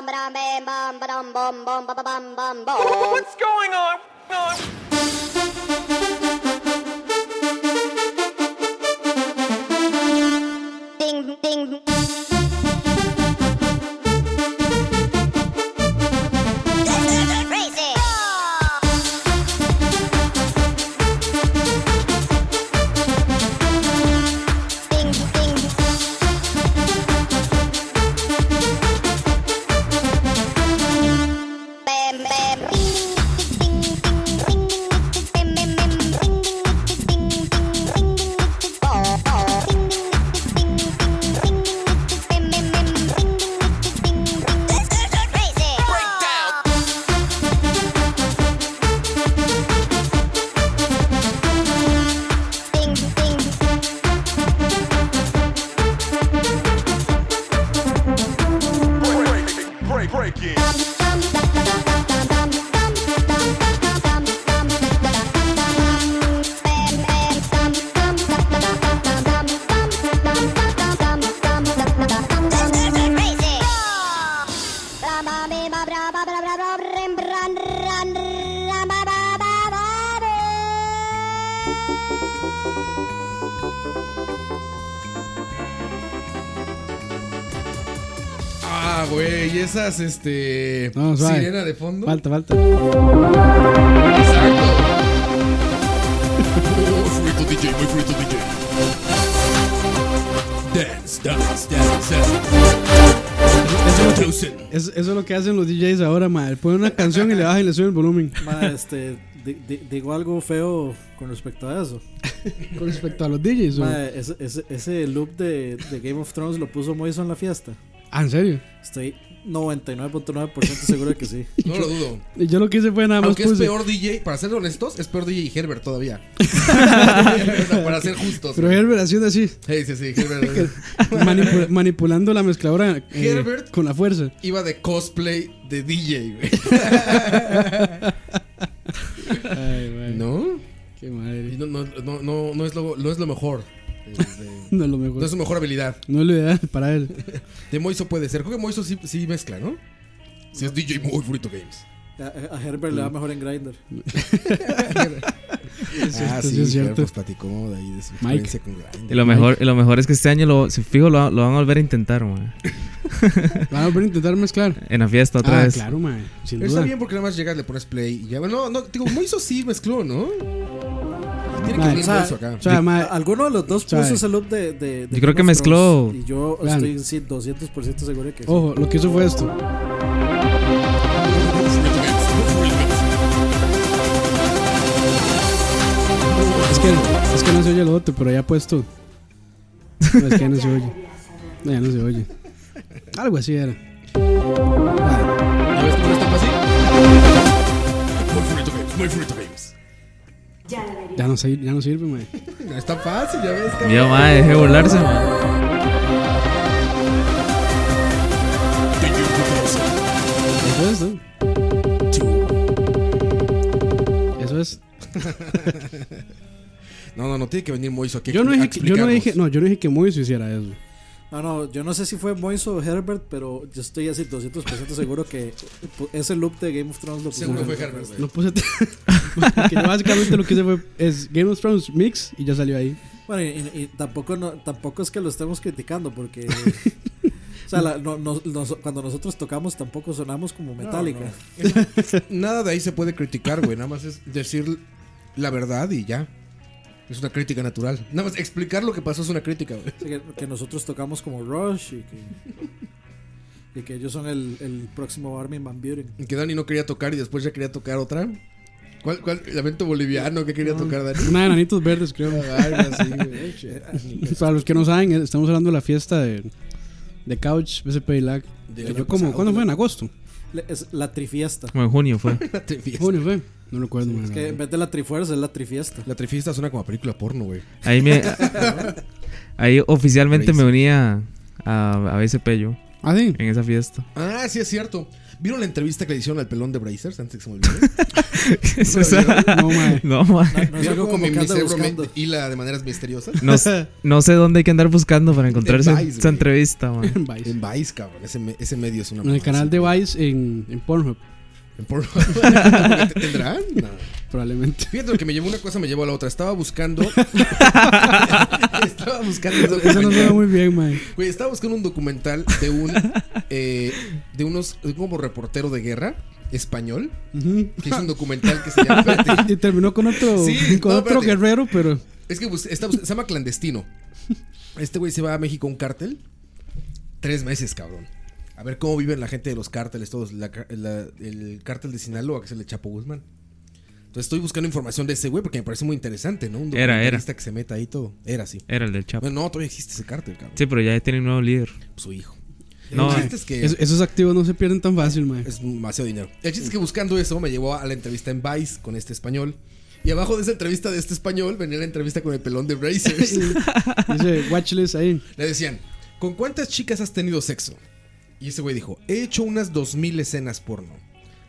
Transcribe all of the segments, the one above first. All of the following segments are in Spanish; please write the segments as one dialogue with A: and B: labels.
A: ba-dum, bam, bum, ba-dum, bum, bum, ba-ba-bum, bum, bum.
B: What's going on? on?
A: Ding, ding. Crazy. Ding, ding. Bam, bam, ding, ding, ding, ding, ding, ding, ding, ding, ding, ding, ding, ding, ding, ball, ball, ding, ding, ding, ding, ding, ding, ding, ding, ding, ding, ding, ding. This is crazy.
B: Breakdown.
A: Ding, ding.
B: Break, break, break, break it.
C: Ah, güey, y esas, este.
D: No, suave.
C: sirena de fondo.
D: Falta, falta.
C: Exacto. Muy frito DJ, muy frito DJ. Dance, dance, dance, dance. Thousand.
D: Es- eso es lo que hacen los DJs ahora, madre. Ponen una canción y le bajan y le suben el volumen.
E: Ma, este, di- di- digo algo feo con respecto a eso.
D: Con respecto a los DJs, o-
E: Ma, ese, ese- ese loop de, de Game of Thrones lo puso Moiso en la fiesta.
D: Ah, en serio.
E: Estoy 99.9% seguro de que sí.
C: No lo dudo.
D: Y yo lo que hice fue nada más
C: Aunque es
D: puse.
C: peor DJ, para ser honestos, es peor DJ Herbert todavía. O sea, para ser justos.
D: Pero Herbert haciendo así,
C: Sí, sí, sí, Herbert.
D: manipu- manipulando la mezcladora eh,
C: Herbert.
D: con la fuerza.
C: Iba de cosplay de DJ, güey.
D: Ay, madre.
C: ¿No?
D: Qué
C: Y
D: madre.
C: No, no, no, no, no es lo, no es lo mejor. Eh, eh,
D: No es lo mejor.
C: No es su mejor habilidad.
D: No es lo ideal para él.
C: De Moiso puede ser. Creo que Moiso sí, sí mezcla, ¿no? Si es DJ muy Frito Games.
E: A, a Herbert le va mejor en Grindr.
C: ah,
D: sí, es cierto.
C: Nos platicó de ahí de su
D: Mike.
C: experiencia con Grindr.
F: Y lo mejor, y lo mejor es que este año, lo, si fijo, lo, lo van a volver a intentar, man.
D: Van a volver a intentar mezclar.
F: En la fiesta otra
D: ah,
F: vez.
D: claro, madre. Sin
C: Pero está
D: duda.
C: bien porque nada más llegas, le pones play y ya. Bueno, no, no, digo, Moiso sí mezcló, ¿no? Tiene que
D: Madre,
C: venir
E: o sea,
C: Moiso acá.
D: Ah, O sea,
E: A-
D: madre,
E: Alguno de los dos puso
D: Sabe.
E: ese loop de, de- de
F: Yo creo que
E: Game of
F: mezcló.
E: Thrones Y yo
D: Vean.
E: estoy sí, 200% seguro de que sí.
D: ojo, lo que hizo fue esto. Es que, es que no se oye el otro, pero ya puesto. No, es que ya no se oye. No, ya no se oye. Algo así era. Ah,
C: ¿Ya ves cómo está fácil? Muy Frito Games, muy Frito Games.
D: ya, no, sir- ya no sirve, madre.
C: No, Está fácil, ya ves.
F: Yo, madre, deje de burlarse, man.
D: Eso es, ¿no? Eso es.
C: No, no, no, tiene que venir Moiso aquí.
D: Yo no
C: a
D: dije que, yo no
C: explicarnos.
D: dije, no, yo no dije que Moiso hiciera eso.
E: No, no, yo no sé si fue Moiso o Herbert, pero yo estoy así 200% seguro que pu- ese loop de Game of Thrones lo puso.
C: Seguro fue Herbert, güey.
D: No puse porque yo básicamente lo que hice fue es Game of Thrones mix y ya salió ahí.
E: Bueno, y, y- y tampoco, no, tampoco es que lo estemos criticando, porque. o sea, la- no- no- nos- cuando nosotros tocamos tampoco sonamos como Metallica.
C: Nada de ahí se puede criticar, güey. Nada más es decir la verdad y ya. Es una crítica natural. Nada más explicar lo que pasó es una crítica, güey.
E: Así que, que nosotros tocamos como Rush y que. Y que ellos son el, el próximo Armin Van Buren.
C: Que Dani no quería tocar y después ya quería tocar otra. ¿Cuál? cuál el evento boliviano que quería tocar, Dani?
D: Una de enanitos verdes, creo.
C: Algo así, güey.
D: Para los que no saben, eh, estamos hablando de la fiesta de, de Couch, BCP y LAC.
C: Del
D: Que
C: año
D: yo como,
C: pasado,
D: ¿Cuándo fue?
C: ¿no?
D: ¿En agosto?
E: Le- Es la trifiesta.
F: Como en junio fue.
C: La trifiesta.
D: ¿Junio fue? No recuerdo. man,
E: Es
D: la
E: que en
D: verdad.
E: vez de la trifuerza es la trifiesta.
C: La trifiesta suena como a película porno, güey.
F: Ahí me. Ahí oficialmente
C: Crazy.
F: me unía a, a BCP yo.
D: Ah, sí.
F: en esa fiesta.
C: Ah, sí, es cierto. ¿Vieron la entrevista que le hicieron al pelón de Brazers antes que se me olvide?
F: Eso es-
D: No, mae.
F: no, ma.
E: No, no es
C: ¿Vieron
E: algo
C: cómo mi,
E: como que
C: mi
E: anda
C: cerebro me
E: buscando.
C: hila de maneras misteriosas?
F: No, s- no sé dónde hay que andar buscando para encontrar esa,
C: Vice,
F: esa
C: güey.
F: entrevista, ma.
D: En Vice.
C: En Vice, cabrón. Ese, me- ese medio es una.
D: En el
C: mamá, eh,
D: canal
C: sí.
D: de Vice en, en Pornhub,
C: En Pornhub. ¿Tendrán? No.
D: probablemente.
C: Fíjate, lo que me llevó una cosa me llevó a la otra. Estaba buscando. estaba buscando. un
D: Eso no suena
C: documental.
D: muy bien, mae.
C: Güey, estaba buscando un documental de un. eh, de unos. de un como reportero de guerra español.
D: Ujú.
C: Que hizo un documental que se llama. espérate,
D: Y terminó con otro,
C: Sí,
D: con
C: no,
D: otro
C: espérate.
D: guerrero, pero.
C: Es que bus- está bus- se llama clandestino. Este güey se va a México a un cártel. Tres meses, cabrón. A ver cómo viven la gente de los cárteles, todos. La ca- la- el cártel de Sinaloa, que es el de Chapo Guzmán. Entonces estoy buscando información de ese güey porque me parece muy interesante, ¿no? Un
F: Era, era.
C: documentalista que se meta ahí y todo. Era así.
F: Era el del Chapo.
C: Bueno, no, todavía existe ese cártel, cabrón.
F: Sí, pero ya tiene un nuevo líder.
C: Su hijo.
F: No, eh,
C: el chiste es que
D: es- esos activos no se pierden tan fácil, mae.
C: es demasiado dinero. El chiste es que buscando eso me llevó a la entrevista en Vice con este español. Y abajo de esa entrevista de este español venía la entrevista con el pelón de Brazers.
D: Dice watchlist ahí.
C: Le decían, ¿con cuántas chicas has tenido sexo? Y ese güey dijo, he hecho unas 2.000 escenas porno.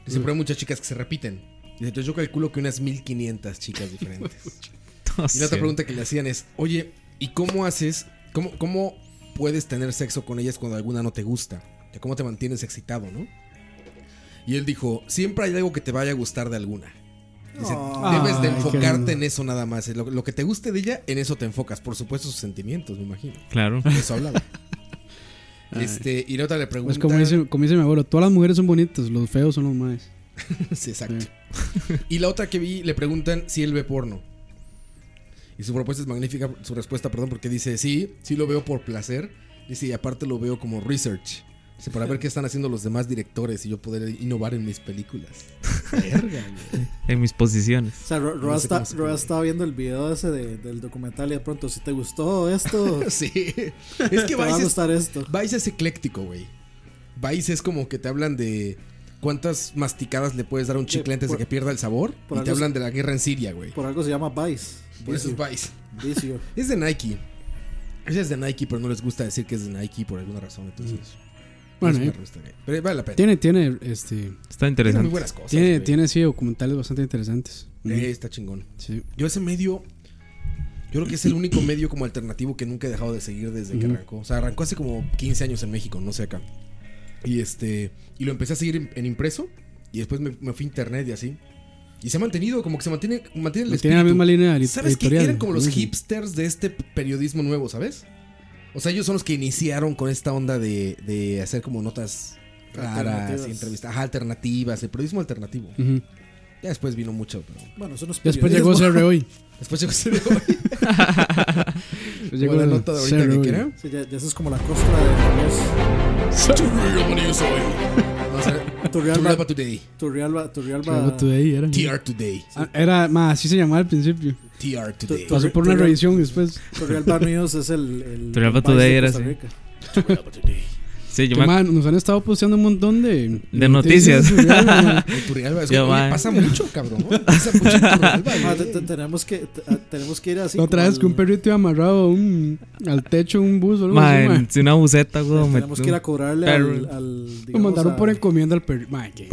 C: Dice, pero hay muchas chicas que se repiten. Dice, entonces yo calculo que unas 1.500 chicas diferentes.
F: No
C: y la
F: sé.
C: otra pregunta que le hacían es, oye, ¿y cómo haces, cómo, cómo puedes tener sexo con ellas cuando alguna no te gusta? O sea, ¿Cómo te mantienes excitado, no? Y él dijo, siempre hay algo que te vaya a gustar de alguna. Dice,
E: Ah,
C: debes de
D: Ay, qué lindo.
C: enfocarte en eso nada más. Lo, lo que te guste de ella, en eso te enfocas. Por supuesto, sus sentimientos, me imagino.
F: Claro.
C: De eso hablaba. Este, y la otra le pregunta.
D: Es Pues como dice, como dice mi abuelo, todas las mujeres son bonitas, los feos son los maes.
C: Sí, exacto. Y la otra que vi le preguntan si él ve porno. Y su propuesta es magnífica, su respuesta, perdón, porque dice, sí, sí lo veo por placer. Dice, y aparte lo veo como research. Dice, para ver qué están haciendo los demás directores y yo poder innovar en mis películas. Verga, güey.
F: En mis posiciones.
E: O sea, Ro- Roa
C: No sé
E: está-
C: cómo se
E: Roa
C: puede.
E: estaba viendo el video ese de- del documental y de pronto, si te gustó esto,
C: Sí. Es que
E: te va a
C: Vice es,
E: gustar esto.
C: Vice es ecléctico, güey. Vice es como que te hablan de cuántas masticadas le puedes dar a un chicle
E: Sí,
C: antes
E: por-
C: de que pierda el sabor.
E: por
C: Y te
E: algo-
C: hablan de la guerra en Siria, güey.
E: Por algo se llama Vice.
C: Por eso Pues es Vice.
E: Vicio.
C: Es de Nike. Esa es de Nike, pero no les gusta decir que es de Nike por alguna razón. Entonces,
D: Bueno,
C: es una
D: eh.
C: revista gay. pero vale la pena. Tiene,
D: Tiene, tiene, este.
F: Está
C: muy
F: interesante.
C: buenas cosas.
D: Tiene,
C: güey.
D: tiene, sí, documentales bastante interesantes.
C: Eh, está chingón.
D: Sí.
C: Yo ese medio, yo creo que es el único medio como alternativo que nunca he dejado de seguir desde que
D: Ujú.
C: arrancó. O sea, arrancó hace como 15 años en México, no sé acá. Y este, y lo empecé a seguir en, en impreso y después me, me fui a internet y así. Y se ha mantenido, como que se mantiene, mantiene el
D: Tiene la
C: espíritu.
D: misma línea edi-
C: ¿Sabes qué?
D: editorial.
C: Eran como los
D: Sí.
C: hipsters de este periodismo nuevo, ¿sabes? O sea, ellos son los que iniciaron con esta onda de, de hacer como notas raras,
E: Alternativas.
C: y entrevistas ajá, alternativas, el periodismo alternativo.
D: Ujú.
C: Ya después vino mucho, pero...
E: Bueno, eso no es
D: Después llegó
E: periodismo.
D: CR hoy.
C: Después llegó ese de hoy,
D: Después
C: como
D: llegó
C: la nota de ahorita
D: CR
C: que
D: hoy.
C: quiera.
E: Sí, ya, ya eso es como la costra de
C: Vamos a ver.
E: Tu
C: Turrialba
E: Turrialba,
C: Today,
E: Turrialba,
D: Luego
C: Ah.
E: Turrialba.
D: Today era.
C: TR Today,
D: Ah, Era más, así se llamaba al principio.
C: TR Today.
E: Tu-
D: Pasó por una
E: Turrialba-
D: revisión después.
E: Turrialba News es el. el
F: Turrialba
E: el país de
F: Today era
E: Costa
F: así.
E: Rica.
C: Turrialba Today.
F: Sí, yo
D: Que,
F: me ac-
D: man, nos han estado posteando un montón de,
F: De noticias.
D: de man.
C: Ay, Turrialba, es
F: Ya
C: como,
F: va.
C: oye, pasa mucho, cabrón. Pasa mucho en Turrialba,
E: Ah, te-
C: güey.
E: te- tenemos, que, te- ah, tenemos que ir así.
D: La otra
E: como
D: vez que un
E: al-
D: perrito iba amarrado a un- al techo de un bus o algo
F: Ma,
D: así, man.
F: en- si una buceta, güey. me-
E: Tenemos que ir a cobrarle al.
F: Perro.
E: al
D: Lo
E: digamos,
D: mandaron
E: a-
D: por encomienda al perrito. Man, que-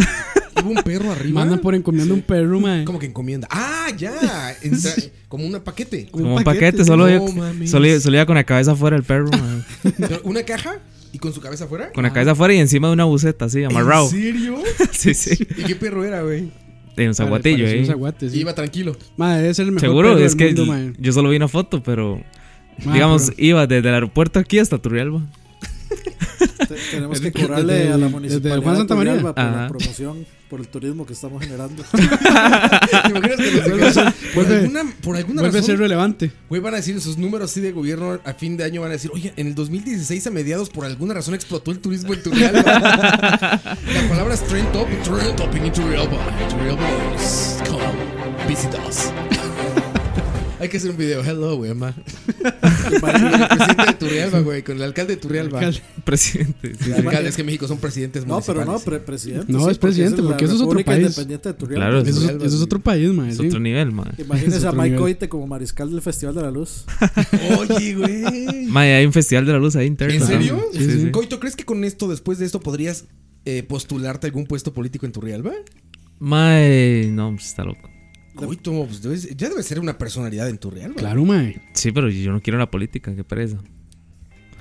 C: Hubo un perro arriba.
D: Mandan por encomienda un perro, man.
C: Como que encomienda. Ah, ya. Entra- Como un paquete.
F: Como un paquete, solo,
C: No
F: yo-
C: mames.
F: solo, yo- solo iba con la cabeza afuera el perro, ma.
C: Pero una caja y con su cabeza afuera.
F: Con la cabeza afuera y encima de una buceta, así, amarrado.
C: ¿En serio?
F: Sí, sí.
C: ¿Y qué perro era, güey?
F: En un
D: Pare-
F: zaguatillo,
D: parecía
F: eh.
D: un zaguate, sí.
C: Iba tranquilo.
D: Ma, debe ser el mejor
F: Seguro,
D: perro
F: es que
D: del mundo,
F: l-
D: man.
F: yo solo vi una foto, pero.
D: Ma,
F: digamos,
D: pero
F: iba desde el aeropuerto aquí hasta Turrialba.
E: te- tenemos que cobrarle
D: Desde-
E: a la
D: desde
E: municipalidad.
D: Juan
E: de
D: Santa María.
E: Turrialba Por la
F: Ajá.
E: promoción, por el turismo que estamos generando.
C: ¿Te imaginas que los
D: Vuelve a ser-
C: por
D: vuelve-
C: alguna, por alguna
D: Vuelve a ser
C: razón,
D: relevante.
C: güey, van a decir en sus números así de gobierno a fin de año, van a decir, oye, en el 2016 a mediados, por alguna razón explotó el turismo en Turrialba. la palabra es trend top, trend topping in Turrialba. Turrialba is come, visit us. Hay que hacer un video. Hello, güey, ma. Imagínate, el presidente de Turrialba, güey, con el alcalde de Turrialba.
D: Alcalde.
F: Presidente. sí.
C: El alcalde, es que en México son presidentes
E: No, pero
C: municipales.
E: no, pre- presidente.
D: No,
E: sí,
D: es presidente,
E: la
D: porque eso es otro
E: República
D: país.
E: Independiente de Turrialba.
F: Claro,
D: Eso, es- eso es otro país, mae.
F: Es
D: ¿Ah, sí.
F: otro nivel, mae.
D: Es
E: Imagínese a
D: otro
E: Mike
D: nivel.
E: Oite como mariscal del Festival de la Luz.
C: Oye, güey.
F: Mae, hay un festival de la luz ahí interno.
C: ¿En serio?
F: Sí, sí.
C: Coito, ¿crees que con esto, después de esto, podrías eh, postularte a algún puesto político en Turrialba?
F: Mae, no, pues, está loco.
C: Coito, pues debes- ya debe ser una personalidad en Turrialba.
D: Claro, mae.
F: Sí, pero yo no quiero la política, qué pereza.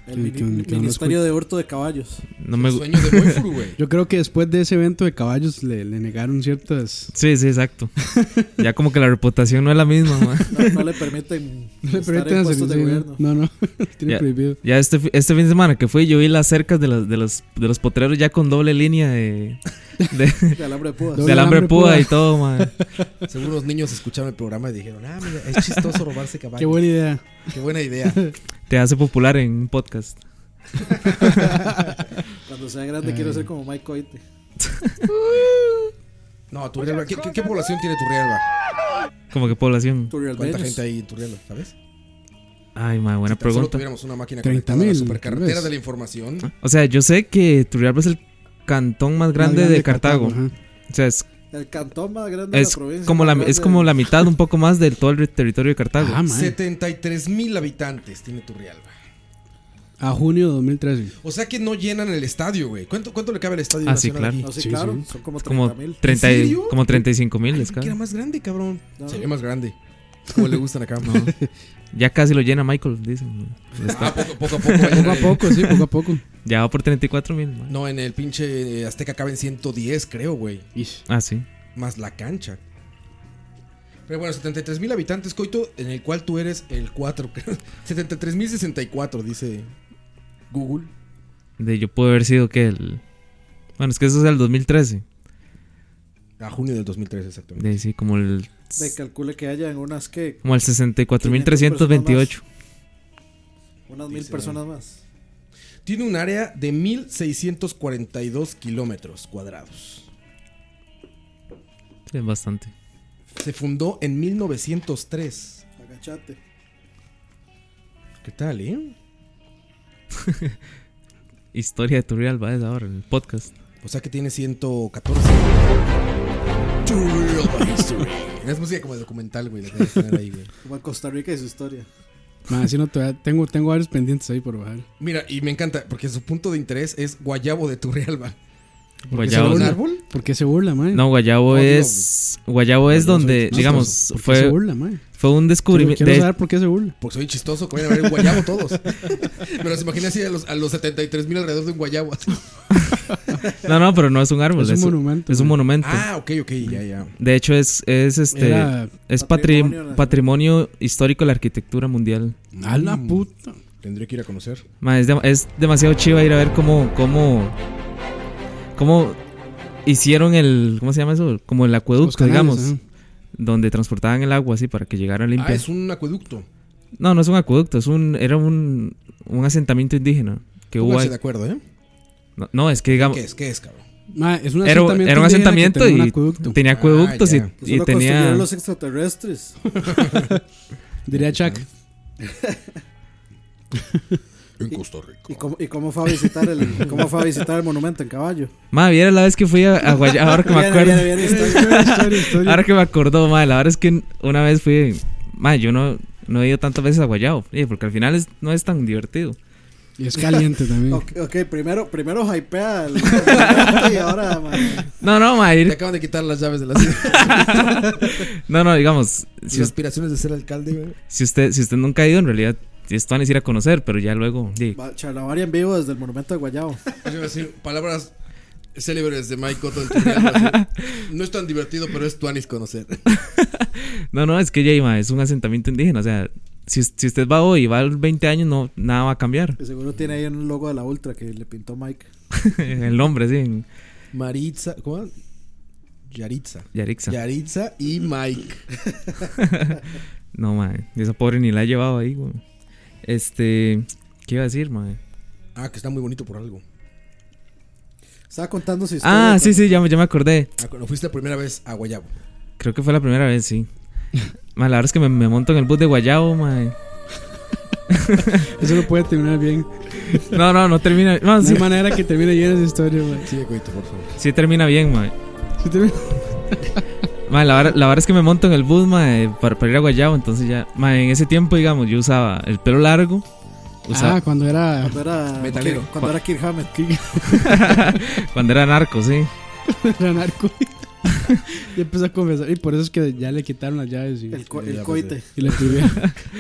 E: El
D: Que-
E: mini-
D: que- que no lo
E: Ministerio de Hurto de Caballos.
F: No me gu-
C: Sueño de Boyfur, güey.
D: Yo creo que después de ese evento de caballos le, le negaron ciertas.
F: Sí, sí, exacto. ya como que la reputación no es la misma, mae.
E: No, no le permiten
D: No le
E: estar
D: permiten
E: en
D: hacer.
E: puestos de
D: sí,
E: gobierno.
D: No, no. Tiene
F: Ya.
D: prohibido.
F: Ya este, fi- este fin de semana que fui, yo vi las cercas de, las- de, los, de los potreros ya con doble línea de, de,
E: De alambre de púas.
F: de alambre
D: alambre
F: púa
D: púa.
F: y todo, mae.
C: Seguro los niños escucharon el programa y dijeron, ah, mira, es chistoso robarse caballos.
D: Qué buena idea.
C: Qué buena idea.
F: Te hace popular en un podcast.
E: Cuando sea grande quiero ser como Mike Oite.
C: No, Turrialba. ¿Qué, qué, qué población tiene Turrialba?
F: Como que población.
C: ¿Cuánta
E: Turrialbeños.
C: gente hay en Turrialba, sabes?
F: Ay, mae, buena
C: si tan solo
F: pregunta.
C: tuviéramos una máquina
D: 30.000,
C: conectada a la
D: tal
C: supercarretera
D: vez.
C: de la información.
F: O sea, yo sé que Turrialba es el cantón más grande,
D: Más
F: de Cartago.
D: ajá.
F: O sea, es,
E: El cantón más grande de
F: es
E: la provincia.
F: como la,
E: más
F: es
E: grande
F: como
E: de-
F: la mitad, un poco más del todo el territorio de Cartago.
D: Ah, mae.
C: 73 mil habitantes tiene Turrialba.
D: A junio de 2013.
C: O sea que no llenan el estadio, güey. ¿Cuánto, cuánto le cabe al estadio?
F: Ah, sí,
C: Nacional
F: claro.
E: No, sí,
D: Sí,
E: claro.
D: sí.
E: Son como
F: Es como,
E: 30 mil.
F: 30,
C: ¿En serio?
F: como 35 mil, es
C: Aquí? Que
F: claro.
C: era más grande, cabrón.
E: No.
C: Se ve más grande. Como le gustan acá.
F: Ya casi lo llena Michael, dicen.
C: Ah, poco, poco a poco. va a
D: Poco
C: llenar
D: a
C: el-
D: poco, sí, poco a poco.
F: Ya va por 34 mil.
C: No, en el pinche eh, Azteca caben 110, creo, güey.
D: Ish.
F: Ah, sí.
C: Más la cancha. Pero bueno, 73 mil habitantes, Coito, en el cual tú eres el 4. 73 mil 64, dice Google.
F: De yo pude haber sido que el. Bueno, es que eso es el 2013.
C: A junio del 2003, exactamente.
F: De sí, como el.
E: De calcule que hayan unas que.
F: Como el 64.328.
E: Unas mil
C: Dice-
E: personas más.
C: Tiene un área de 1642 kilómetros cuadrados.
F: Sí, Es bastante.
C: Se fundó en 1903.
E: Agachate.
C: ¿Qué tal, eh?
F: Historia de Turrialba es ahora el podcast.
C: O sea que tiene 114. Turrialba History. Es música como de documental, güey. la que debes tener ahí, güey.
E: Como en Costa Rica y su historia.
D: Mae, si no, todavía tengo, tengo varios pendientes ahí por bajar.
C: Mira, y me encanta, porque su punto de interés es Guayabo de Turrialba.
F: Guayabo.
C: ¿Un
D: se
F: es-
D: burla?
C: árbol?
D: ¿Por qué se burla, mae?
F: No, Guayabo
C: No, digo,
F: es. Guayabo es
C: Guayabo
F: donde,
C: soy chistoso.
F: digamos,
D: ¿Por qué se
F: fue,
D: burla, mae?
F: fue un
D: Quiero,
F: descubrimiento.
D: quiero saber por qué se burla.
C: Porque soy chistoso, que vayan a ver el guayabo todos. Me los imaginé así a los, a los 73 mil alrededor de un guayabo. así.
F: No, no, pero no es un árbol.
D: Es un monumento,
F: Es un
D: man.
F: monumento.
C: Ah, ok, ok, ya, ya.
F: De hecho, es, es este.
D: Era-
F: es
E: Patrimonio
F: patrimonio,
E: nacional.
F: patrimonio histórico de la arquitectura mundial.
D: A la
F: mm,
D: puta.
C: Tendría que ir a conocer.
F: Ma, es, de- es demasiado chiva ir a ver cómo, cómo, cómo hicieron el, ¿cómo se llama eso? Como el
D: Los
F: acueducto,
D: canales,
F: digamos,
D: ajá.
F: donde transportaban el agua así para que llegara limpia.
C: Ah, es un acueducto.
F: No, no es un acueducto, es un, era un, un asentamiento indígena que hubo.
C: Pónganse
F: ahí.
C: de acuerdo, ¿eh?
F: No, no, es que digamos,
C: ¿Qué es? ¿Qué es, cabrón?
D: Mae, es un
F: era,
D: asentamiento
F: era un
D: indígena que
F: asentamiento
D: tenía un
F: y
D: acueducto.
F: tenía
C: Ah,
F: acueductos y-
C: ya.
E: Pues
F: y, tenía.
E: solo construyeron los extraterrestres.
D: Diría Chuck.
C: En Costa Rica.
E: ¿Y cómo, y cómo fue a visitar el, cómo fue a visitar el monumento en caballo?
F: Ma, viera la vez que fui a, a Guayabo, ahora que me
E: Viene,
F: acuerdo.
E: viene, viene historia.
D: Historia, historia.
F: Ahora que me acordó, madre, la verdad es que una vez fui. Madre, yo no, no he ido tantas veces a Guayabo, eh, porque al final es- no es tan divertido.
D: Y es caliente también.
E: Ok, ok, primero, primero hypea el, el monumento y ahora, man,
F: No, no, madre,
C: Te
F: ir-
C: acaban de quitar las llaves de las,
F: no, no, digamos, si,
C: las aspiraciones de ser alcalde, güey.
F: si usted, si usted nunca ha ido, en realidad, esto van a ir a conocer, pero ya luego. sí.
E: va- charlavaria en vivo desde el monumento de Guayabo.
C: Pues Yo iba a decir palabras célebres de Mike Cotton. Turrialba, así. No es tan divertido, pero es tuanis conocer.
F: No, no, es que ya, madre, es un asentamiento indígena, o sea, si, si usted va hoy y va a los 20 años, no, nada va a cambiar.
E: Que seguro tiene ahí un logo de la Ultra que le pintó Mike.
F: El nombre, sí, en
C: Maritza, ¿cómo? Yaritza.
F: Yarixa.
C: Yaritza y Mike.
F: No, madre, esa pobre ni la ha llevado ahí, güey. Este, ¿qué iba a decir, madre?
C: Ah, que está muy bonito por algo.
E: Estaba contando su historia.
F: Ah, sí, sí, ya, me- ya me acordé.
C: Ah, cuando fuiste la primera vez a Guayabo.
F: Creo que fue la primera vez, sí. Ma, la verdad es que me, me monto en el bus de Guayabo, mae.
D: Eso no puede terminar bien.
F: No, no, no termina. No,
D: No
F: Ah, sí,
D: hay manera que termine bien esa historia, güey.
C: Sigue, coito, por favor.
F: sí termina bien, mae.
D: Sí termina-
F: Ma, la, vara- la verdad es que me monto en el bus, mae, para, para ir a Guayabo. Entonces ya, mae, en ese tiempo, digamos, yo usaba el pelo largo. Usaba,
D: ah, cuando era.
E: Cuando era.
C: Metalero.
E: Kirk- Cuando era Kirk Hammett.
F: cuando era narco, sí.
D: era narco. y empezó a confesar. Y por eso es que ya le quitaron las llaves y,
E: El, co-
C: Sí,
E: el
C: ya
E: coite.
D: y le prohibieron,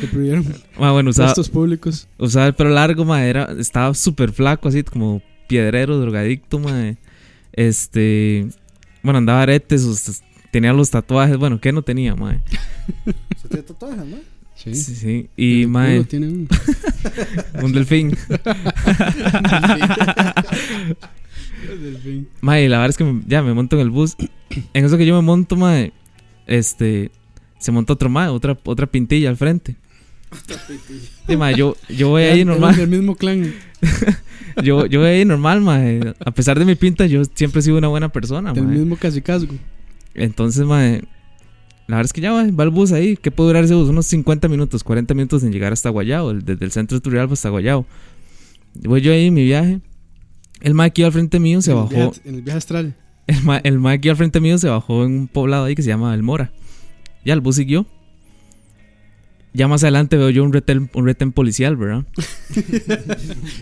D: le prohibieron
F: Ma, bueno, usaba,
D: puestos públicos.
F: usaba el pelo largo, ma, era, estaba súper flaco, así como piedrero, drogadicto, ma. Este, bueno, andaba aretes, us- tenía los tatuajes, bueno, ¿qué no tenía, ma?
E: Se tiene tatuajes, ¿no?
D: Sí.
F: Sí, sí. Y,
D: El
F: ma,
D: culo tiene un-
F: un delfín.
D: del fin.
F: ma, y la verdad es que me- ya me monto en el bus. En eso que yo me monto, ma, este, se montó otro, ma, otra, otra pintilla al frente. Sí, ma, yo, yo voy ahí
D: Eran- eran
F: normal.
D: Del mismo clan.
F: Yo, yo voy ahí normal, ma. A pesar de mi pinta, yo siempre he sido una buena persona,
D: Del
F: ma.
D: mismo casicazgo.
F: Entonces, mae, la verdad es que ya mae, va el bus ahí. ¿Qué puede durar ese bus? Unos 50 minutos, 40 minutos en llegar hasta Guayao, el- desde el centro de Turrialba hasta Guayao. Voy yo ahí en mi viaje. El mae aquí al frente mío se
D: En el
F: bajó.
D: viaje- en el viaje astral.
F: El mae, el mae aquí al frente mío se bajó en un poblado ahí que se llama El Mora. Ya el bus siguió. Ya más adelante veo yo un retén, un retén policial, ¿verdad?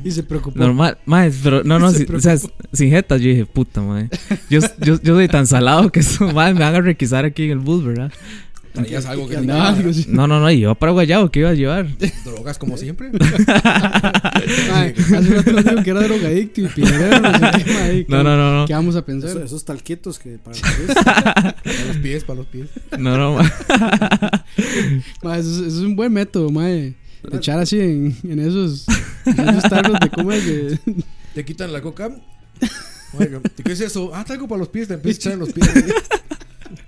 D: Y se preocupó.
F: Normal, mae, pero no, no,
D: Se
F: si- o sea, sin jetas, yo dije, puta, mae. Yo, yo, yo soy tan salado que eso, mae, me van a requisar aquí en el bus, ¿verdad?
C: Traías algo que
D: Andaba
C: te
D: algo así.
F: No, no, no, y yo para Guayabo, ¿qué iba a llevar?
C: drogas como siempre.
D: Ay, hace rato les digo que era drogadicto y piedrero. No, sé qué, madre,
F: No, no, no,
D: ¿Qué vamos a
E: Eso-
D: pensar?
E: esos talquitos que para la
C: Para los pies, para los pies.
F: no, no, no, ma.
D: Ma, eso, es, eso es un buen método, mae. De echar así en, en esos, en esos tarros de cómo es de,
C: Te quitan la coca. Oiga, ¿qué es eso? Ah, traigo para los pies, te empiezas a echar en los pies.
E: vez.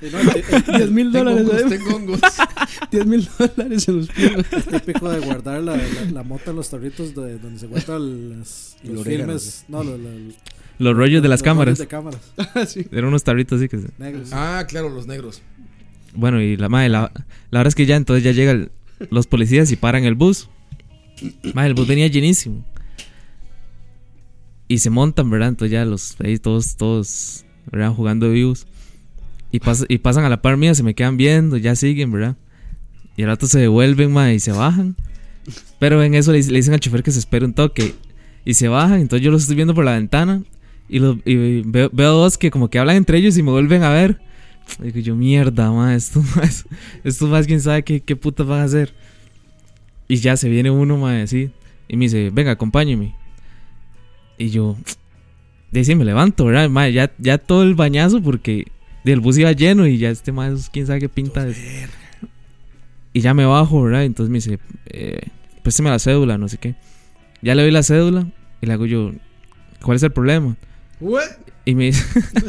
E: No, el, el
D: 10 mil
C: Tengo
D: dólares.
C: hongos,
D: ¿sabes?
C: tengo hongos.
D: 10 mil dólares en los pies.
E: típico de guardar la, la, la mota en los tarritos de donde se guardan las-
C: El
E: los
C: orégano,
E: filmes. No, lo- lo- los
F: los rollos de las
E: rollos
F: cámaras.
E: De cámaras
D: Sí.
F: Eran unos tarritos así que... se-
E: negros.
C: Ah, claro, los negros.
F: Bueno, y la madre, la, la verdad es que ya entonces ya llegan los policías y paran el bus. Madre, el bus venía llenísimo. Y se montan, ¿verdad? Entonces ya los ahí todos, todos, ¿verdad? Jugando vivos. Y, pas- y pasan a la par mía, se me quedan viendo, ya siguen, ¿verdad? Y al rato se devuelven, madre, y se bajan. Pero en eso le, dic- le dicen al chofer que se espere un toque. Y se bajan, entonces yo los estoy viendo por la ventana. Y, los, y veo, veo dos que como que hablan entre ellos y me vuelven a ver. Digo yo, mierda, ma, estos más, estos más, quién sabe qué, qué putas van a hacer. Y ya se viene uno, ma, así, y me dice, venga, acompáñeme. Y yo, de ahí sí me levanto, ¿verdad? Ma, ya, ya todo el bañazo porque del bus iba lleno y ya este más, quién sabe qué pinta. es. Y ya me bajo, ¿verdad? Entonces me dice, eh, présteme la cédula, no sé qué. Ya le doy la cédula y le hago yo, ¿cuál es el problema? Y me dice,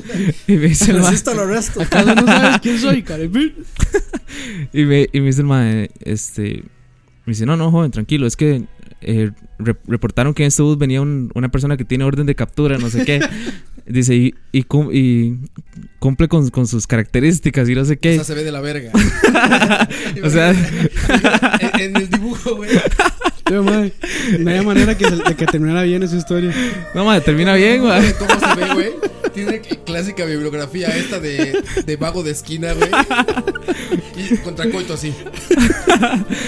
F: y me dice el ma-
E: Resisto lo resto.
D: ¿Acaso no sabes quién soy, Carepil?
F: Y me, y me dice el mae, este. Me dice, no, no, joven, tranquilo, es que eh, re- reportaron que en este bus venía un- una persona que tiene orden de captura, no sé qué. dice, y, y, cum- y cumple con, con sus características y no sé
C: O
F: qué.
C: sea, se ve de la verga.
F: O sea-
C: en, en el dibujo, güey.
D: Yo, mae, no había manera que, se- de que terminara bien esa historia.
F: No, mae, termina bien, mae.
C: ¿Cómo se ve, güey? Tiene cl- clásica bibliografía esta de, de vago de esquina, güey. Y contra coito así.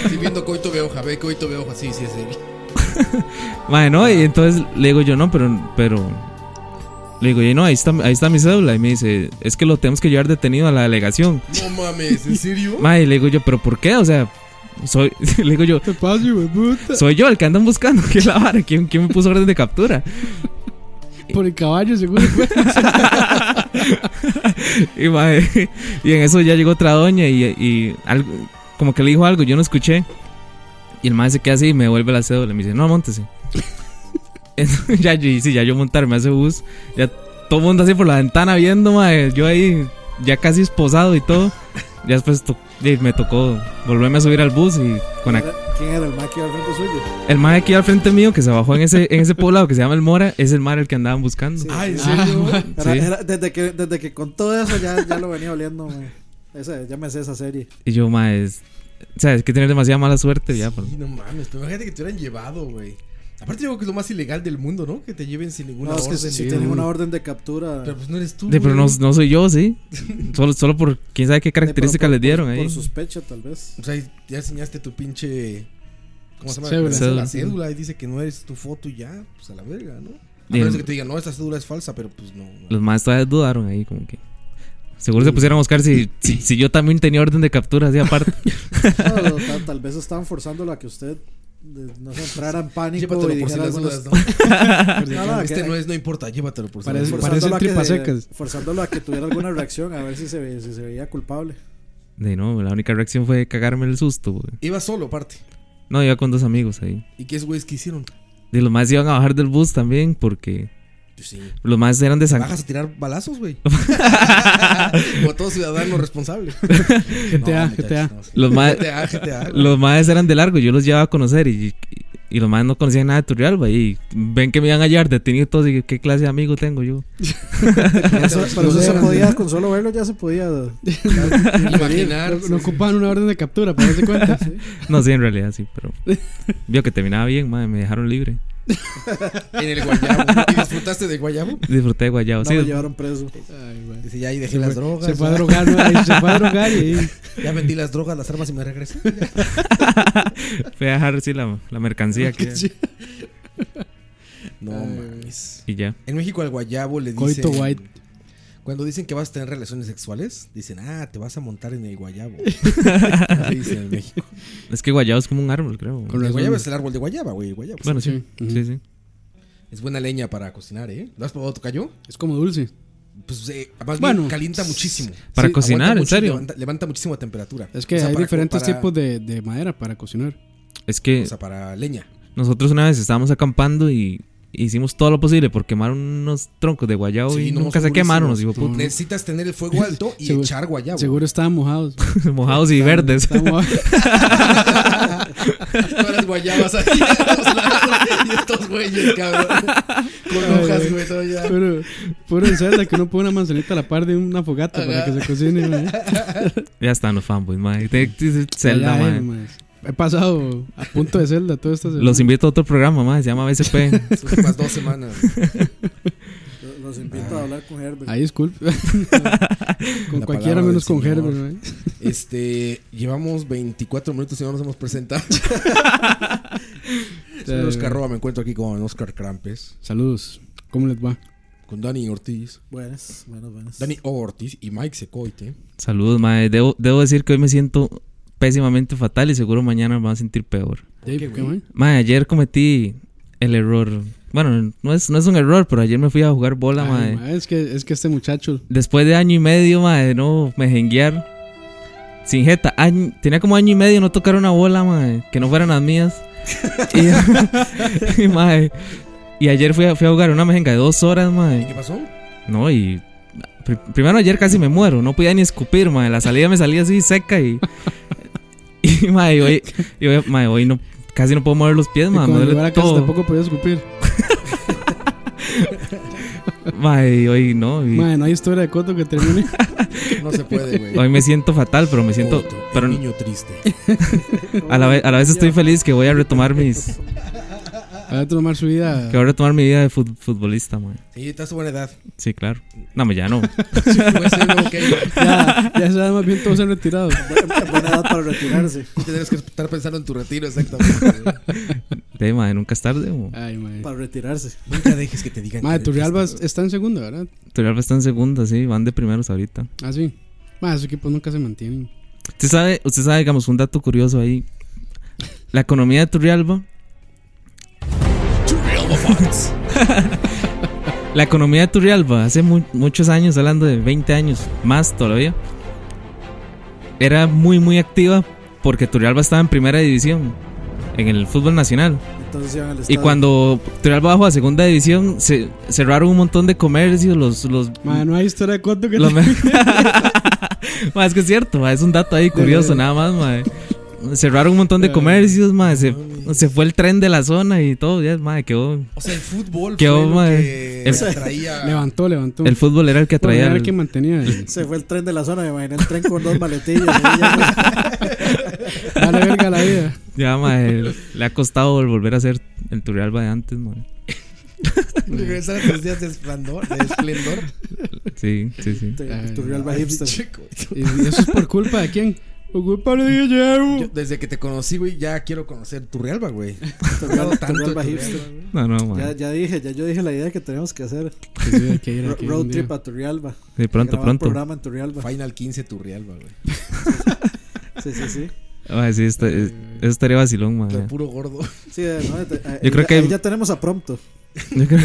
C: Si viendo coito veo hoja, ve coito veo hoja, sí, sí, sí.
F: Mae, no, y entonces le digo yo, no, pero. pero le digo, y no, ahí está, ahí está mi cédula. Y me dice, es que lo tenemos que llevar detenido a la delegación.
C: No mames, ¿en serio?
F: Mae, y le digo yo, pero ¿por qué? O sea, soy. le digo yo,
D: Te paso, hijo de puta.
F: soy yo el que andan buscando. ¿Qué es la vara? ¿Quién, ¿Quién me puso orden de captura?
D: Por el caballo, seguro. güey.
F: Y, mae, y en eso ya llegó otra doña y, y algo, como que le dijo algo, yo no escuché. Y el mae se queda así y me devuelve la cédula. Me dice, no, montese. Entonces, ya, yo, sí, ya yo montarme a ese bus. Ya todo el mundo así por la ventana viendo, mae. Yo ahí ya casi esposado y todo. Ya después to- y me tocó volverme a subir al bus y con ac-
E: ¿Quién era el maqui al frente suyo?
F: el mae aquí al frente mío que se bajó en ese, en ese poblado que se llama El Mora. Es el mar el que andaban buscando.
E: Sí.
C: Ah, ¿en serio?
E: Era-
F: Sí.
E: era- desde, que, desde que contó eso ya, ya lo venía oliendo. mae. Esa, ya me sé esa serie.
F: Y yo, ma, es. O sea, es que tener demasiada mala suerte, ya. por-
C: Sí, no mames, pero imagínate que te hubieran llevado, güey. Aparte, yo creo que es lo más ilegal del mundo, ¿no? Que te lleven sin ninguna
E: No, es que
C: orden.
E: si, si
F: sí,
E: tienen
F: güey.
E: una orden de captura. eh,
C: Pero
E: de-
C: pues no eres tú.
F: Sí, pero no,
C: güey.
F: no soy yo, sí. Solo, solo por quién sabe qué características
E: por-
F: les dieron
E: por,
F: ahí.
E: Por sospecha, tal vez.
C: O sea, Pues ya enseñaste tu pinche. ¿Cómo se llama?
D: Cédula.
C: Cédula.
F: Cédula.
C: La cédula y dice que no eres tu foto y ya, pues a la verga, ¿no? A
F: Y
C: menos
F: el-
C: que te digan, no, esta cédula es falsa, pero pues no. no.
F: Los más todavía dudaron ahí, como que. Seguro se pusieron a buscar si, si, si yo también tenía orden de captura, así aparte.
E: No, tal, tal vez estaban forzándola a que usted de- no se entrara en pánico
C: Llévatelo
E: y
C: por si
E: dijera
C: las
E: algunos-
C: dudas, ¿no?
E: No,
D: Ah,
E: no,
C: este
E: que-
C: no es, no importa, llévatelo por si
D: Parece-
C: las dudas.
E: forzándola a que
D: tripas
E: se-
D: secas.
E: Forzándola a que tuviera alguna reacción, a ver si se, ve- si se veía culpable.
F: De no, la única reacción fue cagarme el susto, güey.
C: Iba solo, aparte.
F: No, iba con dos amigos ahí.
C: ¿Y qué es, güeyes, que hicieron?
F: De los más iban a bajar del bus también, porque
C: Pues sí.
F: los más eran de San
C: Bajas a tirar balazos, güey. Como todo ciudadano responsable.
D: GTA,
C: No,
D: GTA.
C: muchachos, no, sí.
F: Los más,
C: GTA, GTA. güey.
F: los más eran de largo, yo los llevaba a conocer y, y- y los más no conocían nada de Turrialba. Y ven que me iban a llevar detenido todos y qué clase de amigo tengo yo.
E: Por eso, por eso se
D: Eran-
E: podía, con solo verlo ya se podía.
C: Imaginar.
D: No ocupaban una orden de captura, para darse cuenta.
F: No, sí, en realidad sí, pero vio que terminaba bien, madre, me dejaron libre.
C: En el guayabo. ¿Y disfrutaste de guayabo?
F: Disfruté de Guayabo.
E: No
F: sí,
E: lo llevaron preso.
D: Ay, güey.
C: Dice, ya ahí dejé
D: Se
C: las
D: fue-
C: drogas.
D: Se fue a
C: ya-
D: drogar, ¿no? Ahí Se fue a drogar y ahí-
C: Ya vendí las drogas, las armas y me regresé.
F: fui a dejar sí, la, la mercancía que-
C: No
D: Ay,
C: mames.
F: y ya.
C: En México al guayabo le dicen.
D: Coito white.
C: Cuando dicen que vas a tener relaciones sexuales, dicen, ah, te vas a montar en el guayabo. Así dicen en México.
F: Es que Guayabo es como un árbol, creo.
D: Con
C: El
D: razón.
C: guayabo es el árbol de guayaba, güey. el guayabo.
F: Bueno, sí.
D: Sí, ujú.
F: Sí, sí.
C: Es buena leña para cocinar, ¿eh? ¿Lo has probado tu yo?
D: Es como dulce.
C: Pues eh, más
D: Bueno.
C: bien calienta muchísimo.
F: Para
D: Sí,
F: cocinar,
C: Aguanta
F: en
C: mucho y
F: serio.
C: Levanta, levanta muchísimo la temperatura.
D: Es que
C: O sea,
D: hay
C: para-
D: diferentes
C: para-
D: tipos de, de madera para cocinar.
F: Es que
C: O sea, para leña.
F: nosotros una vez estábamos acampando y hicimos todo lo posible por quemar unos troncos de Guayabo
C: Sí,
F: y
C: no,
F: nunca se
C: segurísimo.
F: quemaron, los hijos
C: Necesitas tener el fuego alto y
D: Seguro-
C: echar guayabo.
D: Seguro estaban mojados.
F: mojados y verdes.
D: Estaban mojados.
C: Todas las guayabas aquí a los lados, y estos güeyes, cabrón. Con hojas, güey, todo ya.
D: Puro, puro en celda que uno pone una manzanita a la par de una fogata para que se cocine. mae.
F: Ya están los fanboys, mae. Te- te- te- Zelda, mae.
D: Ay, mae. He pasado a punto de celda toda esta semana.
F: Los invito a otro programa, mae. Se llama BCP.
C: Las últimas dos semanas.
E: Los invito a hablar con Herbert.
D: Ahí disculpe. con
C: La
D: cualquiera
C: palabra
D: menos
C: del
D: con
C: Señor.
D: Herbert. mae.
C: Este, llevamos 24 minutos y no nos hemos presentado. Soy Oscar Roa, me encuentro aquí con Oscar Crampes,
D: Saludos. ¿Cómo les va?
C: con Dani Ortiz,
E: Buenas, buenas, buenas.
C: Dani O. Ortiz y Mike Secoite.
F: Saludos, mae. Debo, debo decir que hoy me siento pésimamente fatal y seguro mañana me voy a sentir peor.
D: Dave, ¿qué, mae?
F: Mae, ayer cometí el error. Bueno, no es, no es un error, pero ayer me fui a jugar bola,
D: Ay,
F: mae.
D: mae, es, que, es que este muchacho.
F: Después de año y medio, mae, de no mejenguear. Sin jeta. Año- tenía como año y medio no tocar una bola, mae. Que no fueran las mías. y, y, mae, y ayer fui a, fui a jugar una mejenga de dos horas, mae.
C: ¿Y qué pasó?
F: No, y pri- primero ayer casi me muero, no podía ni escupir, madre. La salida me salía así seca y. Y, madre, y hoy, y hoy, madre, hoy no, casi no puedo mover los pies,
D: Y
F: madre. Me
D: cuando llegó a
F: duele
D: la casa
F: todo.
D: tampoco podía escupir.
F: Madre, y hoy no. y
D: Mae, no hay historia de Coto que termine.
C: No se puede, güey.
F: hoy me siento fatal, pero me siento.
C: Coito, el
F: Pero
C: niño triste.
F: a la, vez, a la vez estoy feliz que voy a retomar mis.
D: Va a tomar su vida.
F: Que voy a retomar mi vida de fut- futbolista, madre.
C: Sí, estás a buena edad. Pues
F: Sí, claro. No, ma, ya no.
C: Puede ser nuevo Keylor.
D: Ya, ya se da más bien todos se han retirado.
E: Bu- Buena edad para retirarse.
C: Tendrías que estar pensando en tu retiro, exactamente.
F: De, madre, nunca es tarde. mo.
D: Ay, mae.
E: Para retirarse.
C: Nunca dejes que te digan.
D: Mae,
C: que-
D: Turrialba está en segunda, ¿verdad?
F: Turrialba está en segunda, sí. Van de primeros ahorita.
D: Ah, sí. Mae, esos equipos nunca se mantienen.
F: Usted sabe, usted sabe, digamos, un dato curioso ahí. La economía de Turrialba. La economía de Turrialba, hace mu- muchos años, hablando de 20 años, más todavía, era muy, muy activa porque Turrialba estaba en primera división, en el fútbol nacional.
E: Entonces iban al
F: Y
E: estadio.
F: cuando Turrialba bajó a segunda división, se cerraron un montón de comercios, los... los
D: Mae, no hay historia de Coto que
F: lo
D: termine.
F: me- Ma, es que es cierto, ma, es un dato ahí curioso, nada más, ma. cerraron un montón de comercios, mae, se, se fue el tren de la zona y todo, ya, mae, quedó...
C: O sea, el fútbol
F: Qué
C: fue lo
F: oma,
C: que
F: el-
C: atraía-
D: Levantó, levantó.
F: El fútbol era el que
D: Bueno,
F: atraía...
D: era el
F: al-
D: que mantenía. el-
E: Se fue el tren de la zona, me imaginé el tren con dos maletillas. ahí ya, pues,
D: Dale verga a la vida.
F: Ya, mae, le ha costado volver a ser el Turrialba de antes, mae.
C: Regresar a tus días de esplendor. De esplendor.
F: Sí, sí, sí.
E: te-
D: Ay,
E: tu real
C: Ay,
E: hipster.
C: chico.
D: ¿Y eso es por culpa de quién? Por culpa de Guillermo.
C: Yo, desde que te conocí, güey, ya quiero conocer tu realba, güey.
E: Tu
C: No
E: real- tu
C: tanto
E: real
C: tu
E: hipster.
F: No, no,
E: Ya,
F: mae.
E: ya dije, ya yo dije la idea que tenemos que hacer.
D: Que sí, hay que ir, hay
E: Ro-
D: que ir
E: Road
D: un día.
E: trip a Turrialba.
F: De pronto,
E: Grabar
F: pronto.
E: programa en Turrialba.
C: Final 15 tu realba, güey.
D: Ah,
E: Sí, sí, sí.
F: Mae, sí, esta- es- eso estaría vacilón,
C: Lo
F: mae.
C: puro gordo.
E: Sí, eh, no, te- eh,
F: Yo creo
E: ya-
F: que-
E: ahí ya tenemos a pronto.
F: Yo creo-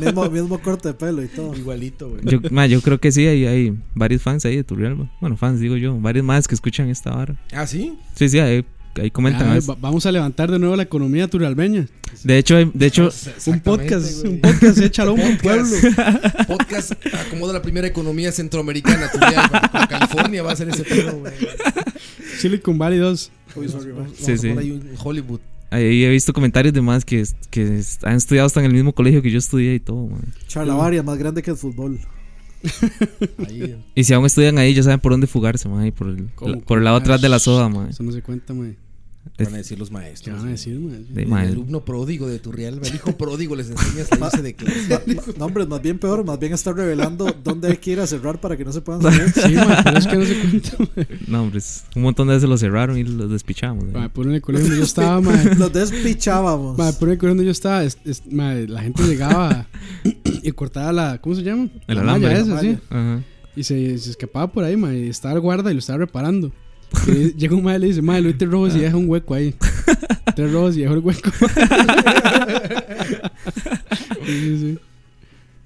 E: mismo, mismo corte de pelo y todo.
C: Igualito, güey.
F: Yo, ma, yo creo que sí, hay, hay varios fans ahí de Turrialba. Bueno, fans, digo yo. Varios más que escuchan esta vara.
C: ¿Ah, sí?
F: Sí, sí, ahí, ahí comentan.
D: Ah,
F: a veces.
D: va- vamos a levantar de nuevo la economía turalbeña.
F: de hecho, hay- de hecho
D: Un
C: Ah, Exactamente,
D: podcast,
C: güey.
D: un podcast hecho a un
C: Podcast.
D: pueblo.
C: Podcast acomoda la primera economía centroamericana. Tu realba. Con California va a ser ese pedo, güey.
D: Silicon Valley 2.
E: Uy, sorry, man.
C: Vamos
F: Sí,
C: a
F: sí.
C: poner ahí un Hollywood.
F: ahí he visto comentarios de más que, que han estudiado hasta en el mismo colegio que yo estudié y todo, ma.
E: Charlavaria, más grande que el fútbol.
C: Ahí.
F: Y si aún estudian ahí, ya saben por dónde fugarse, ma. y por el,
D: ¿Cómo,
F: la- por
D: cómo?
F: el lado atrás de la soda, ma.
D: Ah, Eso no se cuenta, mae.
C: Van a decir los maestros.
D: ¿Qué van a
C: güey.
D: decir, mae?
F: De-
C: El
F: ma,
C: alumno pródigo de tu realba. El hijo pródigo les enseñas la base de clase.
E: No, hombre, más bien peor, más bien estar revelando dónde hay que ir a cerrar para que no se puedan salir.
D: Sí, mae, pero es que no se cuenta, mae.
F: no, hombre, es- un montón de veces lo cerraron y los despichamos. ma.
D: Mae, Por en el colegio donde yo estaba, mae.
E: Los despichábamos.
D: Mae, por en el colegio donde yo estaba, es- es- mae, la gente llegaba y cortaba la. ¿Cómo se llama?
F: El
D: la
F: alambre.
D: malla esa, sí.
F: Ajá.
D: Y se, se escapaba por ahí, mae. Y estaba el guarda y lo estaba reparando. Y le- llega un mae y le dice, mae, Luis te robas y deja un hueco ahí. Te robas y deja el hueco. sí, sí, sí.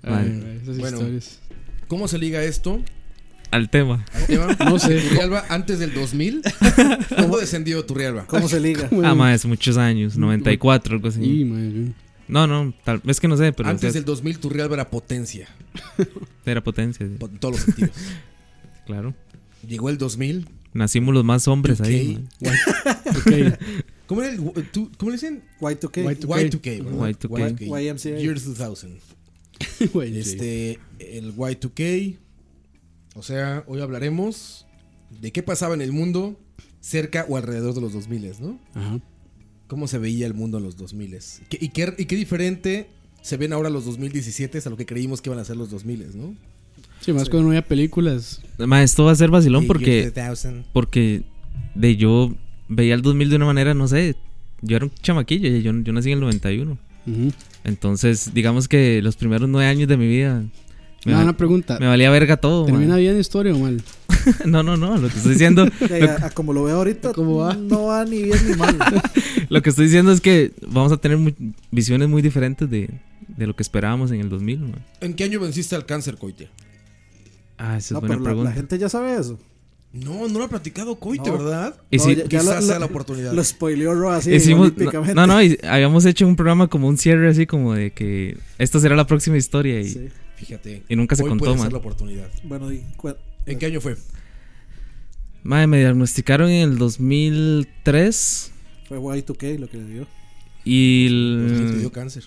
D: Ay,
F: Mae.
D: mae, esas
C: Bueno.
D: historias.
C: ¿Cómo se liga esto?
F: Al tema.
C: al tema?
D: No sé.
F: Ah,
C: Turrialba antes del 2000. ¿Cómo descendió Turrialba?
E: ¿Cómo se liga?
F: Ah, ma, es muchos años, 94, algo
D: Pues, Y,
F: así.
D: mae, yo-
F: No, no, tal, es que no sé, pero
C: Antes
F: o sea,
C: del 2000 Turrialba era potencia.
F: era potencia, sí,
C: po- En todos los sentidos.
F: claro.
C: Llegó el 2000.
F: Nacimos los más
D: Pues
F: hombres ahí.
C: UK.
F: ma.
D: ok.
C: ¿Cómo era el gu- eh, tú- cómo le dicen? Eh,
E: Y2K.
D: Y2K.
C: Y2K. ¿verdad?
F: Y2K.
E: YMCA.
C: Year 2000.
D: Güey, sí.
C: Este, el Y2K. O sea, hoy hablaremos de qué pasaba en el mundo cerca o alrededor de los 2000, ¿no?
D: Ajá.
C: ¿Cómo se veía el mundo en los 2000? ¿Qué- ¿Y qué, y qué diferente se ven ahora los 2017 a lo que creímos que iban a ser los 2000, ¿no?
D: Sí, más cuando no había películas.
F: Ma, esto va a ser vacilón
C: Y
F: porque,
C: Year 2000.
F: porque de yo veía el 2000 de una manera, no sé, yo era un chamaquillo, yo, yo nací en el 91.
D: Ujú.
F: Entonces, digamos que los primeros nueve años de mi vida me,
D: Me da
F: val-
D: una pregunta.
F: me valía verga todo. ma.
D: ¿Termina bien la historia o mal?
F: No, no, no, lo que estoy diciendo,
E: Eh, a- a como lo veo ahorita,
D: ¿Cómo va?
E: no va ni bien ni mal.
F: lo que estoy diciendo es que vamos a tener mu- visiones muy diferentes de, de lo que esperábamos en el 2000. ma.
C: ¿En qué año venciste al cáncer, Coite?
F: Ah, esa
E: No,
F: es buena
E: pero la,
F: pregunta.
E: la gente ya sabe eso.
C: No, no lo ha platicado Coite,
E: No.
C: ¿verdad?
F: Y
E: No,
F: si-
E: ya- ya
C: Quizás
E: lo-
C: sea
E: lo-
C: la oportunidad.
E: Lo spoileó Ro así.
F: Hicimos,
E: olímpicamente.
F: no, no, y habíamos hecho un programa como un cierre así como de que esta será la próxima historia y
E: Sí.
C: Fíjate.
F: Y nunca se
C: hoy
F: contó,
C: puede
F: man.
C: ser la oportunidad.
E: Bueno, y cu-
C: ¿En qué año fue?
F: Madre, me diagnosticaron en el 2003
E: fue Y2K lo que le dio.
F: y,
C: Te
F: el-
C: dio cáncer.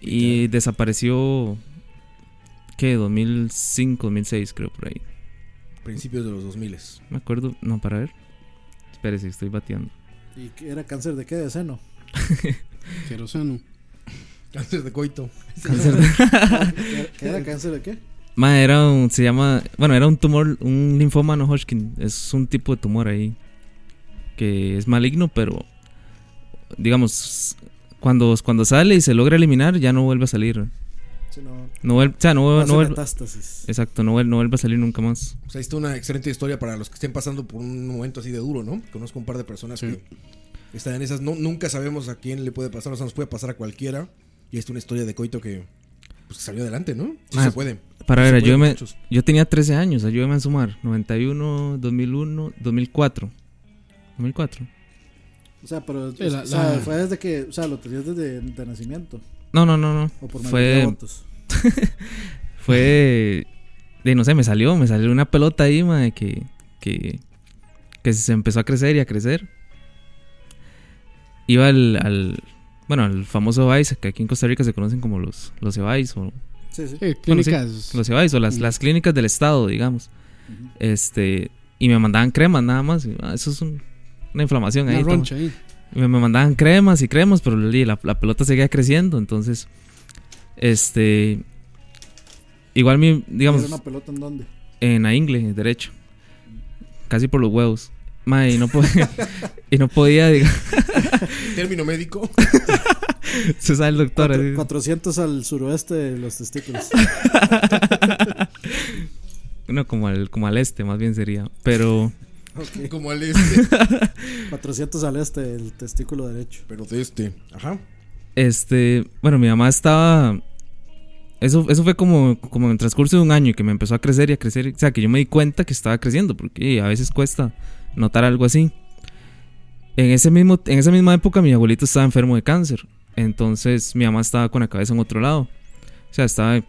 F: y desapareció. ¿Qué? 2005, 2006, creo por ahí.
C: Principios de los 2000.
F: Me acuerdo. No, para ver. Espérese, estoy bateando.
E: ¿Y qué era cáncer de qué? De seno.
D: Queroseno.
C: Cáncer de coito.
E: ¿Qué qué era cáncer de qué?
F: Madre, era un. Se llama. Bueno, era un tumor. Un linfoma no Hodgkin. Es un tipo de tumor ahí. Que es maligno, pero. Digamos. Cuando, cuando sale y se logra eliminar, ya no vuelve a salir.
E: Si no,
F: No vuelve, o sea, no,
E: hace
F: no vuelve-
E: metástasis.
F: Exacto, no, vuel- no vuelve a salir nunca más.
C: O sea, pues, ahí está una excelente historia para los que estén pasando por un momento así de duro, ¿no? Conozco un par de personas
D: Sí.
C: que están en esas. No, nunca sabemos a quién le puede pasar, o sea, nos puede pasar a cualquiera. Y ahí está una historia de coito que pues, que salió adelante, ¿no? Sí
F: Ah,
C: se puede.
F: Para
C: Sí
F: ver,
C: se puede,
F: ayúdeme.
C: muchachos.
F: Yo tenía 13 años, ayúdeme a sumar. 91, 2001, 2004. 2004.
E: O sea, pero
D: Sí, la-
E: o sea,
D: la-
E: fue desde que, o sea, lo tenías desde de nacimiento.
F: No, no, no, no.
E: O por mayoría de
F: Fue,
E: votos.
F: fue. De no sé, me salió, me salió una pelota ahí, madre, que, que. que se empezó a crecer y a crecer. iba al, al- bueno, al famoso Vice, que aquí en Costa Rica se conocen como los, los Evais o
E: Sí, sí.
D: Sí,
F: Bueno, sí,
D: clínicas.
F: los Evais o las,
D: Ujú.
F: las clínicas del Estado, digamos. Este, y me mandaban cremas nada más. y, ah, eso es un- una inflamación
D: Una
F: ahí. toma.
D: roncha ahí.
F: me, me mandaban cremas y cremas, pero li- la, la pelota seguía creciendo, entonces, este, igual mi, digamos,
G: Era una pelota en dónde.
F: en la ingle, derecho, casi por los huevos, ma, y no podía, y no podía, diga-
C: Término médico.
F: se sabe el doctor,
E: Cuatro-
F: así.
E: 400 al suroeste de los testículos.
F: no, como al, como al este, más bien sería, pero,
E: Ok.
C: Como al este.
E: 400 al este del testículo derecho.
C: Pero de este. Ajá.
F: este, bueno, mi mamá estaba, eso, eso fue como, como en el transcurso de un año que me empezó a crecer y a crecer, o sea, que yo me di cuenta que estaba creciendo, porque a veces cuesta notar algo así. En, ese mismo, en esa misma época mi abuelito estaba enfermo de cáncer. Entonces mi mamá estaba con la cabeza en otro lado. O sea, estaba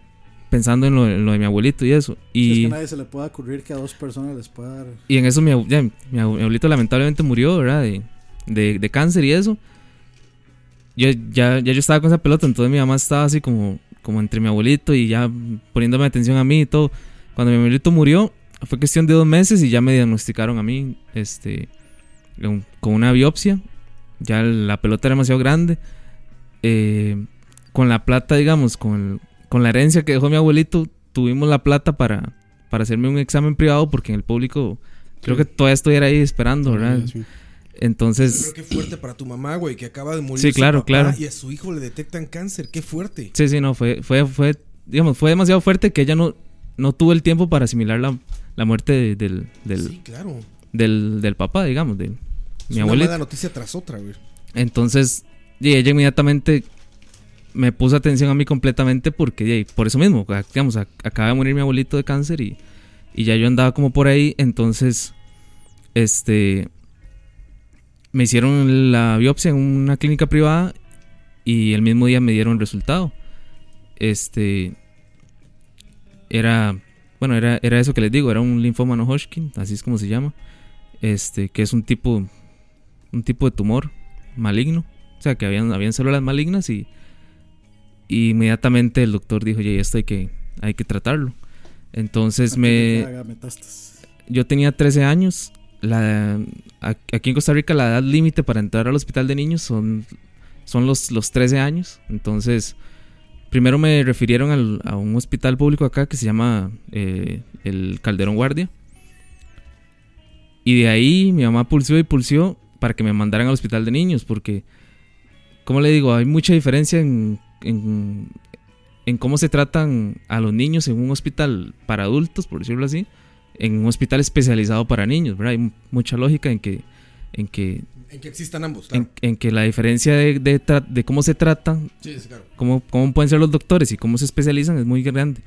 F: pensando en lo, en lo de mi abuelito y eso.
E: Si
F: Y,
E: es que a nadie se le puede ocurrir que a dos personas les pueda dar.
F: y en eso mi, abu- ya, mi abu- mi abuelito lamentablemente murió, ¿verdad? De, de- de cáncer y eso. Yo, ya, ya yo estaba con esa pelota, entonces mi mamá estaba así como, como entre mi abuelito y ya poniéndome atención a mí y todo. Cuando mi abuelito murió, fue cuestión de dos meses y ya me diagnosticaron a mí este, con con una biopsia. Ya la pelota era demasiado grande. Eh, con la plata, digamos, con, con la herencia que dejó mi abuelito, tuvimos la plata para, para hacerme un examen privado porque en el público creo que todavía estuviera ahí esperando, ¿verdad?
D: Sí.
F: Entonces,
C: Pero qué fuerte para tu mamá, güey, que acaba de morir.
F: Sí,
C: su
F: claro,
C: papá
F: claro.
C: Y a su hijo le detectan cáncer. Qué fuerte.
F: Sí, sí, no, fue, fue, fue, digamos, fue demasiado fuerte que ella no, no tuvo el tiempo para asimilar la, la muerte de- del, del,
C: Sí, claro.
F: del, del papá, digamos, de
C: Es
F: mi
C: una
F: abuelito.
C: mala noticia tras otra, güey.
F: Entonces, y ella inmediatamente me puso atención a mí completamente porque, y por eso mismo, a- digamos, a- acaba de morir mi abuelito de cáncer y, y ya yo andaba como por ahí, entonces, este, me hicieron la biopsia en una clínica privada y el mismo día me dieron el resultado. Este, era, bueno, era, era eso que les digo, era un linfoma no Hodgkin, así es como se llama, este, que es un tipo, un tipo de tumor maligno. O sea, que habían, habían células malignas y, y inmediatamente el doctor dijo, oye, esto hay que, hay que tratarlo.
D: Pues
F: Entonces me,
E: Haga metástasis.
F: yo tenía 13 años. La, a- aquí en Costa Rica la edad límite para entrar al hospital de niños son, son los, los 13 años. Entonces, primero me refirieron al- a un hospital público acá que se llama eh, el Calderón Guardia. Y de ahí mi mamá pulsó y pulsó para que me mandaran al hospital de niños porque, como le digo, hay mucha diferencia en- en, en cómo se tratan a los niños en un hospital para adultos, por decirlo así en un hospital especializado para niños, ¿verdad? Hay m- mucha lógica en que, en que,
C: En que existan ambos, claro.
F: en, en que la diferencia de, de, tra- de cómo se tratan,
C: Sí, sí, claro.
F: cómo, cómo pueden ser los doctores y cómo se especializan es muy grande.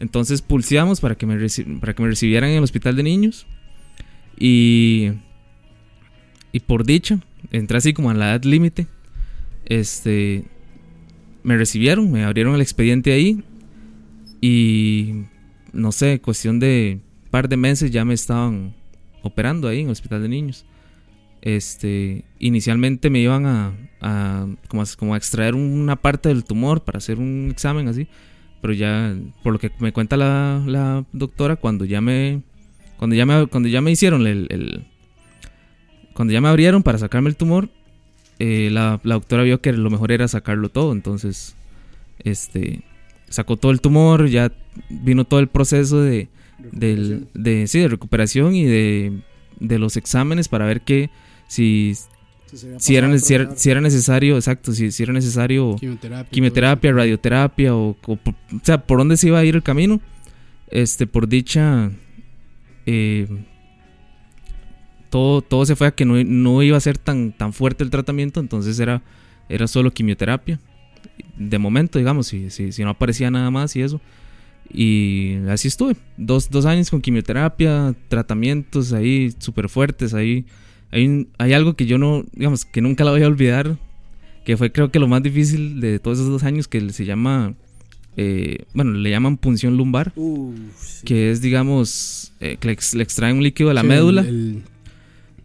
F: Entonces pulseamos para que me, reci- para que me recibieran en el hospital de niños y, y por dicha, entré así como a la edad límite, este, me recibieron, me abrieron el expediente ahí y no sé, cuestión de par de meses ya me estaban operando ahí en el hospital de niños. Este, inicialmente me iban a, a- como, a como a extraer una parte del tumor para hacer un examen así, pero ya por lo que me cuenta la, la doctora cuando ya me cuando ya me cuando ya me hicieron el, el- cuando ya me abrieron para sacarme el tumor, eh, la, la doctora vio que lo mejor era sacarlo todo, entonces este sacó todo el tumor, ya vino todo el proceso de del, de, sí, de recuperación y de, de los exámenes para ver que si,
E: Si, se había
F: si, era,
E: pasado
F: si, era-
E: otro
F: si era necesario, exacto, si, si era necesario
D: Quimioterapia.
F: quimioterapia, radioterapia o, o por- o sea, por dónde se iba a ir el camino. Este, por dicha, eh, todo, todo se fue a que no, no iba a ser tan, tan fuerte el tratamiento, entonces era, era solo quimioterapia. De momento, digamos, si, si, si no aparecía nada más y eso. Y así estuve. Dos, dos años con quimioterapia, tratamientos ahí súper fuertes. Ahí, hay, un- hay algo que yo no, digamos, que nunca la voy a olvidar que fue creo que lo más difícil de todos esos dos años que se llama, eh, bueno, le llaman punción lumbar,
E: Uh, sí.
F: que es, digamos, eh, que le, ex- le extraen un líquido de la
D: Sí,
F: médula
D: el-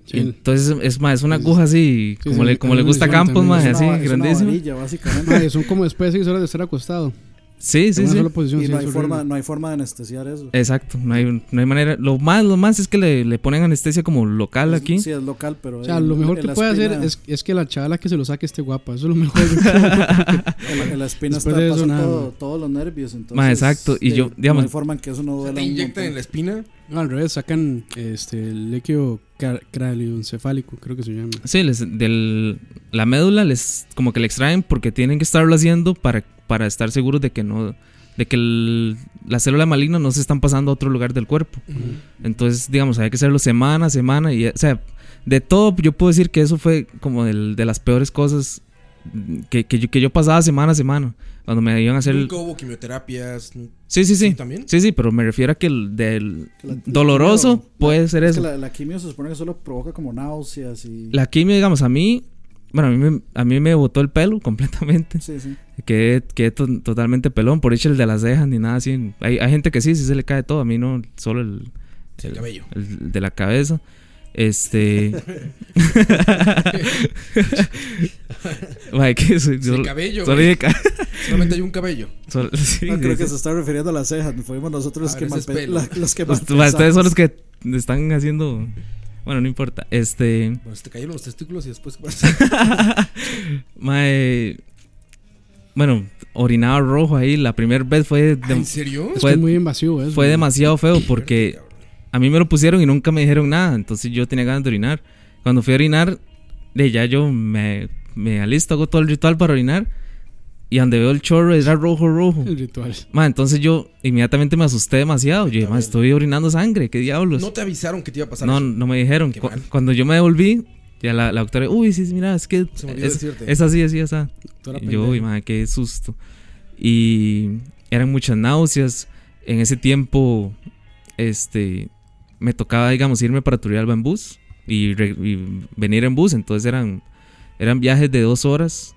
D: el-
F: Y entonces es más, es una aguja así,
D: Sí,
F: como,
D: sí,
F: le, como le
D: es
F: gusta a
D: una
F: Campos,
D: también,
F: más,
D: es
E: Es
F: así,
E: una- es una
F: grandísima.
E: varilla, básicamente.
D: Mae, son como después de 6 horas de estar acostado.
F: Sí, sí,
D: en una
F: sí.
D: sola posición.
E: y
D: sí,
E: no
D: es
E: hay,
D: horrible.
E: forma, no hay forma de anestesiar eso.
F: Exacto, no hay, no hay manera. Lo más, lo más es que le, le ponen anestesia como local
E: Es-
F: aquí.
E: Sí, es local, pero.
D: O sea, lo mejor que puede hacer es, es que la chavala que se lo saque esté guapa. Eso es lo mejor. yo creo.
E: En la espina está
D: Después de eso,
E: pasan
D: nada,
E: todo-
D: mae.
E: todos los nervios. Entonces,
F: Mae, exacto, y
E: sí,
F: yo, digamos-
E: No hay forma en que eso no duela.
C: Te
E: un
C: inyectan en la
E: montón.
C: espina.
D: no, al revés, sacan este, el líquido cra- craneoencefálico, creo que se llama.
F: Sí, les, del, la médula les como que le extraen porque tienen que estarlo haciendo para, para estar seguros de que no de que el- la célula maligna no se están pasando a otro lugar del cuerpo. Entonces, digamos, había que hacerlo semana a semana y o sea, de todo yo puedo decir que eso fue como del- de las peores cosas que, que yo, que yo pasaba semana a semana cuando me iban a hacer el,
C: Nunca hubo quimioterapias.
F: Sí, sí, sí.
C: ¿Sí, también?
F: Sí, sí, pero me refiero a que el del
E: Que la- la
F: doloroso
E: quimio-
F: puede ser
E: Es que
F: eso.
E: la, la quimio se supone que solo provoca como náuseas y.
F: La quimio, digamos, a mí, bueno, a mí me, a mí me botó el pelo completamente.
E: Sí, sí.
F: Quedé, quedé to- totalmente pelón, por hecho el de las cejas ni nada así. Hay, hay gente que sí, sí se le cae todo, a mí no, solo el,
C: El cabello.
F: el de la cabeza. Este. Mae, que soy-
C: El
F: solo-
C: cabello.
F: solo
C: güey.
F: dije ca-
C: Solamente hay un cabello.
F: solo- sí,
E: No,
F: sí,
E: creo que
F: sí.
E: se está refiriendo a las cejas. Fuimos nosotros los
C: Ah,
E: que
C: ese
E: mal
C: es
E: pe-
C: pelo.
E: la- los que mal
F: Ust- mae, Ustedes son
E: pensamos.
F: los que están haciendo. Bueno, no importa. Este.
C: Bueno, se te cayeron los testículos y después.
F: Mae. Bueno, orinaba rojo ahí. La primera vez fue, de-
C: Ah, ¿En serio?
D: Es
F: Fue-
D: que es muy invasivo eso.
F: fue
D: mae.
F: demasiado feo porque a mí me lo pusieron y nunca me dijeron nada. Entonces yo tenía ganas de orinar. Cuando fui a orinar, de ya yo me, me alisto, hago todo el ritual para orinar. Y donde veo el chorro era rojo, rojo.
D: El ritual.
F: Ma, entonces yo inmediatamente me asusté demasiado. Yo dije, "Ma, estoy orinando sangre, qué diablos.
C: No te avisaron que te iba a pasar.
F: No,
C: eso.
F: no me dijeron.
C: Qué
F: Cu-
C: mal.
F: Cuando yo me devolví, ya la, la doctora, uy, sí, sí, mira, es que
C: Se me olvidó
F: es,
C: decirte".
F: es así, así, así.
D: Doctora
F: Y yo, uy,
D: pendeja.
F: madre, qué susto. Y eran muchas náuseas. En ese tiempo, este, me tocaba, digamos, irme para Turrialba en bus y, re- y venir en bus. Entonces eran, eran viajes de dos horas,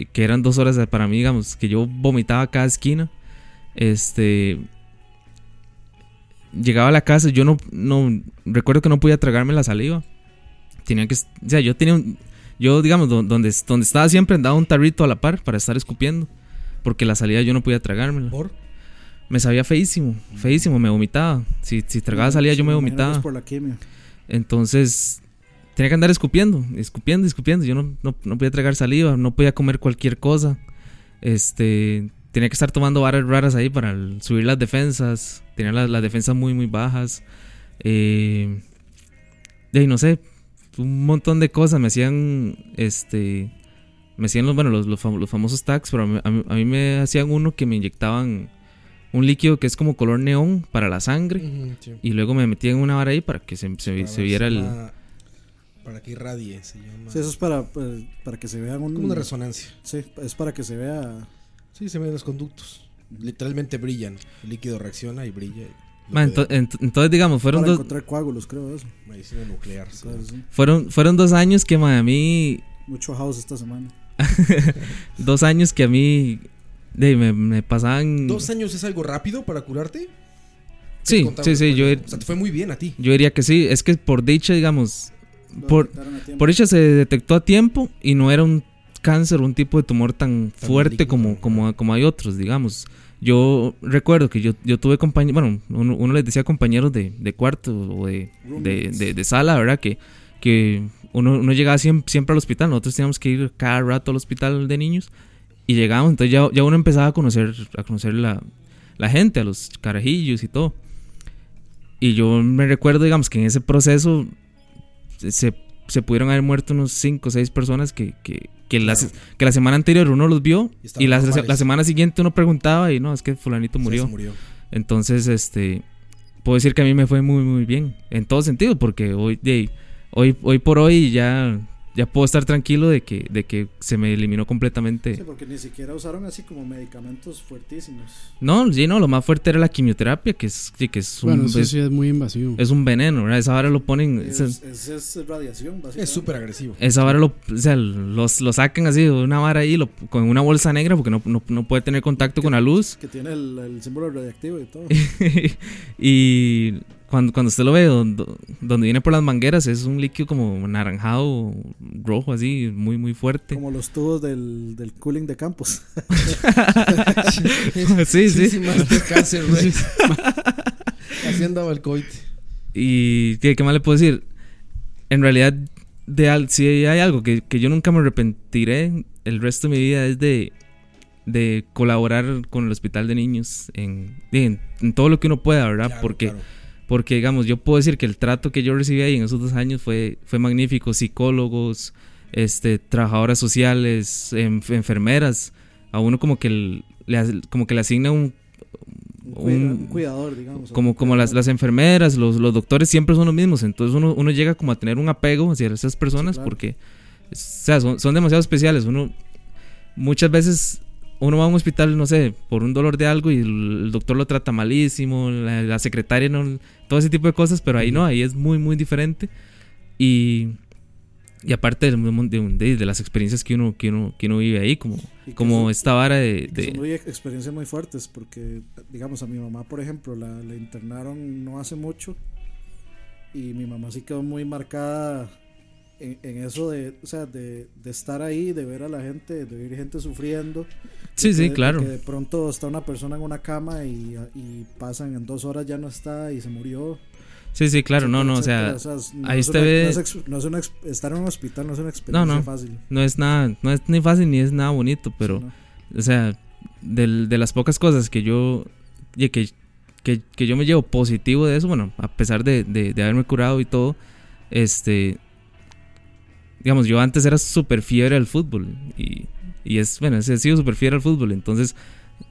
F: y que eran dos horas para mí, digamos, que yo vomitaba cada esquina. Este, llegaba a la casa, yo no, no recuerdo que no podía tragarme la saliva. Tenía que, es- o sea, yo tenía un, yo digamos do- donde donde estaba siempre andaba un tarrito a la par para estar escupiendo, porque la salida yo no podía tragármela.
C: ¿Por?
F: Me sabía feísimo, feísimo, me vomitaba. Si si tragaba salida yo me
E: imagino que es
F: vomitaba.
E: por la quimio.
F: Entonces tenía que andar escupiendo, escupiendo, escupiendo. Yo no, no, no podía tragar saliva, no podía comer cualquier cosa. Este, tenía que estar tomando varas raras ahí para el- subir las defensas. Tenía las, las defensas muy, muy bajas. Eh, y ahí no sé, un montón de cosas. Me hacían, este, me hacían los, bueno, los, los fam- los famosos tags, pero a mí, a mí- a mí me hacían uno que me inyectaban un líquido que es como color neón para la sangre.
C: Ujú, sí.
F: Y luego me metí en una vara ahí para que se,
C: Ah,
F: se, se viera el...
C: llama- Para que irradie, se llama.
E: Sí, eso es para, pues, para que se vean un.
C: Como una resonancia.
E: Sí, es para que se vea.
C: Sí, se ven los conductos. Literalmente brillan. El líquido reacciona y brilla. y lo
F: Ma,
C: que
F: ento- ent- entonces, digamos, fueron
E: Para
F: dos,
E: encontrar coágulos, creo eso.
C: da. Medicina nuclear. sí.
E: Entonces, sí,
F: fueron, fueron dos años que ma, a mí...
E: Mucho house esta semana.
F: Dos años que a mí... de, me, me pasaban...
C: ¿Dos años es algo rápido para curarte?
F: Sí, sí,
C: Contame,
F: sí, yo,
C: O sea, te fue muy bien a ti.
F: yo diría que sí. Es que por dicha, digamos...
E: Lo
F: Por,
E: detectaron a tiempo.
F: por dicha se detectó a tiempo y no era un cáncer, un tipo de tumor tan, fuerte
C: maligno,
F: como,
C: tan-
F: como, como hay otros, digamos. Yo recuerdo que yo, yo tuve compañeros, bueno, uno, uno les decía compañeros de, de cuarto o de, de, de- de sala, ¿verdad? Que, que uno, uno llegaba siem- siempre, al hospital, nosotros teníamos que ir cada rato al hospital de niños y llegábamos, entonces ya, ya uno empezaba a conocer, a conocer la, la gente, a los carajillos y todo. Y yo me recuerdo, digamos, que en ese proceso se, se pudieron haber muerto unos 5 o 6 personas que, que, que la, se- que la semana anterior uno los vio
C: Y estaban
F: y la,
C: normales.
F: la semana siguiente uno preguntaba y no, es que fulanito
C: O sea,
F: murió.
C: se murió.
F: Entonces, este, puedo decir que a mí me fue muy, muy bien, en todo sentido, porque hoy, de, hoy, hoy por hoy ya, ya puedo estar tranquilo de que, de que se me eliminó completamente.
E: Sí, porque ni siquiera usaron así como medicamentos fuertísimos.
F: No, sí, no, lo más fuerte era la quimioterapia, que es, sí, que es un,
D: Bueno, eso
F: es,
D: sí es muy invasivo.
F: pues, es un veneno, ¿verdad? Esa vara lo ponen,
E: Es,
F: esa,
E: es- es radiación, básicamente.
C: Es súper agresivo.
F: esa vara lo, o sea, los, lo sacan así de una vara ahí, lo- con una bolsa negra, porque no, no, no puede tener contacto con la luz.
E: Que tiene el, el símbolo radiactivo y todo.
F: y Cuando, cuando usted lo ve, donde, donde viene por las mangueras, es un líquido como anaranjado, rojo, así, muy, muy fuerte.
E: Como los tubos del, del cooling de campos.
F: sí, sí.
C: más de cáncer, güey. Así andaba el coite.
F: Y, tío, ¿qué más le puedo decir? En realidad, de al- si hay algo que, que yo nunca me arrepentiré el resto de mi vida es de, de colaborar con el hospital de niños en, en, en todo lo que uno pueda, ¿verdad?
C: Claro,
F: porque,
C: claro.
F: porque, digamos, yo puedo decir que el trato que yo recibí ahí en esos dos años fue, fue magnífico. Psicólogos, este, trabajadoras sociales, enf- enfermeras. A uno como que, el- le, as- como que le asigna un... un-
E: Un, cuida- un cuidador, digamos.
F: como, como las, las enfermeras, los, los doctores siempre son los mismos, entonces uno, uno llega como a tener un apego hacia esas personas
E: claro.
F: porque o sea, son, son demasiado especiales. Uno muchas veces uno va a un hospital, no sé, por un dolor de algo y el, el doctor lo trata malísimo, la, la secretaria no, todo ese tipo de cosas, pero ahí no, ahí es muy muy diferente. Y, y aparte del mon- de, un- de- de las experiencias que uno, que uno, que uno vive ahí, como,
E: Y que
F: como
E: son-
F: esta vara de,
E: Que
F: de-
E: son muy ex- experiencias muy fuertes porque, digamos, a mi mamá, por ejemplo, la, la internaron no hace mucho y mi mamá sí quedó muy marcada en, en eso de, o sea, de, de estar ahí, de ver a la gente, de ver gente sufriendo.
F: Sí,
E: de
F: sí,
E: que- de
F: claro.
E: Que de pronto está una persona en una cama y, y pasan en dos horas ya no está y se murió.
F: Sí, sí, claro, no, no, o
E: etcétera,
F: sea,
E: etcétera. O sea, no
F: ahí
E: es
F: usted
E: una-
F: ve-
E: no es ex- no es una ex- estar en un hospital no es una experiencia
F: no.
E: fácil.
F: no es nada, no es ni fácil ni es nada bonito, pero,
E: ¿no?
F: o sea, del- de las pocas cosas que yo, y que, que, que yo me llevo positivo de eso, bueno, a pesar de, de- de haberme curado y todo, este, digamos, yo antes era súper fiebre al fútbol y, y es, bueno, he sido súper fiebre al fútbol, entonces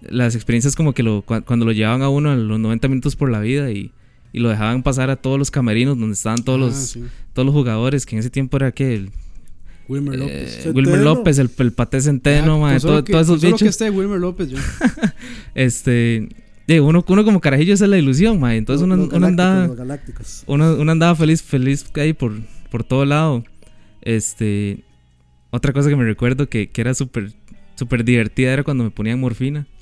F: las experiencias como que lo, cua- cuando lo llevaban a uno a los 90 minutos por la vida y, y lo dejaban pasar a todos los camerinos donde estaban todos, los,
D: Ah, sí.
F: todos los jugadores, que en ese tiempo era que el
D: Wilmer
F: eh,
D: López.
F: Wilmer
E: Centeno.
F: López, el, el Paté Centeno,
D: Ah,
F: mae,
D: con solo
F: Eh, todo-
D: que-
F: todos
D: con
F: esos
D: solo que
F: bichos.
D: esté Wilmer López, yo.
F: Este, digo, uno, uno como carajillo esa es la ilusión, mae, Entonces
E: Los-
F: uno,
E: los
F: uno
E: galácticos,
F: andaba,
E: los galácticos.
F: uno, uno andaba feliz, feliz ahí por, por todo lado. Este, otra cosa que me recuerdo que, que era súper súper divertida era cuando me ponían morfina.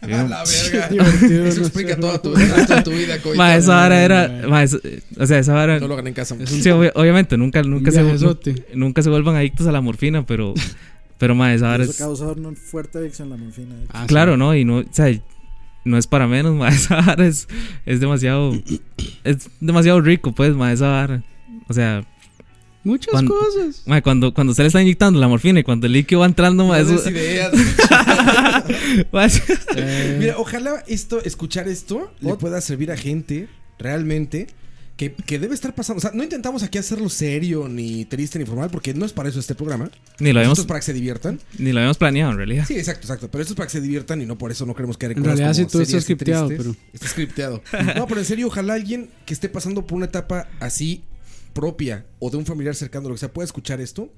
C: A la verga.
D: Divertido,
C: Eso
D: no
C: explica
D: sé.
C: toda tu, el resto de tu vida, coite.
F: Mae, esa vara
D: mae.
F: era, mae, eso- eh, o sea, esa vara,
C: No lo hagan en casa.
F: sí, obvia- obviamente, nunca, nunca, se,
D: viajezote.
F: nunca se vuelvan adictos a la morfina, pero, pero mae, esa vara
E: Eso
F: es...
E: causa una fuerte adicción a la morfina. eh. de hecho.
D: Ah, sí.
F: Claro, ¿no? Y no, o sea, no es para menos, ma, esa vara es, es demasiado, es demasiado rico, pues, ma, esa vara. O sea,
D: Muchas
F: Cuando-
D: cosas.
F: ma, cuando, cuando usted le está inyectando la morfina y cuando el líquido va entrando, ma,
C: No
F: eso,
C: des ideas.
F: ma, es- Eh,
C: Mira, ojalá esto, escuchar esto le pueda servir a gente realmente que, que debe estar pasando. O sea, no intentamos aquí hacerlo serio, ni triste, ni formal, porque no es para eso este programa.
F: ni, lo
C: Esto es
F: habíamos,
C: para que se diviertan.
F: ni lo habíamos planeado, en realidad.
C: Sí, exacto, exacto. Pero esto es para que se diviertan y no por eso no queremos caer en
D: En
C: cosas
D: realidad
C: como
D: sí, todo está
C: serias y
D: scripteado,
C: tristes. Está scripteado. No, pero en serio, ojalá alguien que esté pasando por una etapa así propia o de un familiar cercano, lo que sea, pueda escuchar esto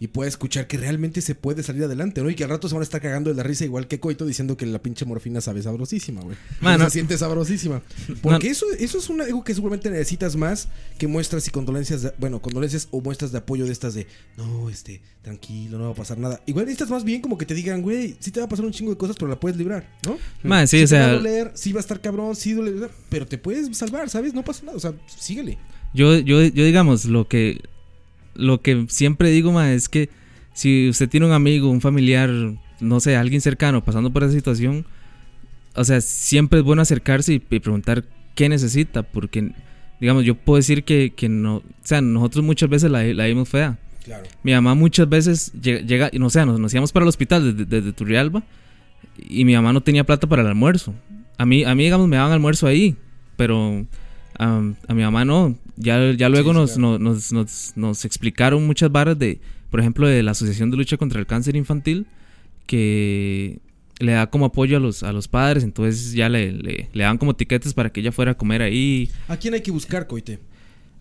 C: y pueda escuchar que realmente se puede salir adelante, ¿no? Y que al rato se van a estar cagando de la risa igual que Coito diciendo que la pinche morfina sabe sabrosísima, güey.
F: Mano.
C: Se siente sabrosísima. Porque eso, eso es un, algo que seguramente necesitas más que muestras y condolencias, de- bueno, condolencias o muestras de apoyo de estas de, no, este, tranquilo, no va a pasar nada. Igual necesitas más bien como que te digan, güey, sí te va a pasar un chingo de cosas, pero la puedes librar, ¿no?
F: Ma, sí,
C: sí
F: o
C: te va a
F: sea,
C: doler, sí va a estar cabrón, sí duele, pero te puedes salvar, ¿sabes? No pasa nada, o sea, síguele.
F: yo, yo, yo digamos, lo que, lo que siempre digo, ma, es que si usted tiene un amigo, un familiar, no sé, alguien cercano pasando por esa situación, o sea, siempre es bueno acercarse y, y preguntar qué necesita, porque, digamos, yo puedo decir que, que no, o sea, nosotros muchas veces la, la vimos fea.
C: Claro.
F: Mi mamá muchas veces llega, llega no sé, nos, nos íbamos para el hospital desde, desde Turrialba y mi mamá no tenía plata para el almuerzo. A mí, a mí digamos, me daban almuerzo ahí, pero am, a mi mamá no. Ya, ya luego nos, no- nos, nos- nos explicaron muchas varas de, por ejemplo, de la Asociación de Lucha contra el Cáncer Infantil, que le da como apoyo a los, a los padres, entonces ya le, le, le dan como tiquetes para que ella fuera a comer ahí.
C: ¿A quién hay que buscar, Coite?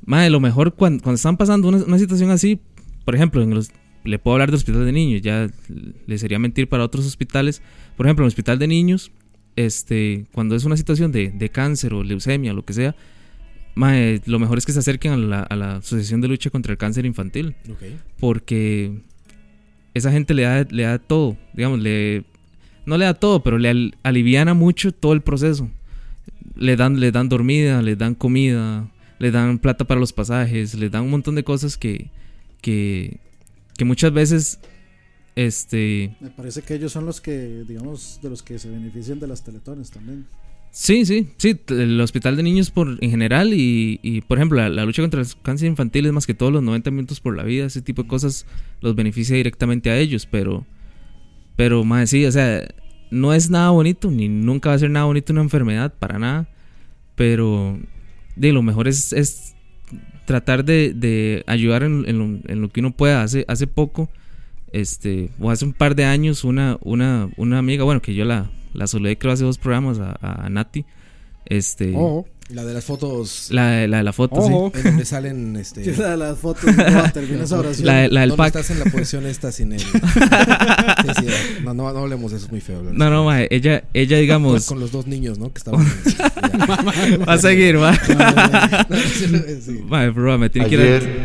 F: Madre, lo mejor cuando, cuando están pasando una, una situación así, por ejemplo, en los- le puedo hablar de hospital de niños, ya le sería mentir para otros hospitales. Por ejemplo, en el hospital de niños, este, cuando es una situación de, de cáncer o leucemia o lo que sea, mae, lo mejor es que se acerquen a la, a la Asociación de Lucha contra el Cáncer Infantil
C: Ok.
F: porque esa gente le da, le da todo, digamos, le, no le da todo, pero le al- aliviana mucho todo el proceso. le dan, les dan dormida, les dan comida, les dan plata para los pasajes, les dan un montón de cosas que, que, que muchas veces, este,
E: Me parece que ellos son los que, digamos, de los que se benefician de las teletones también.
F: Sí, sí, sí, t- el hospital de niños por, en general y, y, por ejemplo, la, la lucha contra el cáncer infantil es más que todo los 90 minutos por la vida, ese tipo de cosas los beneficia directamente a ellos, pero, pero más sí, o sea, no es nada bonito, ni nunca va a ser nada bonito una enfermedad, para nada, pero de lo mejor es, es tratar de, de ayudar en, en lo, en lo que uno pueda. Hace, hace poco, este, o hace un par de años, una, una, una amiga, bueno, que yo la, la saludé creo hace dos programas a, a Nati, este,
D: Ojo,
C: La de las fotos
F: la, la de la foto, sí.
D: ojo.
C: en donde salen este
E: Sí, la de las fotos, no, termina esa oración.
F: la, la del
C: ¿Dónde
F: pack.
C: estás en la posición esta sin él? Sí, sí, no, no, no hablemos de eso, es muy feo. hablar de
F: No,
C: eso.
F: no, mae, ella, ella
C: Pues
F: digamos,
C: con los dos niños, ¿no? Que estaban. Ya.
F: va a seguir, va.
C: Sí.
F: Mae, bro, me tiene que ir a-
G: Ayer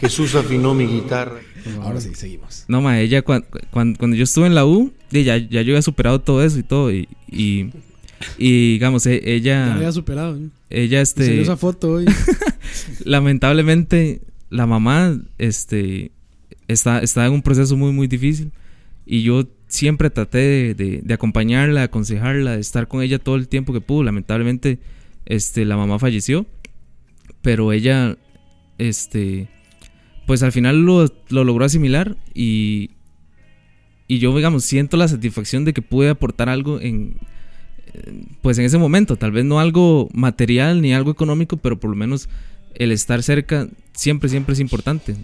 G: Jesús afinó mi guitarra.
C: Ahora sí, seguimos.
F: No, ma, ella cuan- cuan- cuando, yo estuve en la U, di, ya, ya yo había superado todo eso y todo. Y, y, y, digamos, e-
D: Ya había
F: ella,
D: superado. ¿eh?
F: ella
D: Se dio
F: este,
D: esa foto hoy.
F: lamentablemente, la mamá este, está, está en un proceso muy, muy difícil. Y yo siempre traté de, de- de acompañarla, de aconsejarla, de estar con ella todo el tiempo que pudo. Lamentablemente, este, la mamá falleció. Pero ella, este, pues al final lo, lo logró asimilar y, y yo, digamos, siento la satisfacción de que pude aportar algo en, eh, pues en ese momento, tal vez no algo material ni algo económico, pero por lo menos el estar cerca siempre, siempre es importante.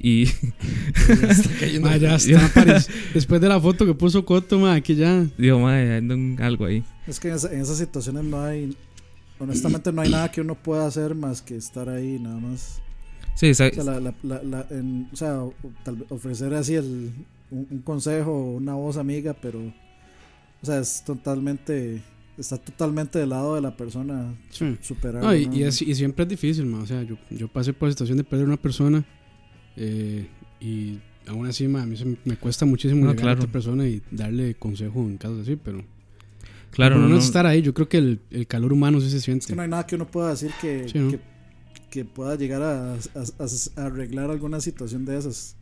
F: Y
C: Cayendo-
D: Ma, Ah, ya está, París. Después de la foto que puso Coto, ma, aquí ya.
F: digo, madre, ando en algo ahí.
E: Es que en, esa- en esas situaciones no hay, honestamente no hay nada que uno pueda hacer más que estar ahí nada más.
F: Sí, esa-
E: O sea, la- la- la- la- en- o sea, o- tal vez ofrecer así el, un, un consejo o una voz amiga, pero o sea, es totalmente, está totalmente del lado de la persona
D: Sí.
E: superar.
D: No, y, y es- y siempre es difícil, ma. O sea, yo, yo pasé por la situación de perder una persona eh, y aún así, ma, a mí se me, me cuesta muchísimo
F: No,
D: llegar a
F: claro.
D: otra persona y darle consejo en casos así, pero
F: claro,
D: por
F: no,
D: lo
F: no,
D: menos estar ahí, yo creo que el, el calor humano sí se
E: Es que
D: siente.
E: no hay nada que uno pueda decir que,
D: Sí, ¿no?
E: que, que pueda llegar a, a- a- a arreglar alguna situación de esas.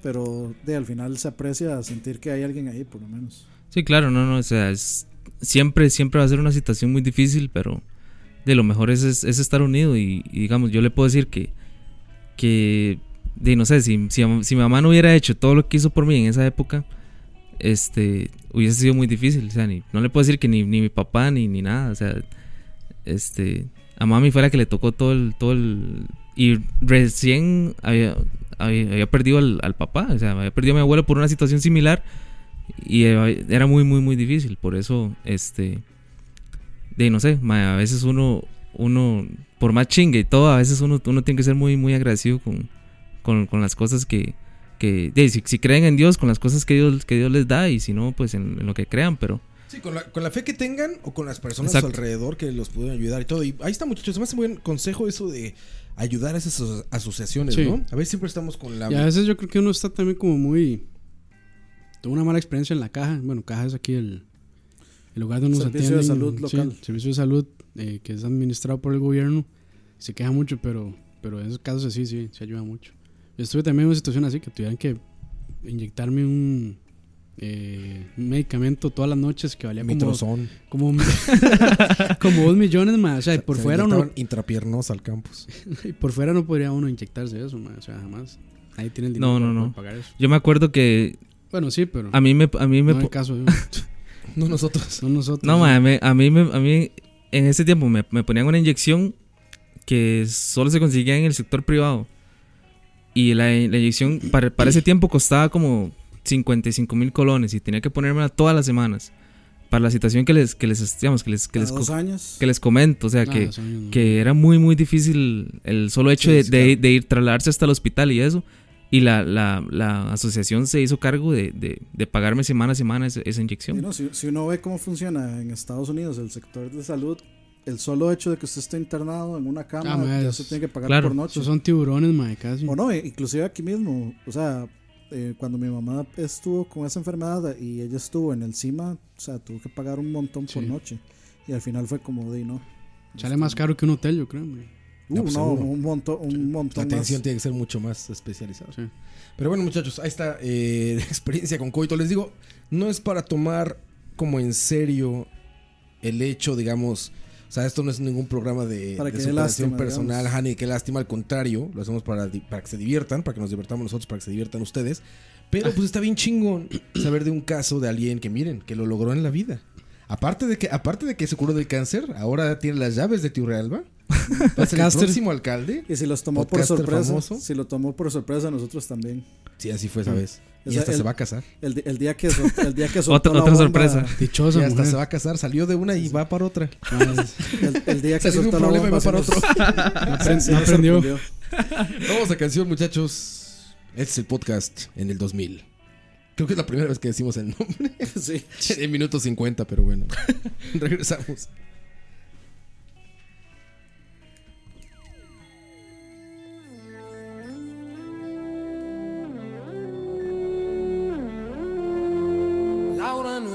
E: Pero de, al final se aprecia sentir que hay alguien ahí, por lo menos.
F: Sí, claro, no, no, o sea, es, siempre, siempre va a ser una situación muy difícil, pero de lo mejor es, es, es estar unido y, y, digamos, yo le puedo decir que, que de, no sé, si, si, si mi mamá no hubiera hecho todo lo que hizo por mí en esa época, este, hubiese sido muy difícil, o sea, ni- no le puedo decir que ni, ni mi papá ni, ni nada, o sea, este, a mami fue la que le tocó todo el, todo el, y recién había, había, había perdido al, al papá, o sea, había perdido a mi abuelo por una situación similar y eh, era muy, muy, muy difícil. Por eso, este. De no sé, ma, a veces uno. Uno. Por más chingue y todo, a veces uno, uno tiene que ser muy, muy agradecido con, con, con las cosas que. que de, si, si creen en Dios, con las cosas que Dios, que Dios les da. Y si no, pues en, en lo que crean. Pero.
C: Sí, con la, con la fe que tengan o con las personas
F: Exacto.
C: a su alrededor que los pudieron ayudar y todo. Y ahí está, muchachos. Se me hace buen consejo eso de ayudar a esas aso- asociaciones,
D: Sí.
C: ¿no? A ver, siempre estamos con la.
D: Y a veces yo creo que uno está también como muy... Tuvo una mala experiencia en la caja. Bueno, caja es aquí el, el lugar donde nos
E: Servicio de
D: atienden.
E: salud
D: sí,
E: local.
D: servicio de salud eh, que es administrado por el gobierno. Se queja mucho, pero, pero en esos casos sí, sí, se ayuda mucho. Yo estuve también en una situación así que tuvieran que inyectarme un, eh, un medicamento todas las noches que valía como,
C: Mitrozón.
D: como, un- como dos millones más. O sea, y por
C: Se
D: fuera uno,
C: inyectaban intrapiernos al campus.
D: y por fuera no podría uno inyectarse eso, ma, o sea, jamás. Ahí tiene el dinero
F: No, no,
D: para
F: no.
D: poder pagar eso.
F: Yo me acuerdo que.
D: Bueno, sí, pero
F: A mí me. A mí me
D: no
F: po-
D: hay caso. yo.
C: No nosotros.
D: Son nosotros.
F: No, ma, me- a mí, me, a mí en ese tiempo me, me ponían una inyección que solo se conseguía en el sector privado. Y la, la inyección para, para ese tiempo costaba como 55 mil colones y tenía que ponérmela todas las semanas. Para la situación que les, que les, digamos, que les, que
E: A
F: les, co-
E: dos años.
F: que les comento. O sea,
D: Ah,
F: que,
D: son ellos, ¿no?
F: que era muy, muy difícil el solo hecho
C: Sí,
F: de,
C: sí,
F: de-
C: claro.
F: de ir trasladarse hasta el hospital y eso. Y la, la, la asociación se hizo cargo de, de- de pagarme semana a semana esa, esa
E: Y
F: inyección.
E: no, si, si uno ve cómo funciona en Estados Unidos el sector de salud, el solo hecho de que usted esté internado en una cama,
D: Ah, ma,
E: ya
D: es-
E: se tiene que pagar
F: claro,
E: por noche.
D: Esos son tiburones, ma, casi.
E: O no, e- inclusive aquí mismo, o sea, eh, cuando mi mamá estuvo con esa enfermedad y ella estuvo en el CIMA, o sea, tuvo que pagar un montón por
D: Sí.
E: noche. Y al final fue como de no.
D: Sale más caro que un hotel, yo creo, mae.
E: Uh,
C: No,
E: no,
C: pues, seguro.
E: un montón, un
C: La
E: montón
C: atención
E: más.
C: tiene que ser mucho más especializada.
D: Sí.
C: Pero bueno, muchachos, ahí está eh, la experiencia con coito. Les digo, no es para tomar como en serio el hecho, digamos. O sea, esto no es ningún programa de,
E: Para
C: de
E: que dé
C: superación
E: lástima,
C: personal,
E: digamos.
C: Hani, qué lástima, al contrario, lo hacemos para, di- para que se diviertan, para que nos divertamos nosotros, para que se diviertan ustedes. Pero pues está bien chingón saber de un caso de alguien que miren, que lo logró en la vida. Aparte de que, aparte de que se curó del cáncer, ahora tiene las llaves de Tiurrealba. Va a ser el
D: Podcaster.
C: próximo alcalde.
E: Y si los tomó por
C: Podcaster
E: sorpresa,
C: famoso.
E: si lo tomó por sorpresa nosotros también.
C: Sí, así fue esa vez.
E: Mm. O
C: Y
E: sea,
C: hasta
E: el-
C: se va a casar.
E: El, di- el día que sol- el día que soltó
F: Otra,
E: la
F: otra
E: bomba-
F: sorpresa.
C: Y
D: Dichosa
C: hasta
D: mujer.
C: se va a casar. Salió de una y va para otra.
E: El, el día que
C: Salió de un
E: soltó la
C: problema y
E: bomba
C: va para
E: sí
C: otro.
E: nos-
D: No apren-
E: sí
D: no
E: nos
D: aprendió.
E: sorprendió.
C: Vamos a canción, muchachos. Este es el podcast en el 2000. Creo que es la primera vez que decimos el nombre.
E: Sí.
C: En minuto 50, pero bueno. Regresamos.
H: Laura no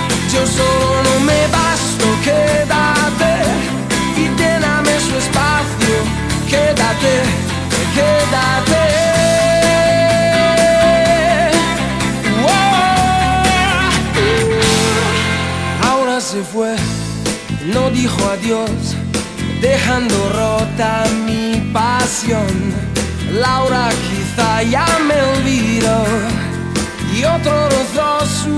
H: Yo solo no me basto, quédate y lléname su espacio, quédate, quédate. Ahora se fue, no dijo adiós, dejando rota mi pasión. Laura quizá ya me olvidó y otro rozó su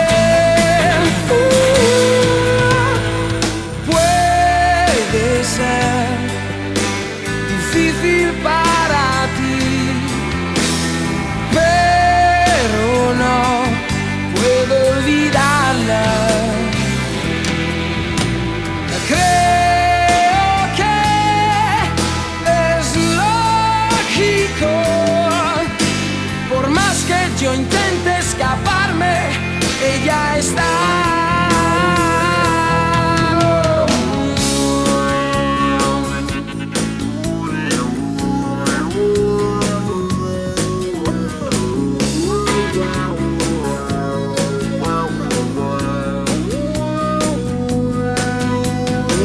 H: Uh, puede ser difícil para ti pero no puedo olvidarla. Creo que es lógico, por más que yo intente escaparme, ella está.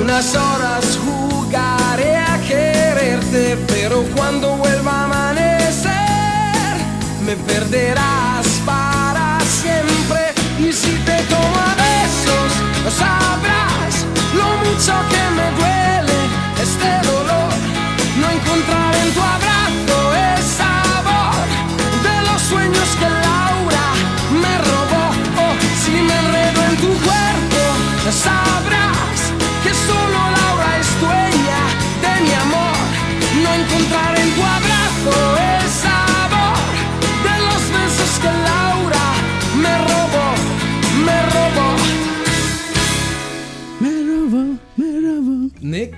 H: Unas horas jugaré a quererte, pero cuando vuelva a amanecer, me perderás para siempre. Y si te tomo a besos, no sabrás lo mucho que me duele este dolor. No encontrar en tu abrazo el sabor de los sueños que Laura me robó. Oh, si me enredo en tu cuerpo, sabrás que solo Laura es dueña de mi amor. No encontrar en tu abrazo el sabor de los besos que Laura me robó, me robó.
D: Me robó, me robó.
C: Nick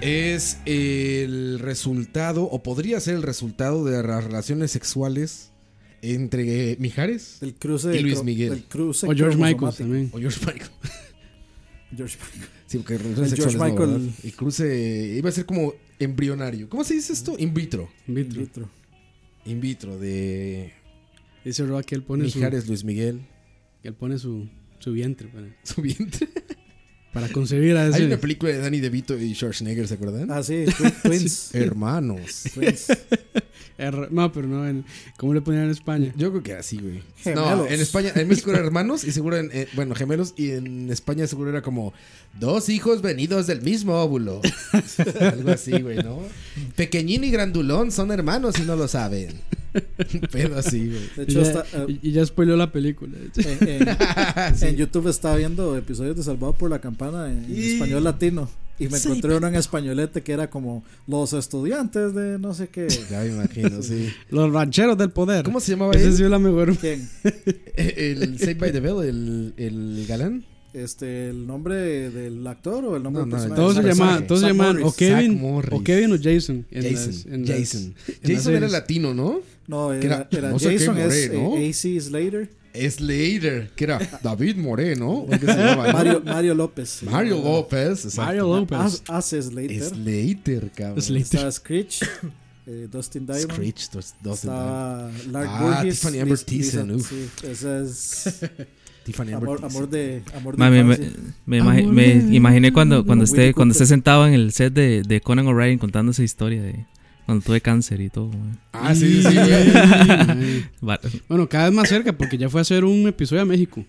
C: es el resultado, o podría ser el resultado de las relaciones sexuales entre eh, Mijares
E: El cruce
C: Y
E: de
C: Luis
E: cro-
C: Miguel.
E: el cruce
D: O George Michael
E: cromosomático.
D: también.
C: o George Michael.
E: George Michael.
C: Sí, Sí, porque relaciones
E: El George
C: sexuales no,
E: Michael.
C: ¿verdad? El cruce iba a ser como embrionario. ¿Cómo se dice esto? In vitro.
D: In
E: In
D: vitro.
E: vitro.
C: In vitro de
D: Dice Roa que él pone, su,
C: Mijares Luis Miguel.
D: que él pone su, su vientre para,
C: Su vientre.
D: para concebir a
C: Hay
D: ese.
C: una película de Danny DeVito y Schwarzenegger, ¿se acuerdan?
E: Ah, sí, twi- Twins.
C: Hermanos.
E: Twins.
D: Er- no, pero no, en- ¿cómo le ponían en España?
C: Yo creo que así, güey. No,
E: Gemelos.
C: en España, en México eran hermanos y seguro en, eh, bueno, gemelos y en España seguro era como dos hijos venidos del mismo óvulo. Algo así, güey, ¿no? Pequeñín y grandulón son hermanos y no lo saben. Pero así, güey.
D: Y
E: De
D: ya,
E: hecho, está, eh,
D: y- y ya spoileó la película. de hecho.
E: en, en- en YouTube estaba viendo episodios de Salvado por la Campana en español latino. Y me encontré uno en españolete que era como los estudiantes de no sé qué.
C: Ya me imagino, sí.
D: Los rancheros del poder.
C: ¿Cómo se llamaba
D: Esa
C: él?
D: sí es la mejor.
E: ¿Quién?
C: El Saved by the Bell, el, el galán.
E: Este, ¿El nombre del actor o el nombre
C: No,
E: del
C: no,
E: personaje?
D: Todos se
C: Zack
D: llamaban,
C: Morris.
D: todos se
E: Zack
D: llamaban o
E: Morris.
D: Kevin,
C: Zack Morris.
D: o Kevin o Jason. en
C: Jason.
D: las- en las-
C: Jason.
D: en las
C: Jason era
D: series.
C: latino, ¿no?
E: No,
C: Que
E: era,
C: era-
E: era
C: no sé qué
E: Jason, es
C: Moreno.
E: eh, AC Slater,
C: Slater, que era David Moreno. ¿o qué se llamaba, no?
E: Mario, Mario López. Ah,
C: Mario López. exacto.
D: Mario López.
E: As- Ace Slater.
C: Slater, cabrón.
D: Slater.
E: Estaba Screech, eh, Dustin Diamond.
C: Screech, dos- dos en la-
E: Estaba Lark
C: Ah,
E: Burgess.
C: Tiffany
E: Liz-
C: Amber Thiessen,
E: Lisa-
C: uf.
E: sí, esa es
C: Tiffany Amber
E: amor,
C: Thiessen.
E: amor de amor de
F: Ma, me, me-
E: infancia.
F: me imagi- me imaginé cuando, cuando,
E: Willy
F: esté, cuando
E: Cooper.
F: esté sentado en el set de, de Conan O'Brien contando esa historia de cuando tuve cáncer y todo. ma.
C: Ah, sí, sí, güey.
D: Ay.
F: Va-
D: Bueno, cada vez más cerca porque ya fue a hacer un episodio a México.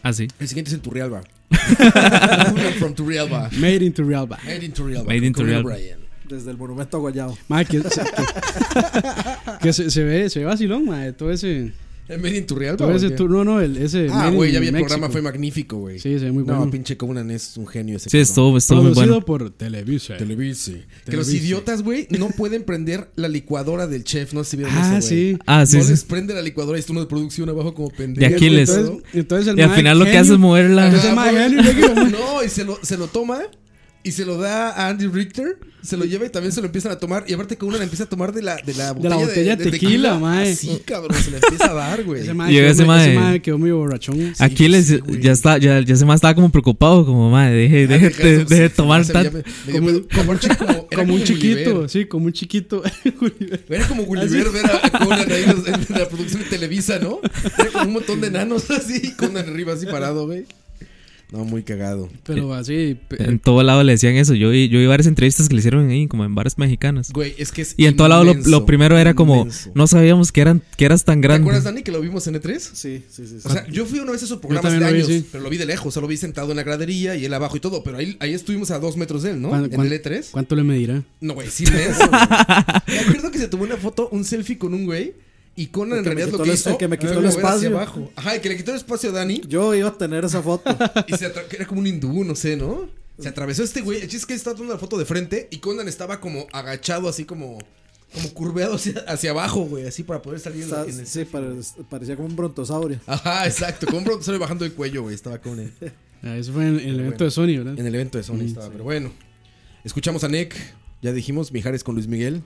F: Ah, sí.
C: El siguiente es en Turrialba. Uno from Turrialba.
D: Made into Realba.
C: Made in Turrialba.
F: Made in
C: con Conan
F: Turrialba.
C: O'Brien.
E: Desde el monumento a Guayao.
D: Ma, que, se- que- que se, se ve, se ve vacilón, ma, todo ese,
C: Eh, Made in Turrialba.
D: todo
C: ¿o
D: ese
C: qué?
D: turno, no, el, ese.
C: Ah,
D: Made in
C: güey, ya vi el
D: Mexico.
C: programa, fue magnífico, güey.
D: Sí, se ve muy
C: no,
D: bueno.
C: pinche Conan es un genio ese.
F: Sí,
C: cabrón.
F: estuvo, estuvo muy
D: Producido
F: bueno.
D: por Televisa.
C: Televisa. Que los
D: Televisa.
C: idiotas, güey, no pueden prender la licuadora del chef. No sé si vieron
D: Ah,
C: eso, güey.
D: sí.
F: Ah, sí,
C: no
F: sí.
C: les prende la licuadora y está uno de producción abajo como pendejo.
F: De Aquiles.
C: güey, todo.
D: Entonces, entonces el
F: Y al
D: ma,
F: final lo que
D: genio,
F: hace es moverla.
D: Entonces, ma, genio, le digo, ma,
C: No, y se lo, se lo toma y se lo da a Andy Richter, se lo lleva y también se lo empiezan a tomar. Y aparte que uno le empieza a tomar de la, de la botella de,
D: botella de tequila, mae.
C: Sí, cabrón, se le empieza a dar, güey.
D: ese ma
F: Y
D: quedó-
F: ese ma-
D: ese ma quedó muy borrachón.
C: Sí,
F: Aquiles
C: sí, güey. Ah,
F: ya está, ya, ya se más estaba como preocupado, como madre, deje, deje, de, deje de tomar tanto.
C: Como, un chico, como, era
D: Como un chiquito,
C: Gulliver.
D: sí, como un chiquito.
C: Era como Gulliver ver a, a Conan ahí en los- en la producción de Televisa, ¿no? Era como un montón de enanos así, Conan arriba así parado, güey. No, muy cagado.
D: Pero así. pe-
F: En todo lado le decían eso. Yo, vi- yo vi varias entrevistas que le hicieron ahí, como en bares mexicanas.
C: Güey, es que es
F: Y en todo lado lo,
C: inmenso,
F: lo primero era como,
C: inmenso.
F: no sabíamos que, eran, que eras tan
C: ¿Te acuerdas,
F: grande.
C: Dani, que lo vimos en E3?
E: Sí, sí, sí. sí.
C: O sea, yo fui una vez a esos programas de
D: también lo vi,
C: años,
D: sí.
C: pero lo vi de lejos, o sea, lo vi sentado en la gradería y él abajo y todo, pero ahí, ahí estuvimos a dos metros de él, ¿no?
D: ¿cuán-
C: En
D: cuán-
C: el E E3.
D: ¿Cuánto le medirá?
C: No, güey, sí inmenso, güey. Me acuerdo que se tomó una foto, un selfie con un güey, y Conan
E: El
C: en
E: que me
C: realidad
E: quitó
C: lo que
E: el-
C: hizo
E: el que me quitó
C: fue
E: el
C: mover hacia
E: espacio.
C: abajo. Ajá, el que le quitó el espacio a Dani,
E: yo iba a tener esa foto.
C: y se atra- que era como un hindú, no sé, ¿no? Se atravesó este güey, el chiste es que estaba tomando la foto de frente, y Conan estaba como agachado, así como... Como curveado hacia, hacia abajo, güey, así para poder salir en la-
E: Está-
C: en, el
E: sí, pare- parecía como un brontosaurio.
C: Ajá, exacto. Con un profesor bajando el cuello, güey. Estaba con él.
D: Ah, Eso fue en el evento de Sony, ¿verdad?
C: En el E evento de Sony estaba. Pero bueno. Escuchamos a Nick. Ya dijimos, Mijares con Luis Miguel.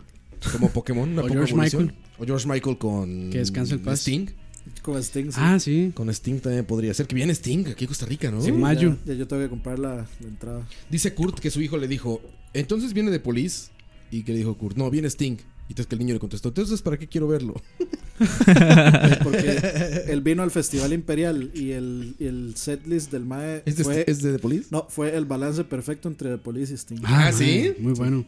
C: Como Pokémon. Una
D: O
C: poca
D: George
C: evolución.
D: Michael.
C: O George Michael con.
D: Que descanse en paz.
C: Sting.
E: Con Sting. sí.
D: Ah, sí.
C: Con Sting también podría ser. Que viene Sting aquí en Costa Rica, ¿no?
D: Sí,
E: Ya-
D: Mayo.
E: Ya, yo tengo que comprar la, la entrada.
C: Dice Kurt que su hijo le dijo, entonces viene de Police. Y que le dijo Kurt, no, viene Sting. Y entonces que el niño le contestó, entonces ¿para qué quiero verlo?
E: Porque él vino al Festival Imperial y el, y el setlist del MAE
C: ¿Es de, este,
E: fue,
C: es de The Police?
E: no, fue el balance perfecto entre The Police y Sting.
C: Ah,
D: ma,
C: ¿sí?
D: Muy bueno.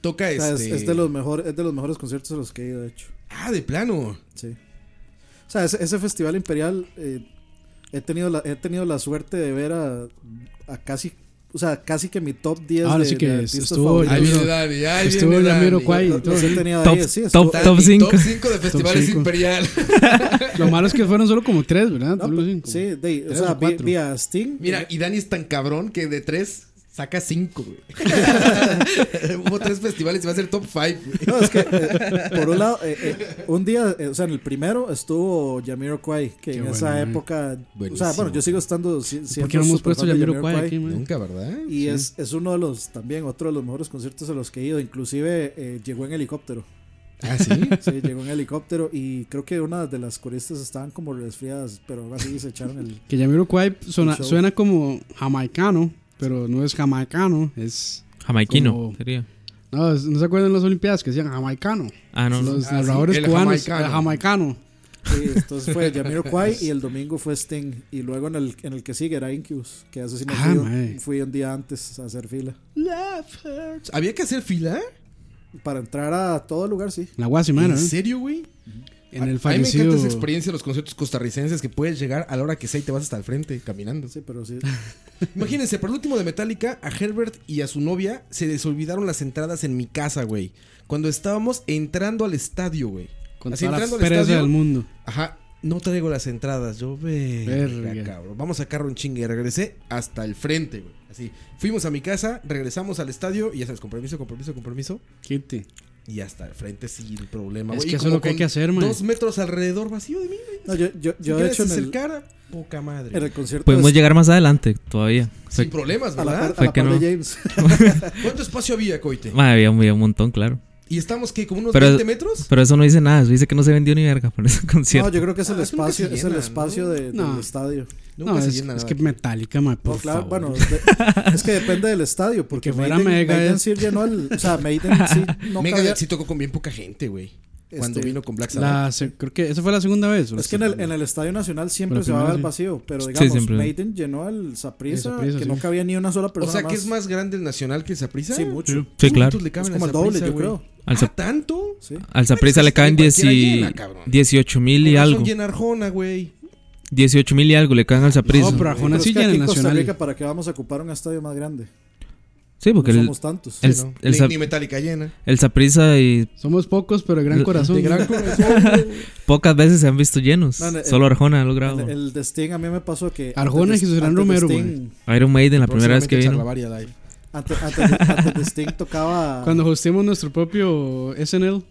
C: Toca
E: O sea, es,
C: este...
E: es de los mejor, es de los mejores conciertos a los que he ido, de hecho.
C: Ah, de plano.
E: Sí. O sea, ese, ese Festival Imperial eh, he, tenido la, he tenido la suerte de ver a, a casi, o sea, casi que mi top 10
D: Ahora
E: de,
D: sí que
E: de artistas
D: estuvo-
E: favoritos.
C: Ahí viene
D: Estuvo-
C: Dani, ahí
D: estuvo
C: viene
D: Ramiro
C: Dani.
D: Cuay.
E: Los- los he tenido
F: Top-
E: ahí, sí, estuvo-
F: top-
C: Dani,
F: cinco.
C: Top 5 de festivales
D: cinco.
C: imperial.
D: Lo malo es que fueron solo como tres, ¿verdad?
E: no,
D: Algo así,
E: pero-
D: como-
E: sí, de- o
D: tres
E: sea,
D: o
E: vi,
D: cuatro.
E: vi a Sting.
C: Mira, y Dani es tan cabrón que de 3 saca 5, güey. Hubo 3 festivales y va a ser top 5, güey.
E: No, es que, eh, por un lado, eh, eh, un día, eh, o sea, en el primero estuvo Jamiroquai, que en esa
D: bueno, eh.
E: época, o
C: Buenísimo.
E: sea, bueno, yo sigo estando si-
D: ¿Por
E: siendo
D: qué no hemos
E: súper
D: puesto
E: fan de
D: Yamiroquai
E: Jamiroquai.
D: aquí, ma?
C: Nunca, ¿verdad?
E: Y es, es uno de los, también, otro de los mejores conciertos a los que he ido, inclusive eh, llegó en helicóptero.
C: Ah, sí.
E: Sí, llegó en helicóptero y creo que una de las coristas estaban como resfriadas, pero aún así se echaron el...
D: Que Yamiroquai suena,
E: El show.
D: suena como jamaicano. pero no es jamaicano, es...
F: Jamaiquino
D: Como-
F: sería.
D: No, es- ¿no se acuerdan las Olimpiadas que decían jamaicano?
F: Ah, no, no.
D: Los
C: Ah, sí,
D: narradores
C: el
D: cubanos,
C: jamaicano.
D: el jamaicano.
E: Sí, entonces fue Jamiroquai y el domingo fue Sting. Y luego en el, en el que sigue era Incubus, que eso sí me
D: Ah,
E: fui,
D: mae.
E: un- fui un día antes a hacer fila.
C: ¿Había que hacer fila?
E: Para entrar a todo lugar, sí.
D: La guasimera,
C: ¿En
D: ¿eh?
C: serio, güey?
D: En
C: A- A
D: el
C: mí me
D: fallecido-
C: encanta esa experiencia de los conciertos costarricenses que puedes llegar a la hora que sea y te vas hasta el frente caminando.
E: Sí, pero sí.
C: Imagínense, por el último de Metallica, a Herbert y a su novia se les olvidaron las entradas en mi casa, güey. Cuando estábamos entrando al estadio, güey.
D: Con
C: Así
D: toda la
C: entrando al
D: pereza
C: estadio.
D: del mundo.
C: Ajá, no traigo las entradas, yo verga,
D: Verga.
C: cabrón. Vamos a sacar un chingue. Regresé hasta el frente, güey. Así. Fuimos a mi casa, regresamos al estadio y ya sabes, con permiso, con permiso, con permiso.
D: Quite.
C: Y hasta el frente sin problema,
D: Es
C: güey.
D: que
C: Y
D: eso es
C: como
D: lo que hay
C: con
D: que hacer, man.
C: Dos metros alrededor vacío de mí, güey.
E: No, yo, yo, yo
C: Si
E: de
C: quieres
E: hecho, en el,
C: acercar, poca madre.
E: en el concierto.
F: Podemos
E: de-
F: llegar más adelante todavía. Fue-
C: Sin problemas,
E: a la par,
C: ¿verdad?
E: a
F: Fue
E: la
F: que
E: par
F: no.
E: de James.
C: ¿Cuánto espacio había, Coite?
F: Madre, había, un- había un montón, claro.
C: ¿Y estamos que como unos
F: Pero-
C: 20 metros?
F: Pero eso no dice nada. Eso dice que no se vendió ni verga por ese concierto.
E: No, yo creo que es el
C: Ah, eso nunca se
E: espacio, es el
C: llena,
E: espacio
C: ¿no?
E: de- del
D: No.
E: estadio.
C: Nunca
D: no,
C: se
D: es,
C: llena
D: es
C: nada
D: que
C: aquí.
D: metallica, ma,
E: No,
D: por
E: claro,
D: favor.
E: bueno, de- es que depende del estadio, porque
D: Que fuera
E: Maiden,
D: Megadeth.
E: Maiden sí llenó el, o sea, Maiden sí no
C: Mega
E: cabía-
C: sí tocó con bien poca gente, güey. Cuando
E: Este,
C: vino con Black Sabbath.
D: La se- creo que esa fue la segunda vez. ¿o la
E: Es que en el,
D: segunda?
E: en el Estadio Nacional siempre
D: Bueno,
E: se va a ver
D: primero sí.
E: vacío, pero
F: Sí,
E: digamos,
F: siempre.
E: Maiden llenó al Saprissa,
D: El Saprissa,
E: que
D: sí.
E: no cabía ni una sola
C: O
E: persona.
C: sea, que es más grande el Nacional que el Saprissa.
E: Sí, mucho.
F: Sí, claro.
C: ¿Cuántos le caben
E: Es como
C: al
E: el doble,
C: Saprissa,
E: yo
C: güey?
E: creo.
F: Al
C: ¿Ah,
F: Zap-
C: tanto?
E: Sí.
F: Al Saprissa le
C: Esa
F: caben
C: cualquiera
F: 10
C: llena, cabrón.
F: 18 mil y
C: Con razón
F: algo.
C: llena Arjona, güey.
F: 18 mil y algo le caen al Saprissa.
D: No, pero
E: Pero
D: Arjona
E: es
D: sí
E: que
D: llena
E: aquí
D: el
E: en Costa
D: Nacional.
E: Rica, ¿para qué vamos a ocupar un estadio más grande?
F: sí,
E: No
F: porque el,
E: somos tantos.
F: el,
C: Sí, ¿no?
F: el
C: ni,
F: Zap-
C: ni Metallica llena.
F: el Saprissa y
D: Somos pocos, pero de gran
F: De-
D: corazón.
C: De gran corazón.
F: pocas veces se han visto llenos.
E: No, no, el-
F: Solo Arjona ha
E: El,
F: logrado.
E: el de Sting a mí me pasó que...
D: Arjona
E: antes de-
D: y Jesús Gran
E: antes de
D: Romero,
E: Sting-
F: Iron Maiden, la primera vez que
C: Próximamente
F: vino.
C: Charlavaria Live.
E: Antes, antes de, antes de Sting tocaba...
D: Cuando hostemos nuestro propio SNL.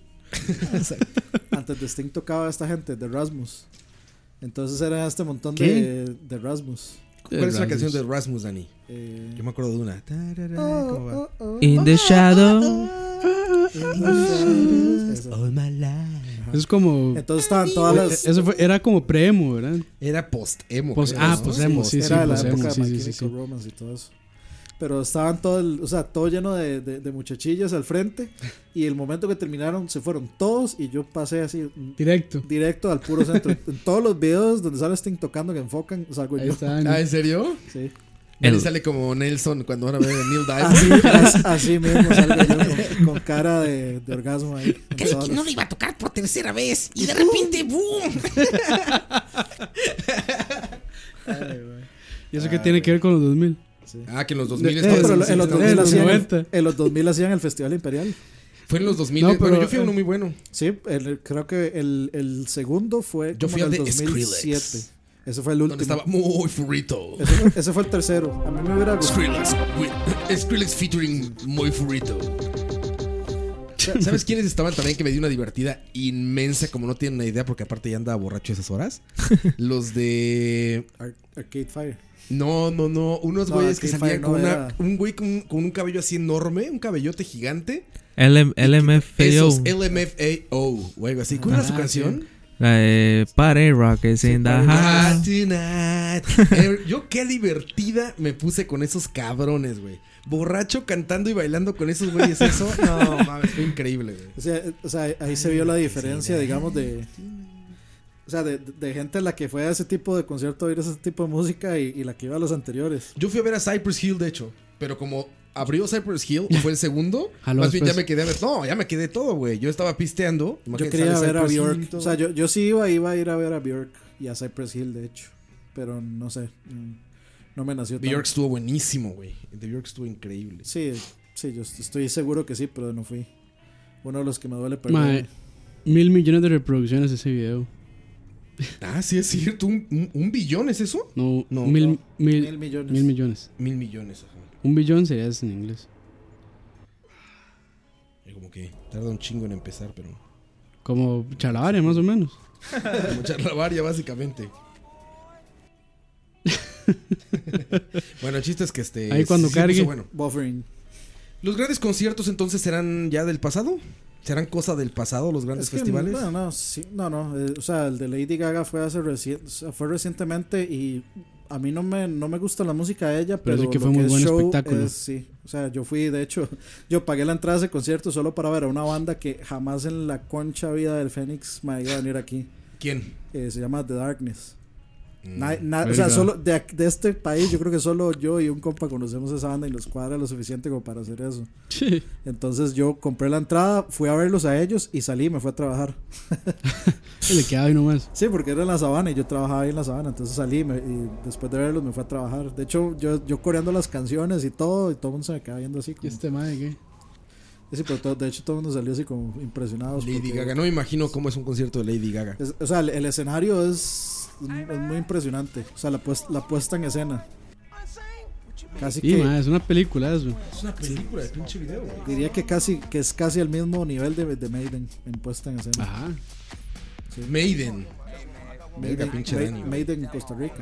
E: Antes de Sting tocaba esta gente, de Rasmus. Entonces era este montón
D: ¿Qué?
E: de, de Rasmus.
C: ¿Cuál es la canción de Rasmus, Dani?
E: Eh,
C: Yo me acuerdo de una. Tarara, ¿cómo va?
F: In the Shadow.
E: Eso.
D: Eso es como.
E: Entonces estaban todas las...
D: Eso fue, era como premo, ¿verdad?
C: Era post-emo.
D: Post-
C: creo,
D: ah,
C: ¿no?
D: post-emo, sí,
E: era de la
D: poseemos,
E: época de
D: sí,
E: My
D: sí, sí,
E: Chemical
D: sí.
E: Romance y todo eso. Pero estaban todo, el- o sea, todo lleno de, de, de muchachillas al frente. Y el momento que terminaron se fueron todos y yo pasé así mm,
D: Directo.
E: directo al puro centro. en todos los videos donde sale Sting tocando que enfocan, salgo
D: Ahí
E: yo.
D: está.
C: Ah, ¿en serio?
E: Sí.
C: Él
F: El- Ah,
C: sale como Nelson cuando van a ver a Neil
E: Así,
C: Diamond.
E: as- así mismo salgo yo con, con cara de, de orgasmo ahí. en
I: Creí
E: todas
I: que no
E: las-
I: lo iba a tocar por tercera vez y de
F: Uh.
I: repente ¡boom!
D: ¿Y eso qué tiene que ver con los 2000?
C: Ah, que en los 2000
D: De-
E: No,
C: estaba-
E: eh, pero lo- en
D: Sí,
E: los 2000
D: sí,
E: hacían el,
D: 90.
E: en los 2000 hacían el Festival Imperial.
C: Fue en los 2000.
D: No,
C: pero,
D: pero-
C: yo fui a uno muy bueno.
E: Sí, el- creo que el, el segundo fue
C: Yo
E: como
C: fui
E: en
C: al
E: el
C: de
E: 2007.
C: Skrillex.
E: Ese fue el
C: Donde
E: último.
C: estaba muy furrito.
E: Ese fue, ese fue el tercero. A mí me hubiera gustado.
C: Skrillex. with- Skrillex featuring muy furrito. ¿Sabes quiénes estaban también que me dio una divertida inmensa como no tienen una idea porque aparte ya andaba borracho a esas horas? Los de
E: Ar- Arcade Fire.
C: No, no, no. Unos
E: No,
C: güeyes que
E: Arcade
C: salían
E: Fire no
C: con una-
E: era.
C: un güey con, con un cabello así enorme, un cabellote gigante.
F: LM LMFAO.
C: Esos LMFAO o algo así. ¿Cuál era su
D: Ah,
C: canción?
F: La de Party Rock is in the
C: Ah,
F: house.
C: tonight. Eh, Yo qué divertida me puse con esos cabrones, güey. Borracho cantando y bailando con esos güeyes, eso. No, mames, fue increíble, güey.
E: O sea, eh, o sea, ahí se vio la diferencia, digamos, de. O sea, de, de gente a la que fue a ese tipo de concierto a oír ese tipo de música y, y la que iba a los anteriores.
C: Yo fui a ver a Cypress Hill, de hecho. Pero como abrió Cypress Hill, fue el segundo.
D: Jaló
C: más bien ya
D: después.
C: me quedé a ver. No, ya me quedé todo, güey. Yo estaba pisteando.
E: Yo
C: Imagínate,
E: quería
C: sale
E: ver a
C: Cypress Hill y
E: Bjork.
C: todo.
E: O sea, yo, yo sí iba, iba a ir a ver a Bjork y a Cypress Hill, de hecho. Pero no sé. mm, No me nació
C: The
E: tanto.
C: York estuvo buenísimo, güey. The York estuvo increíble.
E: Sí, sí, yo est- estoy seguro que sí, pero no fui. Uno de los que me duele perder.
D: Mae, mil millones de reproducciones ese video.
C: Ah, sí, es cierto. ¿Un, un- un billón es eso?
D: No,
C: No,
D: mil, mil,
E: Mil millones.
D: mil millones.
C: Mil millones, ajá.
D: Un billón sería eso en inglés.
C: Y como que tarda un chingo en empezar, pero.
D: Como Chalabaria, más o menos.
C: Como charla varia, básicamente. bueno, el chiste es que este.
D: Ahí cuando
C: se puso
D: cargue.
C: bueno.
E: Buffering.
C: Los grandes conciertos entonces serán ya del pasado. ¿Serán cosa del pasado los grandes
E: Es que,
C: festivales?
E: No, no, sí, no, no. eh, o sea, el de Lady Gaga fue hace reci- o sea, fue recientemente y a mí no me, no me gusta la música de ella,
D: Pero
E: pero,
D: sí que
E: lo
D: fue muy
E: es
D: buen
E: show
D: espectáculo.
E: es- sí, o sea, yo fui, de hecho, yo pagué la entrada a ese concierto solo para ver a una banda que jamás en la concha vida del Fénix me iba a venir aquí.
C: ¿Quién?
E: Eh, se llama The Darkness. Na- na- o sea,
D: verga.
E: solo de, ac- de este país, yo creo que solo yo y un compa conocemos esa banda y nos cuadra lo suficiente como para hacer eso. Entonces yo compré la entrada, fui a verlos a ellos y salí, me fui a trabajar.
D: Y le quedaba ahí nomás.
E: Sí, porque era en la sabana y yo trabajaba ahí en la sabana, entonces salí me- y después de verlos me fui a trabajar. De hecho, yo, yo coreando las canciones y todo, y todo el mundo se me quedaba viendo así.
D: ¿Y
E: Como,
D: este madre qué?
E: Sí, pero todo- de hecho todo el mundo salió así como impresionados.
C: Lady
E: porque-
C: Gaga. No me imagino cómo es un concierto de Lady Gaga.
E: es- o sea, el, el escenario es, es muy impresionante. O sea, la, pues- la puesta en escena. Casi
D: Sí,
E: que...
D: madre, es una película eso.
C: Es una película de pinche video,
E: Diría que casi que es casi al mismo nivel de, de Maiden en puesta en escena.
D: Ajá.
C: Maiden.
E: Maiden,
C: Verga, pinche
E: Ma-
C: Dani.
E: Maiden en Costa Rica.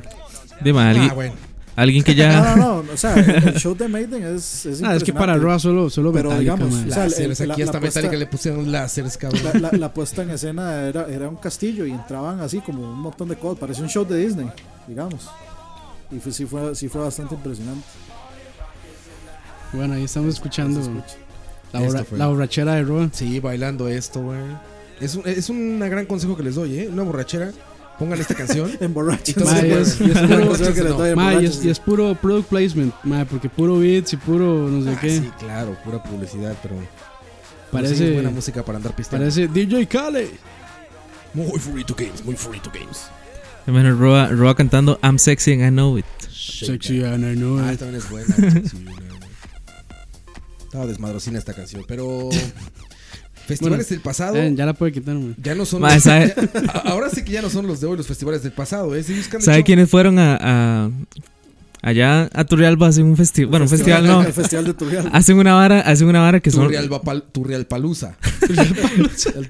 F: Dime, alguien,
C: Ah, bueno.
F: alguien que
E: No,
F: ya.
E: no, no. O sea, el el show de Maiden es. es
D: Ah, es que para
E: impresionante.
D: Roa solo, solo
E: Pero
D: Metallica,
E: digamos,
D: madre.
E: o sea, el-
C: Láseres,
E: el-
C: aquí
E: la-
C: hasta
E: la puesta-
C: Metallica le pusieron láseres, cabrón.
E: La, la- la puesta en escena era, era un castillo y entraban así como un montón de cosas. Parecía un show de Disney, digamos. Y fue- sí, fue, sí fue bastante impresionante.
D: Bueno, ahí estamos escuchando
E: Se escucha.
D: la, borra-
C: Esto fue.
D: la borrachera de Roa.
C: Sí, bailando esto, güey. Es un, es un gran consejo que les doy, ¿eh? Una borrachera. Pongan esta canción.
E: Emborrachos.
C: Entonces,
E: sí,
D: Madre, es-
E: pues, y es una
C: no,
E: cosa que
C: no.
E: les doy,
D: Madre, y, es,
E: emborrachos,
D: y es puro product placement, madre, porque puro beats y puro no sé
C: Ah,
D: qué.
C: sí, claro, pura publicidad, pero. pero
D: Parece-
C: sí, es Pues buena música para andar pisteando.
D: Parece DJ Kale.
C: Muy free to games, muy free to games.
F: Bueno, Roa, Roa cantando I'm sexy and I know it.
D: Sexy and I know
C: Ah,
D: it.
C: esta también es buena. sí, güey. Estaba desmadrocina esta canción, pero. Festivales del pasado.
D: Eh, ya la puede quitar, madre.
C: Ya no son
F: Ma,
C: los-
F: ¿sabe-
C: ya- a- ahora sí que ya no son los de hoy los festivales del pasado, ¿eh? Sí, es que han
F: ¿Sabe
C: hecho-
F: quiénes fueron a, a- allá a Turrialba hacen un festival? Bueno, un festival no. Ah,
E: El festival de Turrial.
F: Hacen una vara, hacen una vara que son
C: Turrialbapal- Turrialpalusa. El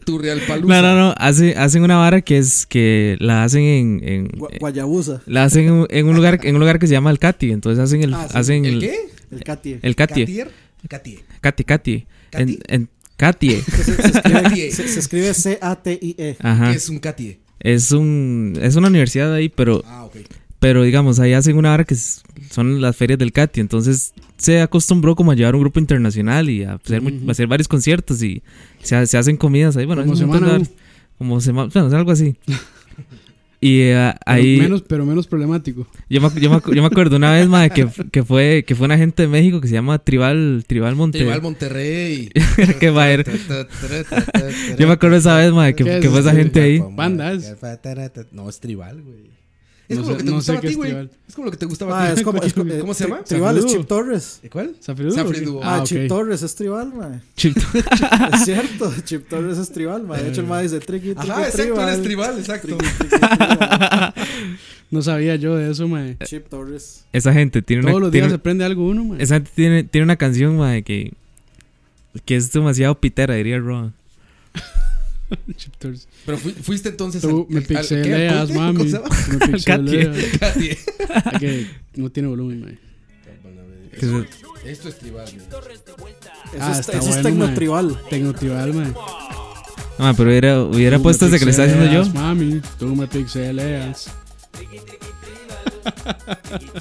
F: No,
C: Turrialpalusa.
F: no, no, hace- hacen una vara que es que la hacen en, en-
E: Gua- Guayabusa.
F: la hacen en, en un lugar en un lugar que se llama el Cati, entonces hacen el
E: Ah, sí.
F: hacen
C: ¿El qué?
E: El Katie.
F: el Cati,
C: ¿Catier? Catie.
F: Cati Cati, en,
C: ¿Cati?
F: en Cati,
C: Catie.
E: Se, se escribe C-A-T-I-E.
C: ¿Qué
F: ajá.
C: es un Catie?
F: Es un es una universidad ahí, pero
C: Ah, ok.
F: pero digamos, ahí hacen una hora que es- son las ferias del Cati, entonces se acostumbró como a llevar un grupo internacional y a hacer, mu- a hacer varios conciertos y se, ha- se hacen comidas ahí, bueno,
D: Como
F: es un montón de
D: Semana
F: horas. como semana, bueno, es algo así. Y eh,
D: Pero
F: ahí
D: menos, pero menos problemático.
F: yo, me, ac- yo, me, ac- yo me acuerdo una vez más que, que fue que fue una gente de México que se llama Tribal Tribal Monte.
C: Tribal Monterrey.
F: Qué madre. Yo me acuerdo esa vez más que,
D: ¿Qué es
F: que fue esa
D: eso?
F: gente ahí.
D: Banda es.
C: No, es tribal, güey. Es
D: No
C: como
D: sé-
C: lo que te
D: no sé
C: gustaba a
D: qué
C: ti,
D: es
C: güey.
D: tribal.
C: Es como lo que te gustaba
E: Ah,
C: a ti.
E: es como, es como-
C: ¿Cómo
E: eh,
C: se
E: tri-
C: llama?
E: Tribal es
D: Safriduo.
E: Chip Torres.
C: ¿Cuál?
D: ¿Safriduo?
C: Safriduo.
D: Ah,
E: Ah,
D: ok.
E: Chip Torres es tribal, mae.
F: Chip-
E: Es cierto, Chip Torres es tribal, mae. De hecho, el mae dice tricky, tricky,
C: Ajá, exacto,
E: tribal.
C: eres tribal, exacto.
E: Triqui, triqui, tribal.
D: No sabía yo de eso, madre.
E: Chip Torres.
F: esa gente tiene
D: Todos
F: una,
D: los días
F: tiene-
D: se prende algo uno, madre.
F: esa gente tiene, tiene una canción más que que es demasiado pitera, diría Roa.
D: Chip Torres.
C: Pero fui- fuiste entonces.
D: Tú me
C: ¿qué?
D: pixeleas,
C: ¿Al Conte?
D: mami.
C: ¿Cómo se llama?
D: Me pixeleas.
C: Catie.
D: Ah, que no tiene volumen, madre.
F: Que se-
C: Esto es tribal, güey.
E: Eso,
D: Ah,
E: es-
D: está
E: eso es
D: bueno, mae.
E: tecnotribal.
D: Tecnotribal, madre.
F: Ah, pero hubiera, hubiera puesto ese que le estaba diciendo yo.
D: Mami, tú me pixeleas.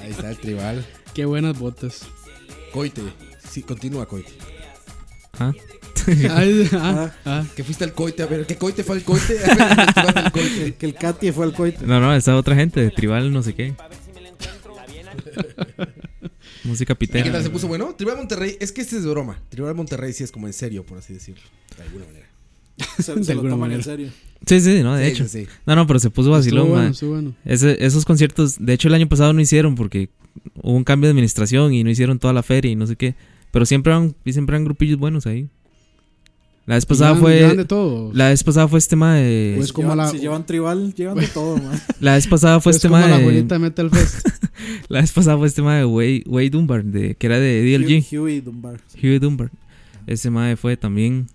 C: Ahí está el tribal.
D: Qué buenas botas.
C: Coite. Sí, continúa, Coite.
F: Ah.
D: Ay, ah, ah.
C: Que fuiste al coite, a ver, ¿qué coite fue el coite? A ver, el festival del coite.
E: Que el Katie fue al coito.
F: No, no, esa otra gente de Tribal no sé qué. Música
C: ¿Y qué
F: pitera.
C: tal se puso bueno? Tribal Monterrey, es que este es de broma. Tribal Monterrey sí es como en serio, por así decirlo. De alguna manera.
E: Se, se lo
D: alguna
E: toman
D: manera.
E: en serio.
F: Sí, sí, no, de
C: Sí,
F: hecho.
C: sí, sí.
F: No, no, pero se puso
D: Estuvo
F: vacilón,
D: bueno,
F: mae.
D: estuvo bueno.
F: Ese- esos conciertos, de hecho el año pasado no hicieron porque hubo un cambio de administración y no hicieron toda la feria y no sé qué. Pero siempre eran, siempre eran grupillos buenos ahí. La vez pasada
D: Llevan-
F: Pues, ah,
D: llevan de
F: fue...
D: todo.
F: La vez pasada fue este tema de...
D: Pues
E: Si
D: como
E: llevan-
D: la-
E: Si llevan tribal, llevan de todo, mae.
F: la vez pasada fue
D: es
F: este
D: pues como
F: tema
D: la
F: de...
D: abuelita de Metal Fest.
F: La vez pasada fue este tema de Way, Way Dunbar, de, que era de DLG.
E: Hugh- Huey Dunbar.
F: Huey Dunbar. Ese mae fue también.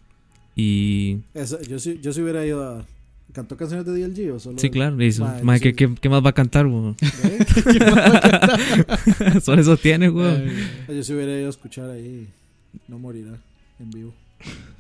F: Y...
E: Esa- yo, sí, yo sí hubiera ido a. ¿Cantó canciones de DLG o solo?
F: Sí, claro, le hizo.
E: Mae,
F: Mae,
E: sí. ¿eh?
F: ¿qué, qué, qué más va a cantar, weón? Solo eso tiene, weón.
D: Ay,
E: Yo sí hubiera ido a escuchar ahí. No morirá en vivo.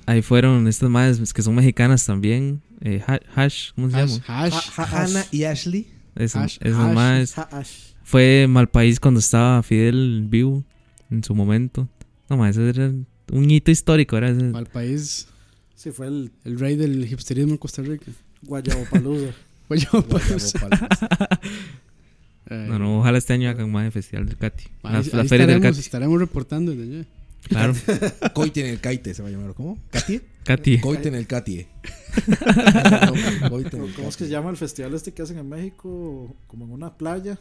F: Ahí fueron estas madres que son mexicanas también. Eh, Ha- hash, ¿cómo se
D: hash,
F: llama?
D: hash.
C: Hannah y Ashley.
F: Esas
D: Hash,
F: esas
D: hash.
F: madres.
E: Ja, ash.
F: fue Malpaís cuando estaba Fidel vivo en su momento. No, ma, ese era un hito histórico, era ese.
D: Al país,
E: Sí, fue el
D: el rey del hipsterismo en Costa Rica. Pues
E: Guayabopaludo.
D: Guayabopalooza.
F: No, no, ojalá este año hagan más de Festival del Cati.
D: Ahí-
F: La, la
D: ahí
F: feria del
D: estaremos,
F: Cati.
D: estaremos reportando desde allá.
F: Claro,
C: Coite en el Caite se va a llamar. ¿Cómo? ¿Catie?
F: Cati.
C: Coite en el Catie. Coite en el
E: ¿Cómo es que se
C: Catie.
E: llama el festival este que hacen en México? Como en una playa.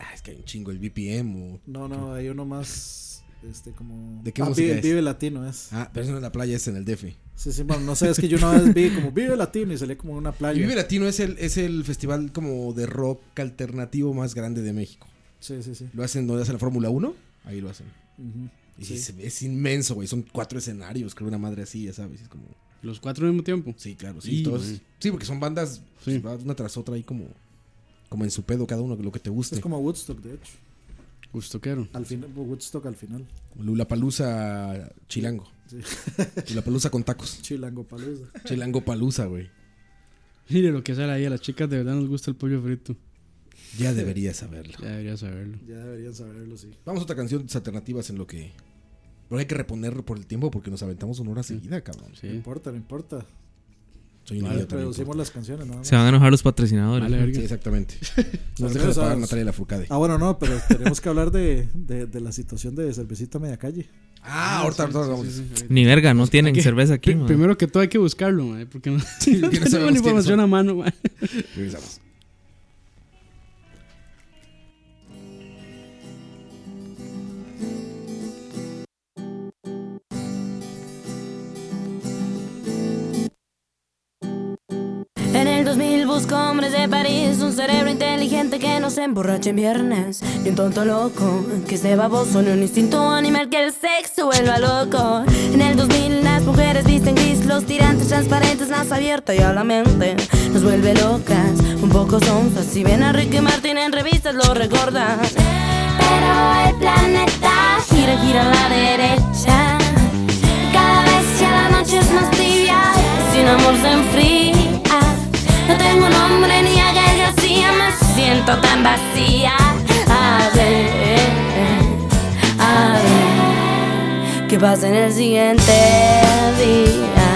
C: Ah, es que hay un chingo el BPM. o-
E: No, no, hay uno más. Este, como.
C: ¿De qué
E: Ah,
C: música
E: vive,
C: es?
E: Vive Latino es.
C: Ah, pero eso no es la playa, es en el DF.
E: Sí, sí, bueno, no sé, es que yo una vez vi como Vive Latino y salía como en una playa.
C: Y Vive Latino es el, es el festival como de rock alternativo más grande de México.
E: Sí, sí, sí.
C: Lo hacen donde hacen la Fórmula 1, ahí lo hacen.
E: Ujú.
C: Y
E: Sí.
C: es, es inmenso, güey. Son cuatro escenarios, creo, una madre así, ya sabes. Es como,
D: Los cuatro al mismo tiempo.
C: sí, claro, sí.
D: Y,
C: todos-
D: güey.
C: sí, porque son bandas
D: Sí.
C: pues, va una tras otra ahí como, como en su pedo, cada uno lo que te guste.
E: Es como Woodstock, de hecho.
D: Gustoquero.
E: Al final, Woodstock al final.
C: Lula Palusa chilango.
E: Sí.
C: Lula Palusa con tacos.
E: Chilango Palusa.
C: Chilango Palusa, güey.
D: Mire lo que sale ahí. A las chicas de verdad nos gusta el pollo frito.
C: Ya deberías saberlo.
D: Ya debería saberlo.
E: Ya deberían saberlo, sí.
C: Vamos a otra canción de alternativas en lo que. Pero hay que reponer por el tiempo porque nos aventamos una hora seguida, cabrón.
E: No
D: Sí.
E: importa, no importa.
C: Soy un
E: Vale,
C: idiota. no
E: reducimos
C: importa.
E: las canciones, nada más.
F: Se van a enojar los patrocinadores.
D: Vale,
C: Sí,
D: verga.
C: exactamente. Nos
E: Al
C: deja de
E: menos
C: pagar
E: a-
C: Natalia Lafourcade.
E: Ah, bueno, no, pero tenemos que hablar de, de, de la situación de cervecita media calle.
C: Ah, ahorita, ahorita vamos.
F: Ni verga, no tienen
D: Aquí.
F: cerveza aquí,
D: Pri-
F: ma.
D: Primero que todo hay que buscarlo, mae, porque no, no
C: quiénes son,
D: tenemos ni
C: quiénes son.
D: información a mano. mae.
C: Regresamos.
J: En el 2000 busco hombres de París, un cerebro inteligente que no se emborrache en viernes. Ni un tonto loco que esté baboso, ni un instinto animal que el sexo vuelva loco. En el 2000 las mujeres visten gris, los tirantes transparentes, más abierta y a la mente. Nos vuelve locas, un poco sonzas. Si ven a Ricky Martin en revistas, lo recordan.
A: Pero el planeta
J: Gira, gira a la derecha.
A: cada vez que la noche es más tibia.
J: Sin amor se enfría.
A: No tengo nombre ni haga García, me siento tan vacía.
J: A ver, a ver, qué pasa en el siguiente día.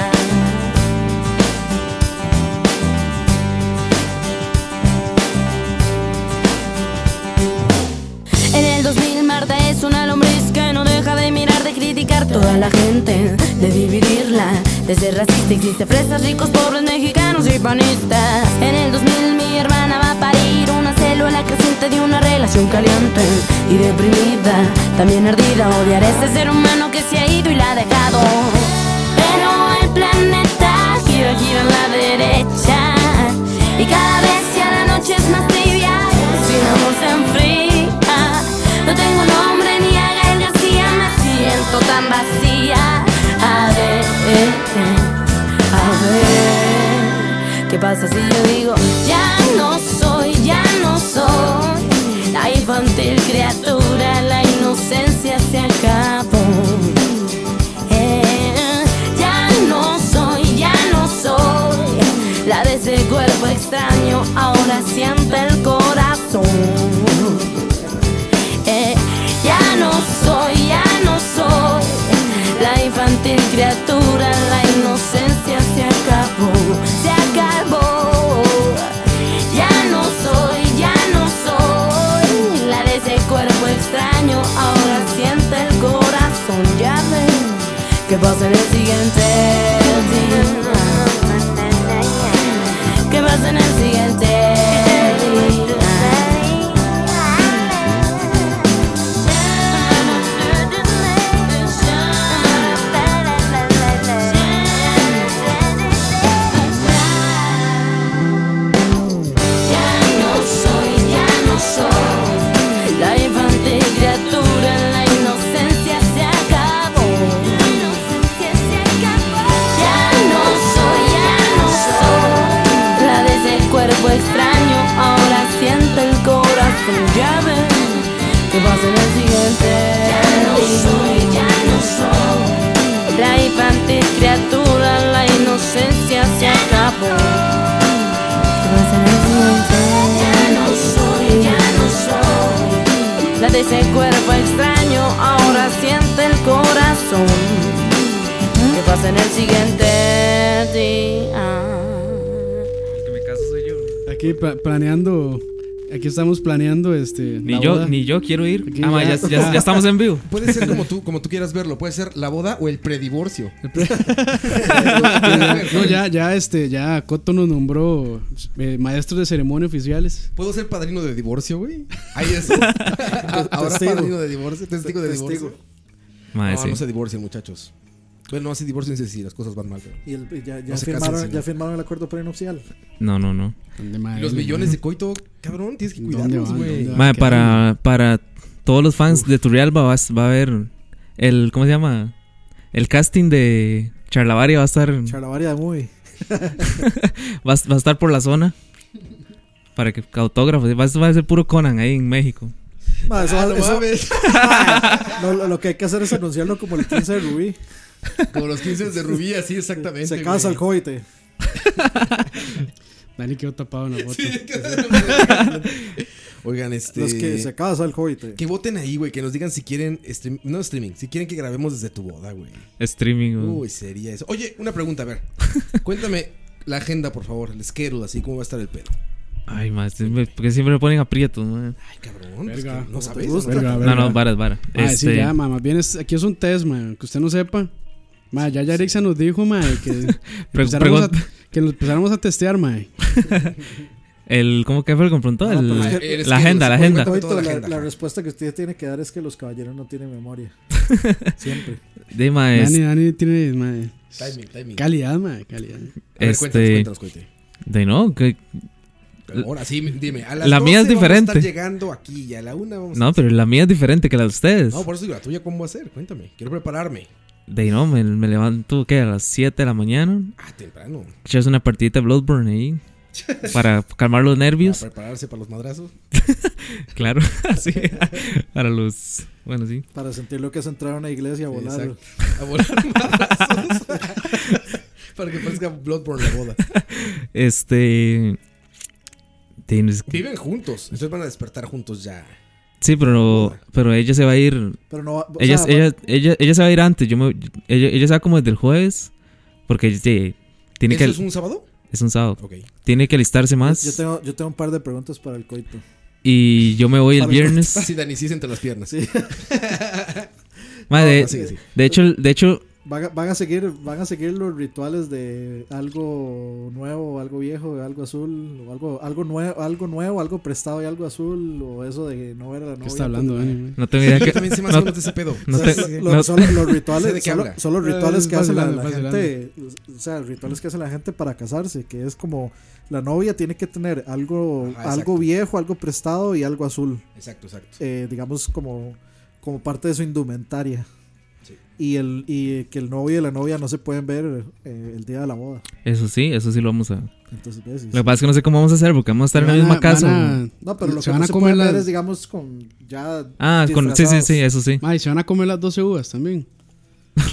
J: En el 2000 Marta es una lombriz que no deja de mirar, de criticar toda la gente, de dividirla, de ser racista. Existe fresas, ricos, pobres, mexicanos y panistas. En el 2000 mi hermana va a parir una célula creciente de una relación caliente y deprimida, también ardida. Odiar a ese ser humano que se ha ido y la ha dejado.
A: Pero el planeta
J: Gira, gira a la derecha
A: y cada vez que la noche es más tibia.
J: Sin amor se enfría No tengo nombre ni haga el García Me siento tan vacía A ver, eh, a ver ¿Qué pasa si yo digo Ya no soy, ya no soy La infantil criatura La inocencia se acabó eh, ya no soy, ya no soy la de ese cuerpo extraño, ahora siente el corazón. Eh, ya no soy, ya no soy la infantil criatura, la inocencia se acabó, se acabó. Ya no soy, ya no soy la de ese cuerpo extraño, ahora siente el corazón, ya ven que pasa en el siguiente día, que pasa en el siguiente día. Ya no soy, ya no soy La infantil criatura, la inocencia se acabó La inocencia se acabó Ese cuerpo extraño ahora siente el corazón que pasa en el siguiente día.
F: que me caso soy yo.
D: Aquí pla- planeando. Aquí estamos planeando este.
F: Ni
D: la
F: yo,
D: boda.
F: ni yo quiero ir.
D: Aquí
F: Ah, ma, ya,
D: ya-
F: ya- ya estamos en vivo.
C: Puede ser como tú, como tú quieras verlo. Puede ser la boda o el predivorcio.
D: No, ya, ya, este, ya Coto nos nombró eh, maestros de ceremonia oficiales.
C: ¿Puedo ser padrino de divorcio, güey? Ahí eso. Ahora
E: Testigo.
C: padrino de divorcio, testigo Este de
E: Testigo.
C: divorcio.
F: Ma,
C: no,
F: sí.
C: no se divorcien, muchachos. Bueno, no se divorcien si las cosas van mal. pero-
E: Y el- ya, ya
C: No se
E: firmaron,
C: casen, sí.
E: ya firmaron el acuerdo prenupcial.
F: no, no, no.
D: ¿Dónde,
C: Y
D: mae?
C: los millones de coito, cabrón, tienes que
D: ¿Dónde
C: cuidarlos,
D: van?
C: güey.
D: ¿Dónde
F: Ma,
D: Ah, qué
F: para, para todos los fans de Turrialba vas- va a haber el. ¿Cómo se llama? El casting de Charlavaria va a estar, va,
E: Charlavaria de muy.
F: a- va a estar por la zona. Para que autógrafos. Va, a- va a ser puro Conan ahí en México.
E: Ma, eso-
C: Ah, no
E: eso-
C: mames.
E: no, lo, lo que hay que hacer es anunciarlo como el 15 de Rubí.
C: Como los 15 de Rubí, así exactamente.
E: Se casa el coite.
D: Dani quedó tapado en la foto.
C: Oigan, este.
E: Los que se casa el coite.
C: Que voten ahí, güey. Que nos digan si quieren. stream- No streaming, si quieren que grabemos desde tu boda, güey.
F: Streaming. güey.
C: Uy, sería eso. Oye, una pregunta, a ver. Cuéntame la agenda, por favor. El schedule, así cómo va a estar el pedo.
F: Ay, ma, siempre- porque siempre me ponen aprietos, ma.
C: Ay, cabrón. pues
D: Verga.
C: que no sabes.
E: gusta.
C: ¿no?
D: Verga, verga.
F: No, no, vara, vara.
D: Ah, sí,
F: Este,
D: ya, ma, más bien es- aquí es un test, ma, que usted no sepa. Ma, ya Yarixa nos dijo, ma, que, empezáramos a,
F: pregunta.
D: que lo empezáramos a testear, ma.
F: el, ¿Cómo que fue el confrontó?
E: No,
F: El-
E: pero es
C: que- el
F: la agenda, la
C: schedule, se
F: agenda.
C: cuenta
E: Coito,
C: toda la
E: la,
C: agenda.
E: la respuesta que usted tiene que dar es que los caballeros no tienen memoria. Siempre.
F: De, ma, es-
D: Dani, Dani tiene, ma,
C: Timing, timing.
D: calidad, ma, calidad.
C: A ver, cuéntanos,
F: este,
C: cuéntanos, cuéntanos.
F: de no, que-
C: Ahora sí, dime. A las
F: La mía es
C: 12 vamos a estar
F: diferente.
C: llegando aquí y a la una vamos
F: no, pero la mía es diferente que la de ustedes.
C: No, por eso digo, la tuya, ¿cómo va a ser? Cuéntame. Quiero prepararme.
F: De ahí no, me, me levanto, ¿qué? A las 7 de la mañana.
C: Ah, temprano.
F: Echarse una partidita de Bloodborne ahí. para calmar los nervios.
C: Para prepararse para los madrazos.
F: Claro, así. para los. Bueno, sí.
E: Para sentir lo que es entrar a una iglesia a volar.
C: Exacto. A volar madrazos. para que parezca Bloodborne la boda.
F: Este. tienes que-
C: Viven juntos. Entonces van a despertar juntos ya.
F: Sí, pero, pero ella se va a ir.
E: Pero no va- o
F: Ella,
E: sea,
F: ella, ella, ella se va a ir antes. Yo me, ella, ella se va como desde el jueves. Porque sí, tiene
C: ¿Eso
F: que.
C: es un sábado?
F: es un sábado.
C: Ok.
F: Tiene que alistarse más.
E: Yo tengo, yo tengo un par de preguntas para el coito.
F: Y yo me voy el
E: Para el-
F: viernes.
C: Sí, Dani, sí es entre las piernas.
E: Sí.
F: Madre, de,
C: No, sigue, sigue.
F: de hecho, de hecho,
E: ¿Van a, van a seguir, ¿Van a seguir los rituales de algo nuevo, algo viejo, algo azul? O algo, algo, nuevo, algo nuevo, algo prestado y algo azul? ¿O eso de no ver a la novia?
D: ¿Qué está hablando, Dani? ma?
F: no tengo idea
C: Yo
F: que.
C: también sé más o
F: no-
C: menos de ese pedo.
F: no
E: O sea,
F: te-
E: lo-
F: no-
E: son los
C: Sé
E: rituales,
C: de qué
E: son,
C: habla.
E: son los rituales
D: Eh,
E: que hace la,
D: vacilando,
E: la gente, o sea, rituales que hace la gente para casarse, que es como la novia tiene que tener algo,
C: Ajá, exacto.
E: algo viejo, algo prestado y algo azul,
C: Exacto, exacto.
E: eh, digamos como, como parte de su indumentaria.
C: Sí.
E: Y, el, y que el novio y la novia no se pueden ver eh, el día de la boda.
F: Eso sí, eso sí lo vamos a.
E: Entonces, ¿ves?
F: Lo que pasa es que no sé cómo vamos a hacer porque vamos a estar en la
D: Van a-
F: misma
D: van
F: casa.
D: a-
E: No, pero lo
D: se
E: que
D: van
E: no
D: a
E: se
D: comer
E: pueden ver
D: las-
E: es, digamos, con ya.
F: Ah, con, sí, sí,
E: disfrazados.
F: sí, eso sí.
D: Ma, y se van a comer las 12 uvas también.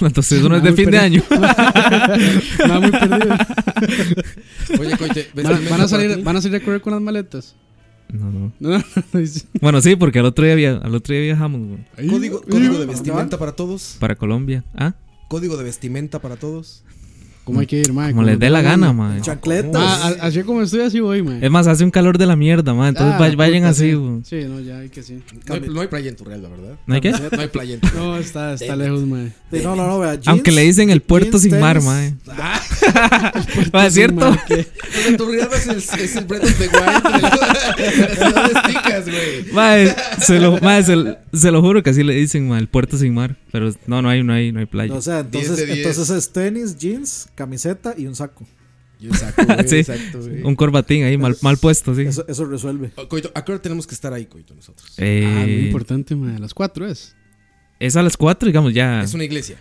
F: Entonces uno es
D: Ma,
F: de
D: muy
F: fin de año.
D: perdido. Ma, muy perdido.
C: Oye, coite, ¿ves
D: Van,
C: alimento
D: van a
C: para
D: salir,
C: ti?
D: van a salir a correr con las maletas.
F: No, no.
D: No, no, no, dice-
F: Bueno, sí, porque al otro día, via- al otro día viajamos güey,
C: Código, código de ¿Ah? vestimenta para todos.
F: para Colombia. Ah,
C: Código de vestimenta para todos.
D: ¿Cómo hay que ir, ma?
F: como les dé la gana, man.
E: Chancletas.
F: Ah,
D: Ma, a- así como estoy, así voy, ma.
F: Es más, hace un calor de la mierda, man. Entonces
D: Ah,
F: vay-
D: la
F: vayan
D: puta,
F: así,
D: sí.
F: güey.
D: Sí, no, ya hay que sí.
C: No hay, no hay playa en tu la verdad.
F: ¿No hay qué?
C: No hay playa en tu
D: No, está, está lejos, ma.
E: Sí, no, no, no, vea,
F: Aunque
E: jeans,
F: le dicen el puerto
E: jeans,
F: sin eh. mar,
E: tenis.
F: man. Ah, ¿Es cierto?
D: Ma, que-
C: es el, es el Breath of the Wild. de las ticas, güey.
F: Mae, se lo, mae, se, lo- se lo juro que así le dicen, mae, el puerto sin mar. Pero no, no hay, no hay, no hay playa.
E: O sea,
C: 10 de
E: entonces,
C: 10.
E: entonces es tenis, jeans, camiseta y un saco.
C: Y un saco, güey,
F: Sí.
C: Exacto, güey.
F: un corbatín ahí mal, mal puesto, sí.
E: Eso, eso resuelve.
C: Oh, Coito, ¿a qué hora tenemos que estar ahí, Coito, nosotros?
D: Ah, muy
F: Eh,
D: importante, ma. A las 4 es.
F: es a las 4, digamos, ya.
C: Es una iglesia.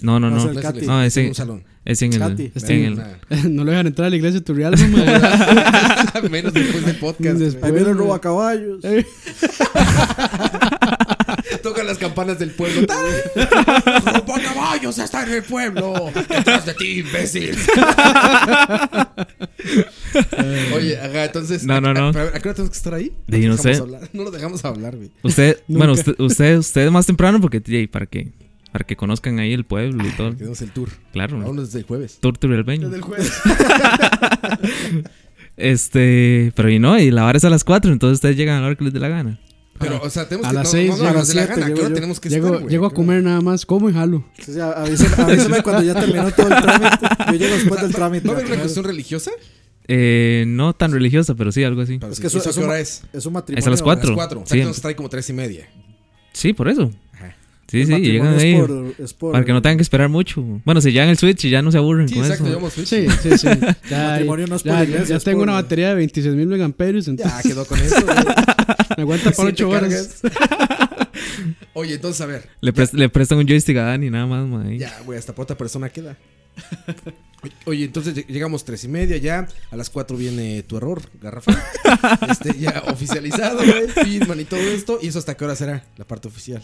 F: No, no,
E: No, es
F: no.
E: el
C: No es,
E: Cati.
C: iglesia,
F: No,
C: es en
F: ese-
C: un salón.
F: Es en el.
E: Cati.
F: en el-
C: Nada.
D: no lo dejan entrar a la iglesia de Turrialba, ma.
C: Menos después del podcast. güey.
E: Ahí viene el roba caballos.
C: Tocan las campanas del pueblo. ¡Ropa caballos está en el pueblo! ¡Detrás de ti, imbécil! Oye, ajá, entonces.
F: No, no, no.
C: ¿a- ¿A, a qué hora tenemos que estar ahí?
F: De-
C: lo
F: no
C: dejamos
F: sé.
C: hablar. No lo dejamos hablar, güey.
F: Usted,
C: Nunca.
F: bueno, usted, usted, usted más temprano porque y para que para que conozcan ahí el pueblo y todo.
C: Tenemos el tour.
F: Claro.
C: Vámonos desde el jueves.
F: Tour Turrialbeño.
C: Desde el jueves.
F: este, pero y no, y la hora es a las 4, entonces ustedes llegan a la hora que les dé la gana.
C: Pero, o sea, tenemos
D: a
C: que
D: las
C: no,
D: 6,
C: no, no,
D: a
C: no,
D: las
C: de la
D: 7
C: gana, ¿a qué
D: llego,
C: hora
D: yo.
C: tenemos que
D: Llego-
C: estar, güey?
D: llego a comer nada más, como y jalo.
E: Sí, sí, avísame, avísame cuando ya terminó todo el trámite. Yo llego después del trámite.
C: ¿Va a
E: a
C: haber una
E: comer.
C: cuestión religiosa?
F: Eh, no tan religiosa, pero Pues sí algo así.
C: Es
E: que eso-
C: ¿A
E: eso
C: qué
E: ma-
C: hora es?
E: Es
F: Es
E: un matrimonio.
F: a las
C: A las
F: 4.
C: 4. O sea,
F: Sí,
C: que nos trae como 3 y media.
F: sí, por eso.
C: Ajá.
F: Sí,
E: El
F: sí,
E: matrimonio
F: llegan
E: es
F: ahí.
E: por- es por-
F: para que no tengan que esperar mucho. Bueno, si ya en el Switch y ya no se aburren
C: Sí,
F: con
C: exacto,
F: eso.
C: llevamos Switch.
D: Sí, sí, sí. Ya,
E: matrimonio no es por
D: ya-
E: iglesia,
D: ya
E: es
D: tengo
E: por-
D: una batería de 26.000 megamperios, entonces
C: Ya quedó con eso, güey.
D: me aguanta para
C: Sí,
D: 8
C: te
D: horas.
C: cargas. Oye, entonces, a ver.
F: Le, pres- le prestan un joystick a Dani nada más, ma, ahí.
C: Ya, güey, hasta para otra persona queda. Oye, entonces lleg- llegamos tres y media ya. A las cuatro viene tu error, garrafa. Este, ya oficializado, güey. Firman y todo esto. ¿Y eso hasta qué hora será? La parte oficial.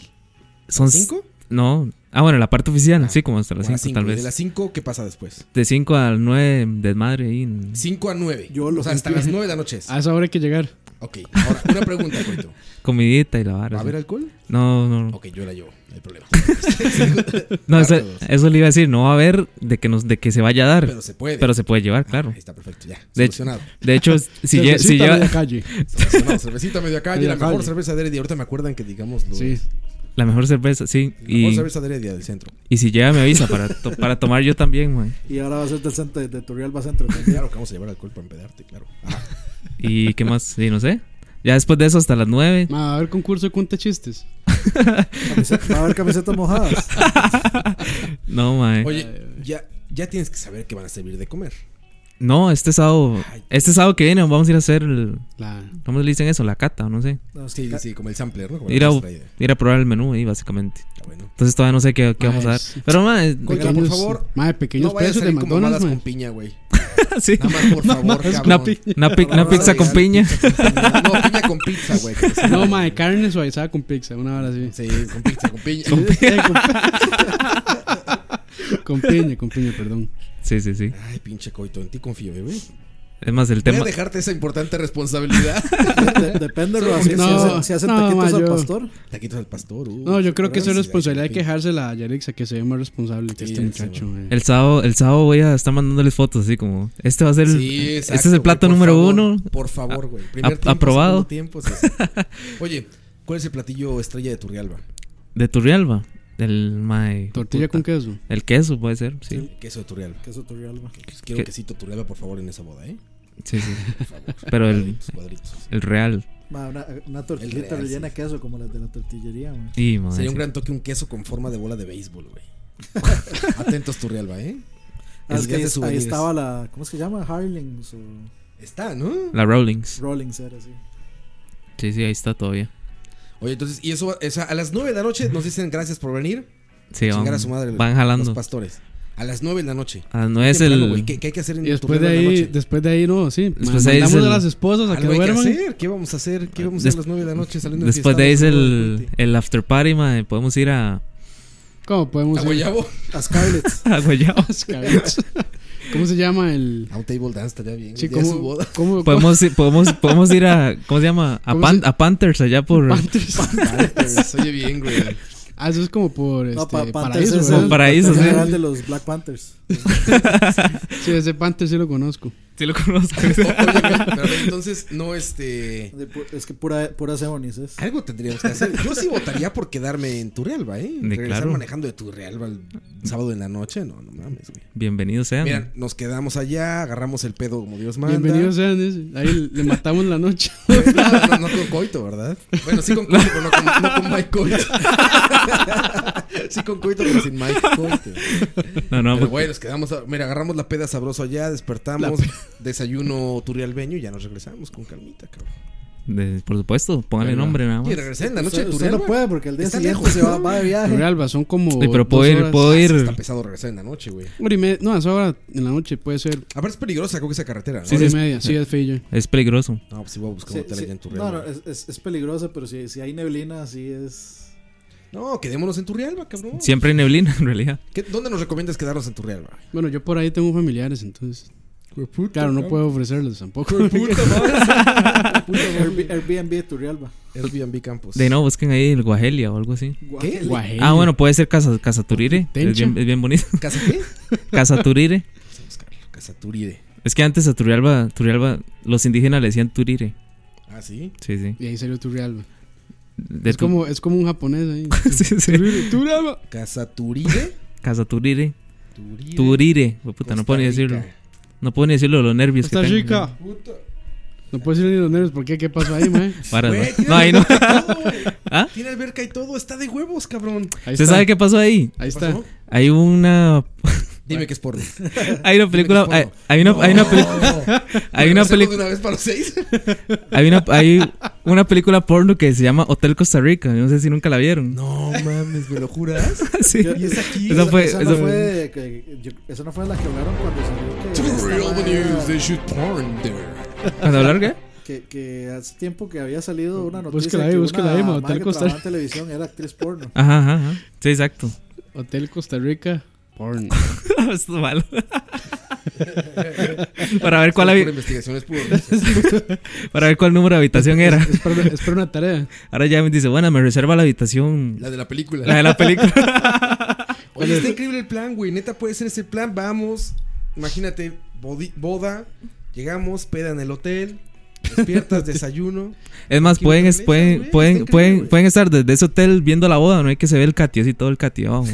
F: Son s-
C: ¿Cinco?
F: No. Ah, bueno, la parte oficial, sí, como hasta Pues, las
C: O a las
F: 5 tal
C: cinco. Y De
F: vez.
C: las cinco, ¿qué pasa después?
F: De 5 al 9 desmadre ahí. en-
C: Cinco a nueve.
E: Yo lo-
C: o sea, hasta las nueve de la noche. es.
D: A esa hora hay que llegar.
C: Ok, ahora, una pregunta, Coito.
F: Comidita y la vara.
C: ¿Va a
F: sí.
C: haber alcohol?
F: No, no.
C: Ok, yo la llevo, no hay problema.
F: No, eso,
C: Claro, todos.
F: eso le iba a decir, no va a haber de que nos de que se vaya a dar,
C: Pero se puede. Ah,
F: pero se puede llevar, claro.
C: Ahí está perfecto, ya.
F: De hecho,
C: Solucionado.
F: de hecho si, lle- si
D: Cervecita
F: lleva
D: media calle.
C: Solucionado. Cervecita media calle,
D: Media
C: la mejor
D: calle.
C: cerveza de Heredia. Ahorita me acuerdan que digamos lo.
D: Sí.
F: la mejor cerveza, sí,
C: La mejor
F: y,
C: cerveza de Heredia del centro.
F: y si llega me avisa para to- para tomar yo también, man.
E: Y ahora va a ser del centro, de Torrealba Centro. también.
C: Claro que vamos a llevar alcohol para empedarte, claro. Ajá.
F: Y qué más, sí, no sé. Ya después de eso hasta las 9.
D: Ma, va a haber concurso de cuenta chistes.
E: Camiseta- Va a haber camisetas mojadas.
F: No, man.
C: Oye, ya, ya tienes que saber que van a servir de comer.
F: No, este sábado, este sábado que viene vamos a ir a hacer el-
D: La,
F: ¿cómo le dicen eso? La cata, o no sé.
E: No,
C: Sí,
E: ca-
C: sí, como el sampler, ¿no? Como la
F: Ir a,
C: nuestra idea.
F: ir a probar el menú ahí básicamente.
C: Está bueno.
F: Entonces todavía no sé qué, qué
D: Ah,
F: vamos a
D: es-
F: dar. Pero man,
C: Oiga, por favor,
D: ma, pequeños
C: no vayas a
D: precios de
C: salir con mamadas
D: McDonald's, ma.
C: con piña, güey.
F: sí.
C: Nada más, por favor,
D: es
F: Una,
C: cabrón.
F: pi- una pi- una
C: No,
F: pizza con
C: no,
F: piña.
C: No, piña con pizza, güey. que se-
D: No, ma, de carne suavizada con pizza, una hora así.
C: Sí, con pizza, con piña.
D: Eh, con- con piña, con piña, perdón.
F: Sí, sí, sí.
C: Ay, pinche coito, en ti confío, bebé.
F: Es más, el
C: Voy
F: tema.
C: a dejarte esa importante responsabilidad.
E: de- depende, bro, si,
D: No,
E: si hacen, si hacen
D: no,
E: taquitos
D: ma,
E: al
D: yo-
E: pastor.
C: Taquitos al pastor. uh,
D: No, yo creo que
C: gracias,
D: eso es responsabilidad de
C: gracias,
D: quejársela a Yarixa, que se ve más responsable que
C: Sí,
D: este
C: sí,
D: muchacho. ma.
F: El sábado, el sábado voy a estar mandándoles fotos así como. Este va a ser. el-
C: Sí, exacto,
F: este es el
C: güey,
F: plato
C: por
F: número
C: favor,
F: uno.
C: Por favor, güey.
F: a- aprobado.
C: segundo tiempo, sí, sí. Oye, ¿cuál es el platillo estrella de Turrialba?
F: De Turrialba. El mae.
D: Tortilla
F: puta.
D: con queso.
F: El queso puede ser. Sí.
C: El queso de Turrialba.
E: Queso Torrealba.
C: Quiero
F: ¿Qué?
C: quesito Turrialba, por favor, en esa boda, ¿eh?
F: Sí, sí.
C: Por favor.
F: Pero el,
C: Cuadritos, cuadritos.
F: el real.
E: Ma, una, una tortillita
C: El real,
E: rellena
C: sí.
E: de queso como las de la tortillería. ma.
F: Y, mae,
C: Sería un
F: sí.
C: gran toque un queso con forma de bola de béisbol, güey. Atentos Turrialba, ¿eh?
E: Ah,
C: El
E: es
C: día
E: que
C: de
E: ahí- ahí
C: souvenirs.
E: estaba la. ¿Cómo se llama? Harlings o
C: Está, ¿no?
F: La Rawlings.
E: Rollings era así.
F: Sí, sí, ahí está todavía.
C: Oye, entonces, y eso, va- o sea, a las 9 de la noche nos dicen gracias por venir.
F: Sí,
C: Chingar
F: van,
C: a su madre.
F: van
C: Los
F: jalando.
C: pastores. A las 9 de la noche.
F: Ah, no es
C: Temprano,
F: el.
C: güey. ¿Qué, qué hay que hacer en
D: Y después de
C: Turrialba en la
D: ahí,
C: noche?
D: después de ahí, no, sí. ma,
F: Después de ahí es
D: mandamos a
F: el-
D: las esposas a que
C: Algo hay que
D: duerman.
C: hacer. ¿Qué vamos a hacer? ¿Qué vamos a
F: Des-
C: hacer a las 9 de la noche saliendo
F: Después de ahí es
C: enfiestados,
F: el, el after party, mae. Podemos ir a.
D: ¿Cómo podemos
C: A
D: ir?
C: Guayabo.
E: A Scarlett.
F: A Guayabo.
D: ¿Cómo se llama el...?
C: A un table dance estaría bien.
D: Sí,
C: el día de
D: ¿cómo,
C: su boda.
D: cómo-
F: Podemos, ir- podemos, podemos ir a. ¿Cómo se llama? A,
D: ¿Cómo
F: Pan-
D: se-
F: a Panthers allá por.
D: Panthers.
C: Panthers, Ah, este, oye bien, güey.
D: Ah, eso es como por este,
E: No, pa- Panthers
D: paraíso,
E: es
D: ¿verdad?
E: el-
F: Paraíso,
E: el
F: sí.
E: general de los Black Panthers.
D: Sí, ese Panthers sí lo conozco.
F: Sí lo conozco.
C: O- oye, güey, pero a ver, entonces, no, este.
E: De pu- Es que pura, pura Seonis es.
C: Algo tendríamos que hacer. Yo sí votaría por quedarme en Turrialba, ¿eh?
F: De
C: Regresar
F: claro.
C: manejando de Turrialba el sábado en la noche. No, no mames, güey.
F: Bienvenidos sean.
C: Mira, nos quedamos allá, agarramos el pedo como Dios manda.
D: Bienvenidos sean, ese. ahí le matamos la noche.
C: Pues, claro, no, no con coito, ¿verdad? Bueno, sí con coito, pero no con, no con Mike Coito. sí con coito, pero sin Mike Coito.
F: No, pues, no,
C: Pero
F: porque-
C: bueno, nos quedamos. a- mira, agarramos la peda sabroso allá, despertamos, desayuno turrialbeño y ya nos regresamos con calmita, cabrón.
F: de- por supuesto, póngale
D: Verdad.
F: nombre nada
C: Y
F: más.
C: regresé en la noche de
E: Usted, Pues, eh, usted no
C: Turrialba.
E: puede porque el día
C: Está
E: siguiente
C: lejos,
E: se va,
C: ¿no?
E: va de viaje.
D: Por Alba, son como.
F: Sí, pero
D: dos
F: puedo ir,
D: horas.
F: puedo ir.
C: Está pesado regresar en la noche, güey.
D: Hora y media. No, a esa hora en la noche puede ser.
C: Aparte es peligrosa, creo que esa carretera, ¿no?
D: Sí, hora
F: sí,
D: y media, sí, es feo.
F: Es peligroso.
C: No, pues sí voy a buscar
E: Sí,
C: un hotel
E: sí.
C: allá en Turrialba.
E: No, no, es, es, es peligroso, pero si, si hay neblina, así es.
C: No, quedémonos en Turrialba, cabrón.
F: Siempre hay neblina, en realidad.
C: ¿Qué- ¿Dónde nos recomiendas quedarnos en Turrialba?
D: Bueno, yo por ahí tengo familiares, entonces. Claro, no
C: cabrón.
D: puedo ofrecerles tampoco.
C: Hijo de puta, madre. Puta madre.
E: Airb- Airbnb de Turrialba.
C: Airbnb Campos.
F: De no, busquen ahí el Guajelia o algo así.
C: ¿Qué?
D: Guajelia.
F: Ah, bueno, puede ser Casa, casa Turire. Es
D: Tencha.
F: bien, es bien bonito.
C: ¿Casa qué?
F: Casa Turire.
C: Pues, Casa Turide.
F: Es que antes a Turrialba, Turrialba, los indígenas le decían Turire.
C: Ah, sí.
F: Sí, sí.
D: Y ahí salió Turrialba.
F: De
D: Es
F: tu-
D: como, es como un japonés ahí.
F: Sí, sí.
D: Turrialba, Turrialba.
C: Casa Turide.
F: Casa Turire.
C: Turide.
F: Turire. Hue puta, no
C: Costa
F: puedo ni decirlo.
C: Rica.
F: No puedo ni decirlo de los nervios
D: Costa
F: que tengo.
D: Rica. No puedes ir ni los nervios. ¿Por qué? ¿Qué pasó ahí, mae?
F: Para,
C: Güey,
F: no. No, ahí no.
C: tiene alberca y todo.
F: ¿Ah?
C: Tiene alberca y todo. Está de huevos, cabrón.
D: Ahí
F: ¿Usted
D: está.
F: sabe qué pasó ahí?
D: Ahí está.
C: ¿Pasó?
F: Hay una.
C: Dime que es porno.
F: Hay una película. Hay, hay una, hay una película. Hay una película.
C: película. una vez para los seis?
F: Hay una, hay una película porno que se llama Hotel Costa Rica. No sé si nunca la vieron.
C: No mames, ¿me lo juras?
F: Sí.
E: Yo-
C: es aquí.
F: Esa fue.
E: esa,
F: esa
E: no
F: fue-
E: fue, que- yo- esa no fue la que hablaron cuando
C: Real
E: salió. Que,
C: news, they should porn there.
F: ¿Cuándo hablar qué?
E: que, que hace tiempo que había salido una noticia.
D: Búscala ahí,
E: que
D: búscala ahí,
E: una
D: ma,
E: madre
D: tal
E: que
D: Costa-
E: trabajaba en televisión era actriz porno.
F: Ajá, ajá, ajá. Sí, exacto.
D: Hotel Costa Rica. Porn.
F: Esto es malo. para ver cuál
C: Solo
F: habi-
C: por investigaciones puro.
F: para ver cuál número de habitación era.
D: Es para, es para una tarea.
F: Ahora ya me dice, bueno, me reserva la habitación.
C: La de la película.
F: La de la película.
C: Oye, está increíble el plan, güey. Neta, puede ser ese plan. Vamos. Imagínate, bodi- boda. Llegamos, peda en el hotel. Despiertas, desayuno.
F: Es más,
C: Aquí
F: pueden,
C: otra mesa,
F: pueden,
C: güey,
F: pueden,
C: está
F: pueden,
C: increíble.
F: pueden estar desde ese hotel viendo la boda, no hay que se ve el cati así todo el cati abajo.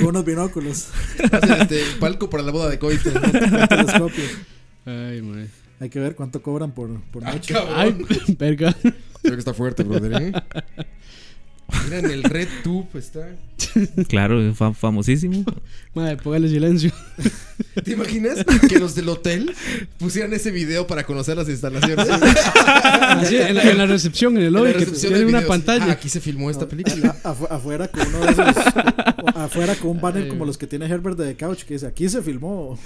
E: Con unos binóculos.
C: Hacen, este, palco para la boda de coito.
E: con telescopio.
D: Ay, mae.
E: Hay que ver cuánto cobran por, por noche.
D: Ay, verga.
C: Creo que está fuerte, brother. ¿eh? Mira, en el Red Tube está.
F: Claro, fa- famosísimo.
D: Madre, póngale silencio.
C: ¿Te imaginas que los del hotel pusieran ese video para conocer las instalaciones?
D: Así, en, la, en la recepción, en el
C: En la
D: lobby, que
C: recepción
D: tiene
C: del video,
D: una
C: así,
D: pantalla.
C: "Ah, aquí se filmó esta película.
E: Afu- afuera con uno de esos. o- afuera con un banner como los que tiene Herbert de The Couch que dice: aquí se filmó.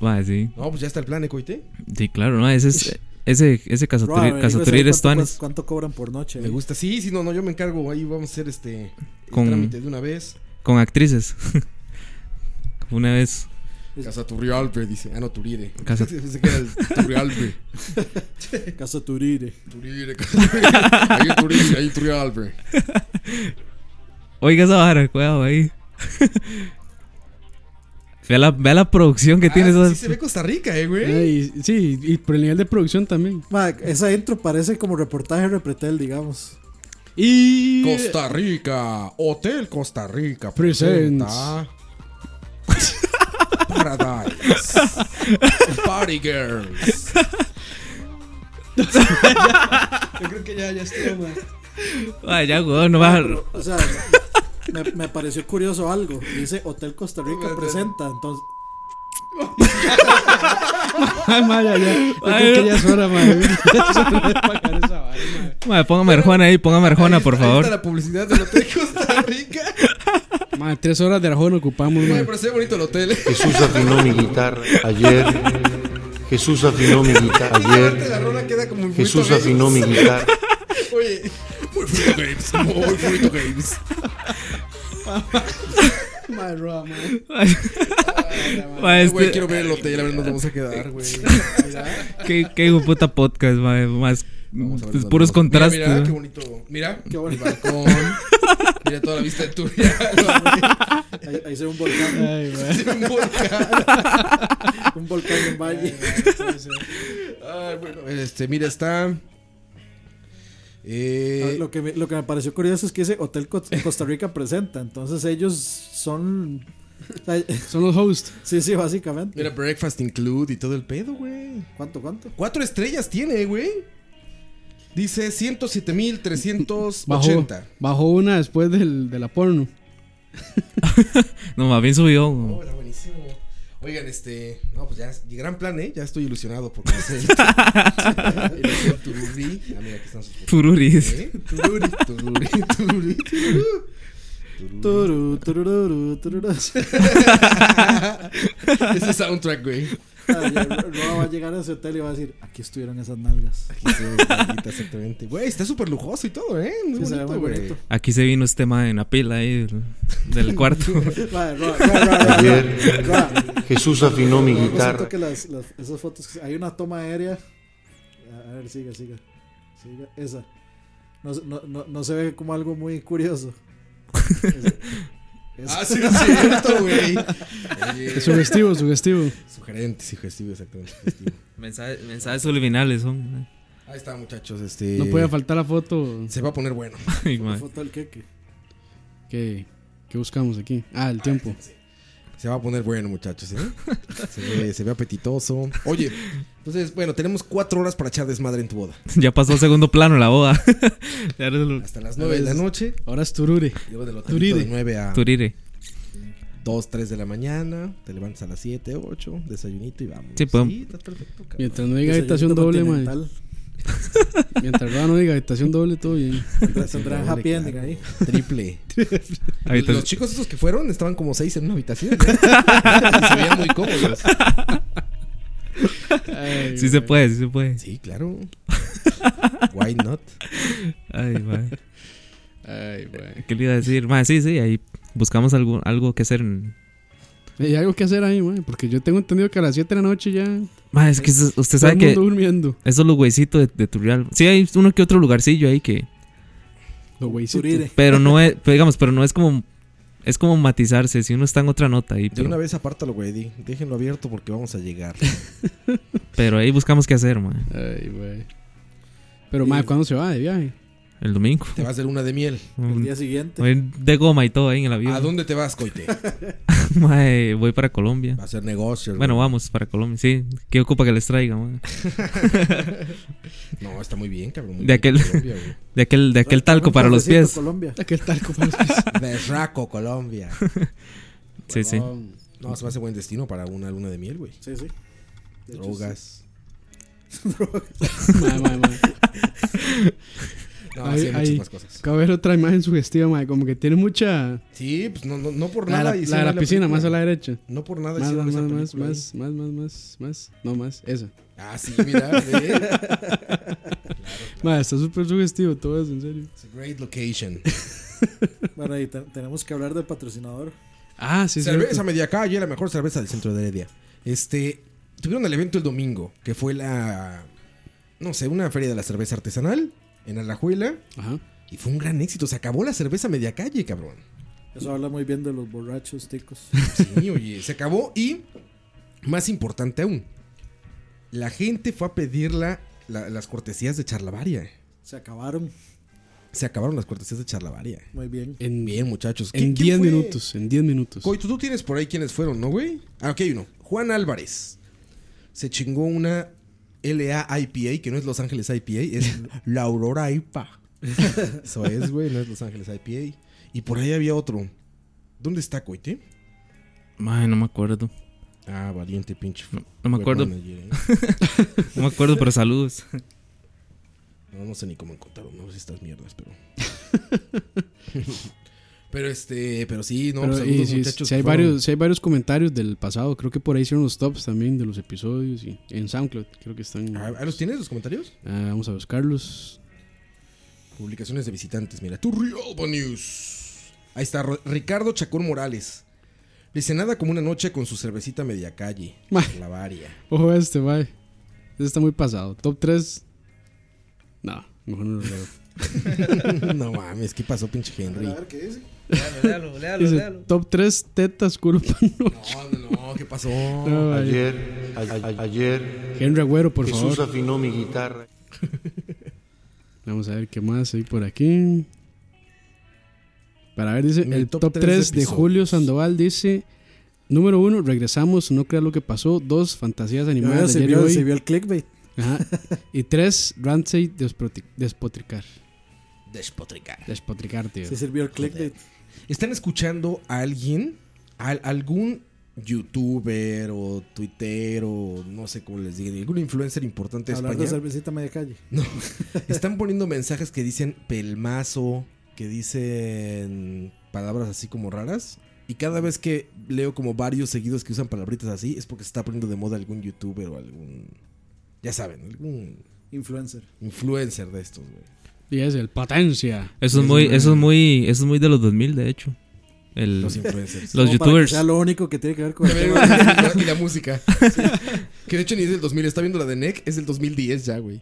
F: Madre, sí.
C: No, pues ya está el plan, ¿eh, coite.
F: Sí, claro, no, ese es, ese, ese
E: Bro, a
F: casaturir,
E: ver, digo,
F: casaturir
E: ¿sabes ¿cuánto,
F: estuanes.
E: cuánto cobran por noche?
C: Me
E: eh?
C: gusta. Sí, sí, no, no, yo me encargo. Ahí vamos a hacer este el
F: Con-
C: trámite de una vez.
F: Con actrices. Una vez.
C: Casa Turrialbe, dice. Ah, no, Turire.
F: Casa-
C: Pensé que era el Turrialbe.
E: Casa Turire.
C: Turire, casa- Ahí el Turire, ahí el Turrialbe.
F: Oiga esa vara, cuidado ahí. vea, la, vea la producción que
C: Ah,
F: tiene. esa-
C: sí se ve Costa Rica, eh, güey.
D: Ay, sí, y por el nivel de producción también.
E: Ma, esa intro parece como reportaje de Repretel, digamos.
D: Y.
C: Costa Rica, Hotel Costa Rica presenta
D: Presents.
C: Paradise Party Girls.
E: Yo creo que ya, ya estuvo,
F: Ay, ya, weón, no va a-
E: O sea, me, me pareció curioso algo. Dice Hotel Costa Rica presenta. Entonces,
D: Ay, madre, ya, ya. Yo creo que ya es hora, madre. Ya es hora de pagar esa vara, madre.
F: Madre, póngame Arjona ahí, póngame Arjona, por
C: Ahí
F: favor.
C: está la publicidad del Hotel Costa Rica.
D: Madre, tres horas de arjón ocupamos,
C: Güey,
D: madre.
C: pero se ve bonito el hotel. ¿eh?
G: Jesús afinó mi guitarra ayer. Jesús afinó mi guitarra
C: Aparte, la
G: ayer.
C: rola queda como muy
G: Jesús
C: bonito,
G: afinó mi guitarra.
C: Games. Oye, muy bonito Games. Muy bonito Games.
D: Madre, roa, madre.
F: Madre, este-
C: Güey, quiero ver el hotel, a ver, nos vamos a quedar, güey.
F: Qué, qué hijo de puta podcast, madre. Más,
C: Vamos a ver
F: pues,
C: dónde
F: puros
C: vamos.
F: contrastes.
C: Mira, mira, qué
F: ¿no?
C: bonito. Mira,
E: Qué
C: qué
E: bonito.
C: bonito. El balcón. Mira toda la vista de tu
E: ahí, ahí se ve un volcán.
D: Ay, madre.
E: Un volcán en valle.
C: Ay, bueno, este, mira, está. Eh,
E: Ah, lo, que me, lo que me pareció curioso es que dice Hotel Co- Costa Rica presenta. Entonces, ellos son. o sea,
D: Son los hosts.
E: sí, sí, básicamente.
C: mira, Breakfast Include y todo el pedo, güey.
E: ¿Cuánto, cuánto?
C: Cuatro estrellas tiene, güey. Dice
D: Bajó,
C: 107.380.
D: bajó una después del, de la porno.
F: No, más bien subió. güey.
C: Oh, era buenísimo. Oigan, este. No, pues ya. y Gran plan, ¿eh? Ya estoy ilusionado por conocer. el hotel Tururi. Ah, mira, aquí están sus fotos.
F: Tururi.
C: ¿Eh? Tururi, tururi, tururi, tururi.
E: Turu, turururu, Mm. tururú.
C: Ese soundtrack, güey.
E: Ah, ya, Roa va a llegar a ese hotel y va a decir: Aquí estuvieron esas nalgas.
C: Aquí estuvieron esas nalguitas, exactamente. Güey, está súper lujoso y todo, ¿eh? Muy
E: Sí, se ve
C: bonito,
E: muy
C: güey.
E: bonito.
F: Aquí se vino este mae en la pila ahí del, del cuarto.
E: Vale, Roa, Roa, Roa, Roa,
G: Ayer
E: Roa.
G: Jesús afinó mi
E: Roa, siento
G: guitarra.
E: que las- las- esas fotos. que- Hay una toma aérea. A a ver, siga, siga. Siga, esa. No, se- no, no, no se ve como algo muy curioso. Esa. Esa.
C: Ah, sí, es cierto, güey.
D: Es
C: Oye,
D: sugestivo, sugestivo.
C: sugerente, sugestivo, exactamente. sugestivo.
F: Mensaje- mensajes subliminales son. mae.
C: Ahí está, muchachos. Este,
D: No puede faltar la foto.
C: Se va a poner bueno.
F: Ay, mae.
E: Foto del queque.
D: ¿Qué, qué buscamos aquí? Ah, el tiempo.
C: Se va a poner bueno, muchachos. ¿eh? se, ve, se ve apetitoso. Oye, entonces, bueno, tenemos cuatro horas para echar desmadre en tu boda.
F: Ya pasó a segundo plano la boda. Ya era lo-
C: Hasta las nueve de la noche.
D: Ahora es Turure.
C: Llevas del hotel
D: Turide.
C: de 9 a
F: Turire.
C: 2, 3 de la mañana. Te levantas a las 7, 8. Desayunito y vamos.
F: Sí,
D: pues.
F: podemos.
C: está perfecto. cabrón.
D: Mientras no diga habitación
E: Desayuno
D: doble, mae.
E: continental.
D: Mientras Roa no diga habitación doble, todo bien.
E: Tendrá- Tendrán
C: Doble,
E: happy ending
C: claro.
E: ahí.
C: Triple.
F: Ahorita-
C: Los chicos esos que fueron estaban como seis en una habitación. ¿no? se veían muy cómodos.
D: Ay,
F: Sí se puede, sí se puede.
C: Sí, claro. Why not?
F: Ay, mae. Eh,
D: Ay, güey.
F: ¿Qué le iba a decir? Mae, sí, sí, ahí buscamos algo, algo que hacer. en-
D: Hay algo que hacer ahí, mae. Porque yo tengo entendido que a las 7 de la noche ya.
F: Mae, es que eso- usted
D: Todo el
F: sabe
D: mundo
F: que
D: durmiendo.
F: esos los huesitos de, de Turrial. Sí, hay uno que otro lugarcillo ahí que.
D: Los güeycitos.
E: Turire.
F: Pero no es, pero digamos, pero no es como. Es como matizarse. Si uno está en otra nota ahí.
C: De
F: Pero,
C: una vez apártalo, güey. di, Déjenlo abierto porque vamos a llegar.
F: pero ahí buscamos qué hacer, mae.
D: Ay, güey. Pero, mae, ¿cuándo se va de viaje?
F: El domingo.
C: Te vas de luna de miel.
F: Mm.
E: El día siguiente.
F: Voy de goma y todo ahí en el avión.
C: ¿A dónde te vas, coite?
F: Mae, voy para Colombia.
C: Va a ser negocio.
F: Bueno,
C: güey.
F: vamos para Colombia, sí. ¿Qué ocupa que les traiga, mae?
C: No, está muy bien, cabrón. muy
F: De
C: bien
F: aquel-
C: Colombia, güey.
F: De aquel, de aquel talco
E: Un
F: para los
E: cafecito,
F: pies.
E: Colombia.
D: Aquel talco para los pies.
C: De Raco, Colombia.
F: Sí, sí.
C: No, se me hace buen destino para una luna de miel, güey.
E: Sí, sí. De hecho,
C: Drogas.
D: Mae, mae, mae.
C: No,
D: Ay,
C: sí, hay
D: ay.
C: muchas más cosas.
D: Acabo de ver otra imagen sugestiva, mae. Como que tiene mucha.
C: Sí, pues no, no, no por
D: La, de
C: nada.
D: la- la
C: hicieron
D: de la piscina,
C: película.
D: más a la derecha.
C: No por nada
D: Más,
C: hicieron
D: más,
C: esa
D: más,
C: película.
D: más, más, más, más, más. No, más. Esa.
C: ahí. Ah, sí, mira. ve.
D: Mae, está súper sugestivo todo eso, en serio.
C: It's a great location.
E: Bueno, y te- tenemos que hablar del patrocinador.
D: Ah, sí, sí.
C: cerveza media calle, la mejor cerveza del centro de Heredia. Este, tuvieron el evento el domingo, que fue la, no sé, una feria de la cerveza artesanal en Alajuela.
D: Ajá.
C: Y fue un gran éxito. Se acabó la cerveza media calle, cabrón.
E: Eso habla muy bien de los borrachos, ticos.
C: Sí, oye, se acabó y más importante aún, la gente fue a pedir la- la- las cortesías de Charlavaria.
E: Se acabaron.
C: Se acabaron las cortesías de Charlavaria.
E: Muy bien.
D: En,
C: Bien, muchachos. ¿Qui-
D: en
C: quién
D: 10
C: fue?
D: minutos, en 10 minutos.
C: Pues, Coito, tú tienes por ahí quiénes fueron, ¿no, güey? Ah, ok, hay uno. Juan Álvarez. Se chingó una LA IPA, que no es Los Ángeles IPA, es la Aurora IPA. Eso es, güey, no es Los Ángeles IPA. Y por ahí había otro. ¿Dónde está, Coite?
F: Mae, no me acuerdo.
C: Ah, valiente pinche.
F: No, no me
C: web
F: acuerdo.
C: manager, ¿eh?
F: No me acuerdo, pero saludos.
C: No, no sé ni cómo encontraron, no sé estas mierdas, pero. pero este, pero sí, no,
D: Pero,
C: pues,
D: y
C: algunos
D: si-
C: muchachos
D: si hay
C: fueron-
D: varios, si hay varios comentarios del pasado, creo que por ahí hicieron los tops también de los episodios y en SoundCloud, creo que están.
C: Ah, ¿ah, ¿Los tienes los comentarios?
D: Ah, vamos a buscarlos.
C: Publicaciones de visitantes, mira. Tu Riobo News. Ahí está Ro- Ricardo Chacón Morales. Dice nada como una noche con su cervecita media calle.
D: Ma.
C: La varia.
D: Ojo a este, bye. Este está muy pasado. Top 3. No, mejor no lo leo.
C: no mames, ¿qué pasó, pinche Henry?
E: ¿qué dice?
D: Dice, top 3 tetas curva.
C: No, no, no, ¿qué pasó?
D: No, ay.
G: Ayer, a- a- ayer
D: Henry Agüero, por
G: Jesús
D: favor.
G: afinó mi guitarra.
D: Vamos a ver qué más hay por aquí. Para ver, dice
C: En
D: el top, 3 de
C: episodios.
D: Julio Sandoval. Dice: Número 1, regresamos. No creas lo que pasó. 2, fantasías animadas.
E: se,
D: de ayer y
E: vio,
D: hoy.
E: se vio el clickbait.
D: Ajá. Y tres, Ramsey desproti- despotricar.
C: Despotricar.
D: Despotricar, tío.
E: Se sirvió el clickbait.
C: ¿Están escuchando a alguien? A algún youtuber o twitter o no sé cómo les digan, algún influencer importante de
E: Hablar de
C: España.
E: cervecita media calle.
C: No. Están poniendo mensajes que dicen pelmazo, que dicen palabras así como raras. Y cada vez que leo como varios seguidos que usan palabritas así, es porque se está poniendo de moda algún youtuber o algún. Ya saben, algún.
E: Influencer.
C: Influencer de estos, güey.
D: Y es el potencia.
F: Eso es muy, eso es muy, eso es muy de los 2000, de hecho. El-
C: Los influencers.
F: Los
E: Como para
F: youtubers.
E: que sea lo único que tiene que ver con el
C: Pero-
E: tema.
C: y la música. Que de hecho ni es del 2000. Está viendo la de Nick. Es del 2010 ya, güey.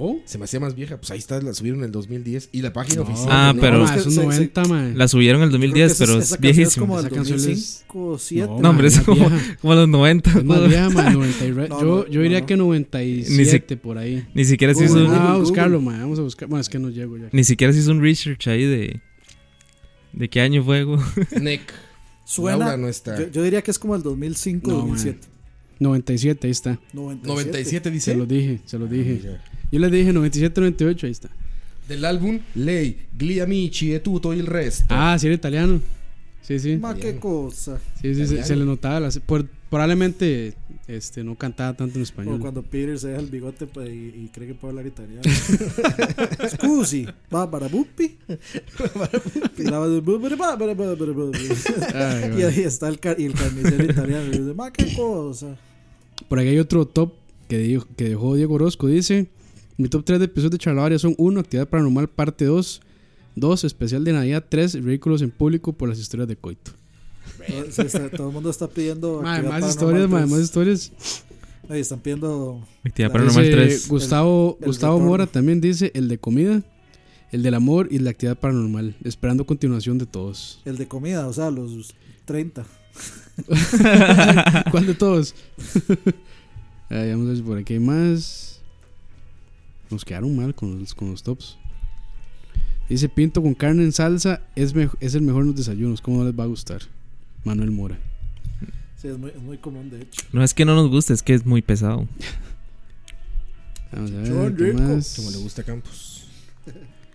D: Oh.
C: Se me hacía más vieja. Pues ahí está, la subieron en el 2010. Y la página oficial.
F: Ah,
C: de E Nick-
F: pero-
D: ma, es un
E: Se- se-
D: 90, ma.
F: La subieron en el 2010,
E: Creo que
F: pero
E: esa- esa
F: es
E: canción
F: viejísima.
E: como del
D: Esa canción es-
E: 2005 o 7.
F: No, hombre, es
D: es
F: como,
D: vieja.
F: como los 90.
D: Es más
F: güey.
D: vieja, ma, 90 y re-
E: No,
D: yo,
E: no,
D: yo diría
E: no.
D: que 97 por ahí.
F: Ni siquiera se
E: Uy,
F: hizo,
E: Google,
D: Ah, vamos a
E: Google.
D: buscarlo, ma. Vamos a buscar. Bueno, es que no llego ya.
F: ni siquiera se hizo un research ahí de, de qué año fue, güey.
C: Nick.
E: Suena.
C: Laura no está.
E: yo, yo diría que es como el 2005
D: No,
E: 2007.
D: 97, ahí está.
E: 97.
C: 97 dice.
D: Se los dije, se los
E: Ah,
D: dije. Yo les dije 97, 98, ahí está.
C: Del álbum Ley, Gli Amici e tutto il resto.
D: Ah, sí, era italiano. Sí, sí.
E: Ma, qué cosa.
D: Sí, sí, se,
C: Italiano.
D: se le notaba. las- por- probablemente este, no cantaba tanto en
E: Como
D: español.
E: cuando Peter se deja el bigote pues, y, y cree que puede hablar italiano. Scusi, Barbara Buppi.
D: Ay,
E: Y
D: bueno.
E: ahí está el, car- y el carnicero italiano. Y dice, ma, qué cosa.
D: Por ahí hay otro top que, dijo, que dejó Diego Orozco. Dice: Mi top 3 de episodios de Charlavaria son 1, Actividad Paranormal, parte 2. 2, especial de Navidad. 3, Ridículos en público por las historias de Coito.
E: Todo, se está- todo el mundo está pidiendo.
D: Ma,
E: actividad
D: más
E: paranormal
D: historias, ma,
E: tres.
D: más historias.
E: Ahí están pidiendo.
F: Actividad
E: La-
F: Paranormal
D: Dice
F: 3.
D: Gustavo,
E: El- el
D: Gustavo
E: retorno.
D: Mora también dice el de comida, el del amor y la actividad paranormal. Esperando continuación de todos.
E: El de comida, o sea, los 30.
D: ¿Cuál de todos? Ay, vamos a ver si por aquí hay más. Nos quedaron mal con los, con los tops. Dice pinto con carne en salsa es, mej- es el mejor en los desayunos. ¿Cómo no les va a gustar? Manuel Mora.
E: Sí, es muy, es muy común, de hecho.
F: No es que no nos guste, es que es muy pesado.
D: Vamos a ver
E: Chon
D: qué
E: rico.
D: más.
C: Como le gusta a Campos.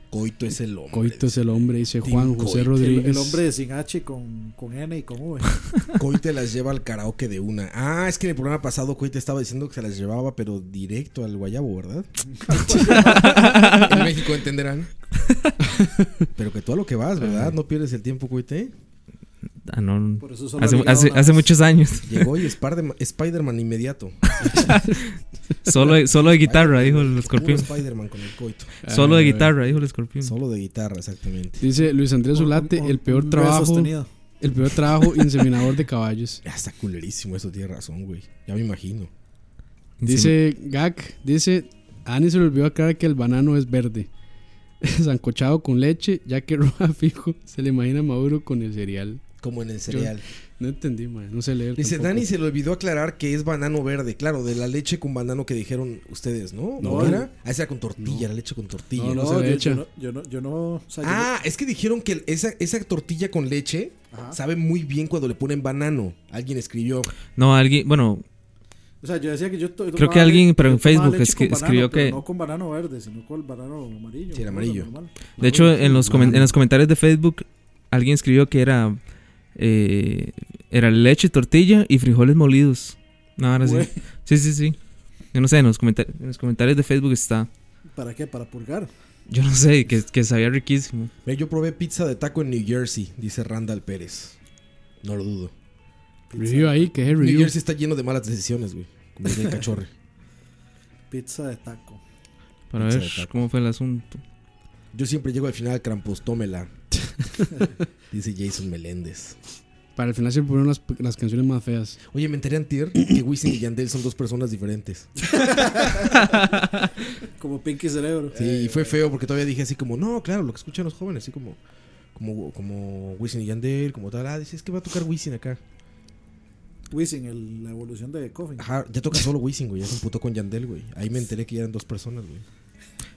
C: Coito es el hombre.
D: Coito es el hombre, dice
C: Team
D: Juan José
C: Coito.
E: El,
D: Rodríguez.
E: el hombre sin H con, con N y con V.
C: Coite las lleva al karaoke de una. Ah, es que en el programa pasado Coite estaba diciendo que se las llevaba, pero directo al guayabo, ¿verdad? en México entenderán. Pero que tú a lo que vas, ¿verdad? No pierdes el tiempo, ¿eh? Coite.
F: Ah, no.
E: Por eso solo ha
F: Hace,
E: llegado
F: hace,
E: una
F: hace
E: vez.
F: muchos años.
C: Llegó y Spardem- Spider-Man inmediato.
F: Solo, solo de guitarra, dijo el
C: Puro
F: escorpión.
C: Spider-Man con el coito.
F: Solo de
E: Eh,
D: Ay,
F: guitarra, dijo el escorpión.
C: Solo de guitarra, exactamente.
D: Dice Luis Andrés Ulate,
E: Un- un-
D: el
E: un
D: peor
E: re
D: trabajo.
E: sostenido.
D: El peor trabajo, inseminador de caballos.
C: Ah, está culerísimo, eso tiene razón, güey. Ya me imagino.
D: Dice Gak, dice, a Ani se le olvidó aclarar que el banano es verde. Sancochado con leche, ya que roja fijo, se le imagina maduro con el cereal.
C: Como en el cereal.
D: No entendí, man, no sé leer.
C: Dice,
D: tampoco.
C: Dani se le olvidó aclarar que es banano verde. Claro, de la leche con banano que dijeron ustedes, ¿no?
D: No.
C: ¿O era? Ah, esa era con tortilla, la leche con tortilla.
D: No,
E: No,
D: no se le
E: yo,
D: echa.
E: yo no, yo no, yo no- o sea, yo
C: Ah, es que dijeron que esa, esa tortilla con leche sabe muy bien cuando le ponen banano. Alguien escribió.
F: No, alguien, bueno,
E: no- o sea, yo decía que yo to-
F: Creo que
E: tomaba
F: alguien,
E: le-
F: pero
E: yo
F: en
E: tomaba
F: Facebook
E: leche
F: es que
E: con banano,
F: escribió
E: pero
F: que-
E: No con banano verde, sino con el banano amarillo.
C: Sí, el
E: ¿no?
C: amarillo.
E: Normal.
F: de hecho en los, comen- en los comentarios de Facebook alguien escribió que era eh, era leche, tortilla y frijoles molidos. No, ahora sí.
E: Güey.
F: Sí, sí, sí. Yo no sé, en los, comentar- en los comentarios de Facebook está.
E: ¿Para qué? Para purgar.
F: Yo no sé, que, que sabía riquísimo.
C: Mira, yo probé pizza de taco en New Jersey, dice Randall Pérez. No lo dudo.
D: Review ahí, que es el
C: New
D: review.
C: Jersey está lleno de malas decisiones, güey. Como diría el cachorre.
E: Pizza de taco.
F: Para
C: Pizza
F: ver
C: de taco.
F: cómo fue el asunto.
C: Yo siempre llego al final, Krampus, tómela. dice Jason Meléndez.
D: Para el final se ponen las, las canciones más feas.
C: Oye, me enteré antier que Wisin y Yandel son dos personas diferentes.
E: Como Pinky Cerebro.
C: Sí, y fue feo porque todavía dije así como, no, claro, lo que escuchan los jóvenes, así como, como, como Wisin y Yandel, como tal. Ah, dice, es que va a tocar Wisin acá.
E: Wisin, el- la evolución de Coffin.
C: Ajá, ya toca solo Wisin, güey, ya se emputó con Yandel, güey. Ahí me enteré que ya eran dos personas, güey.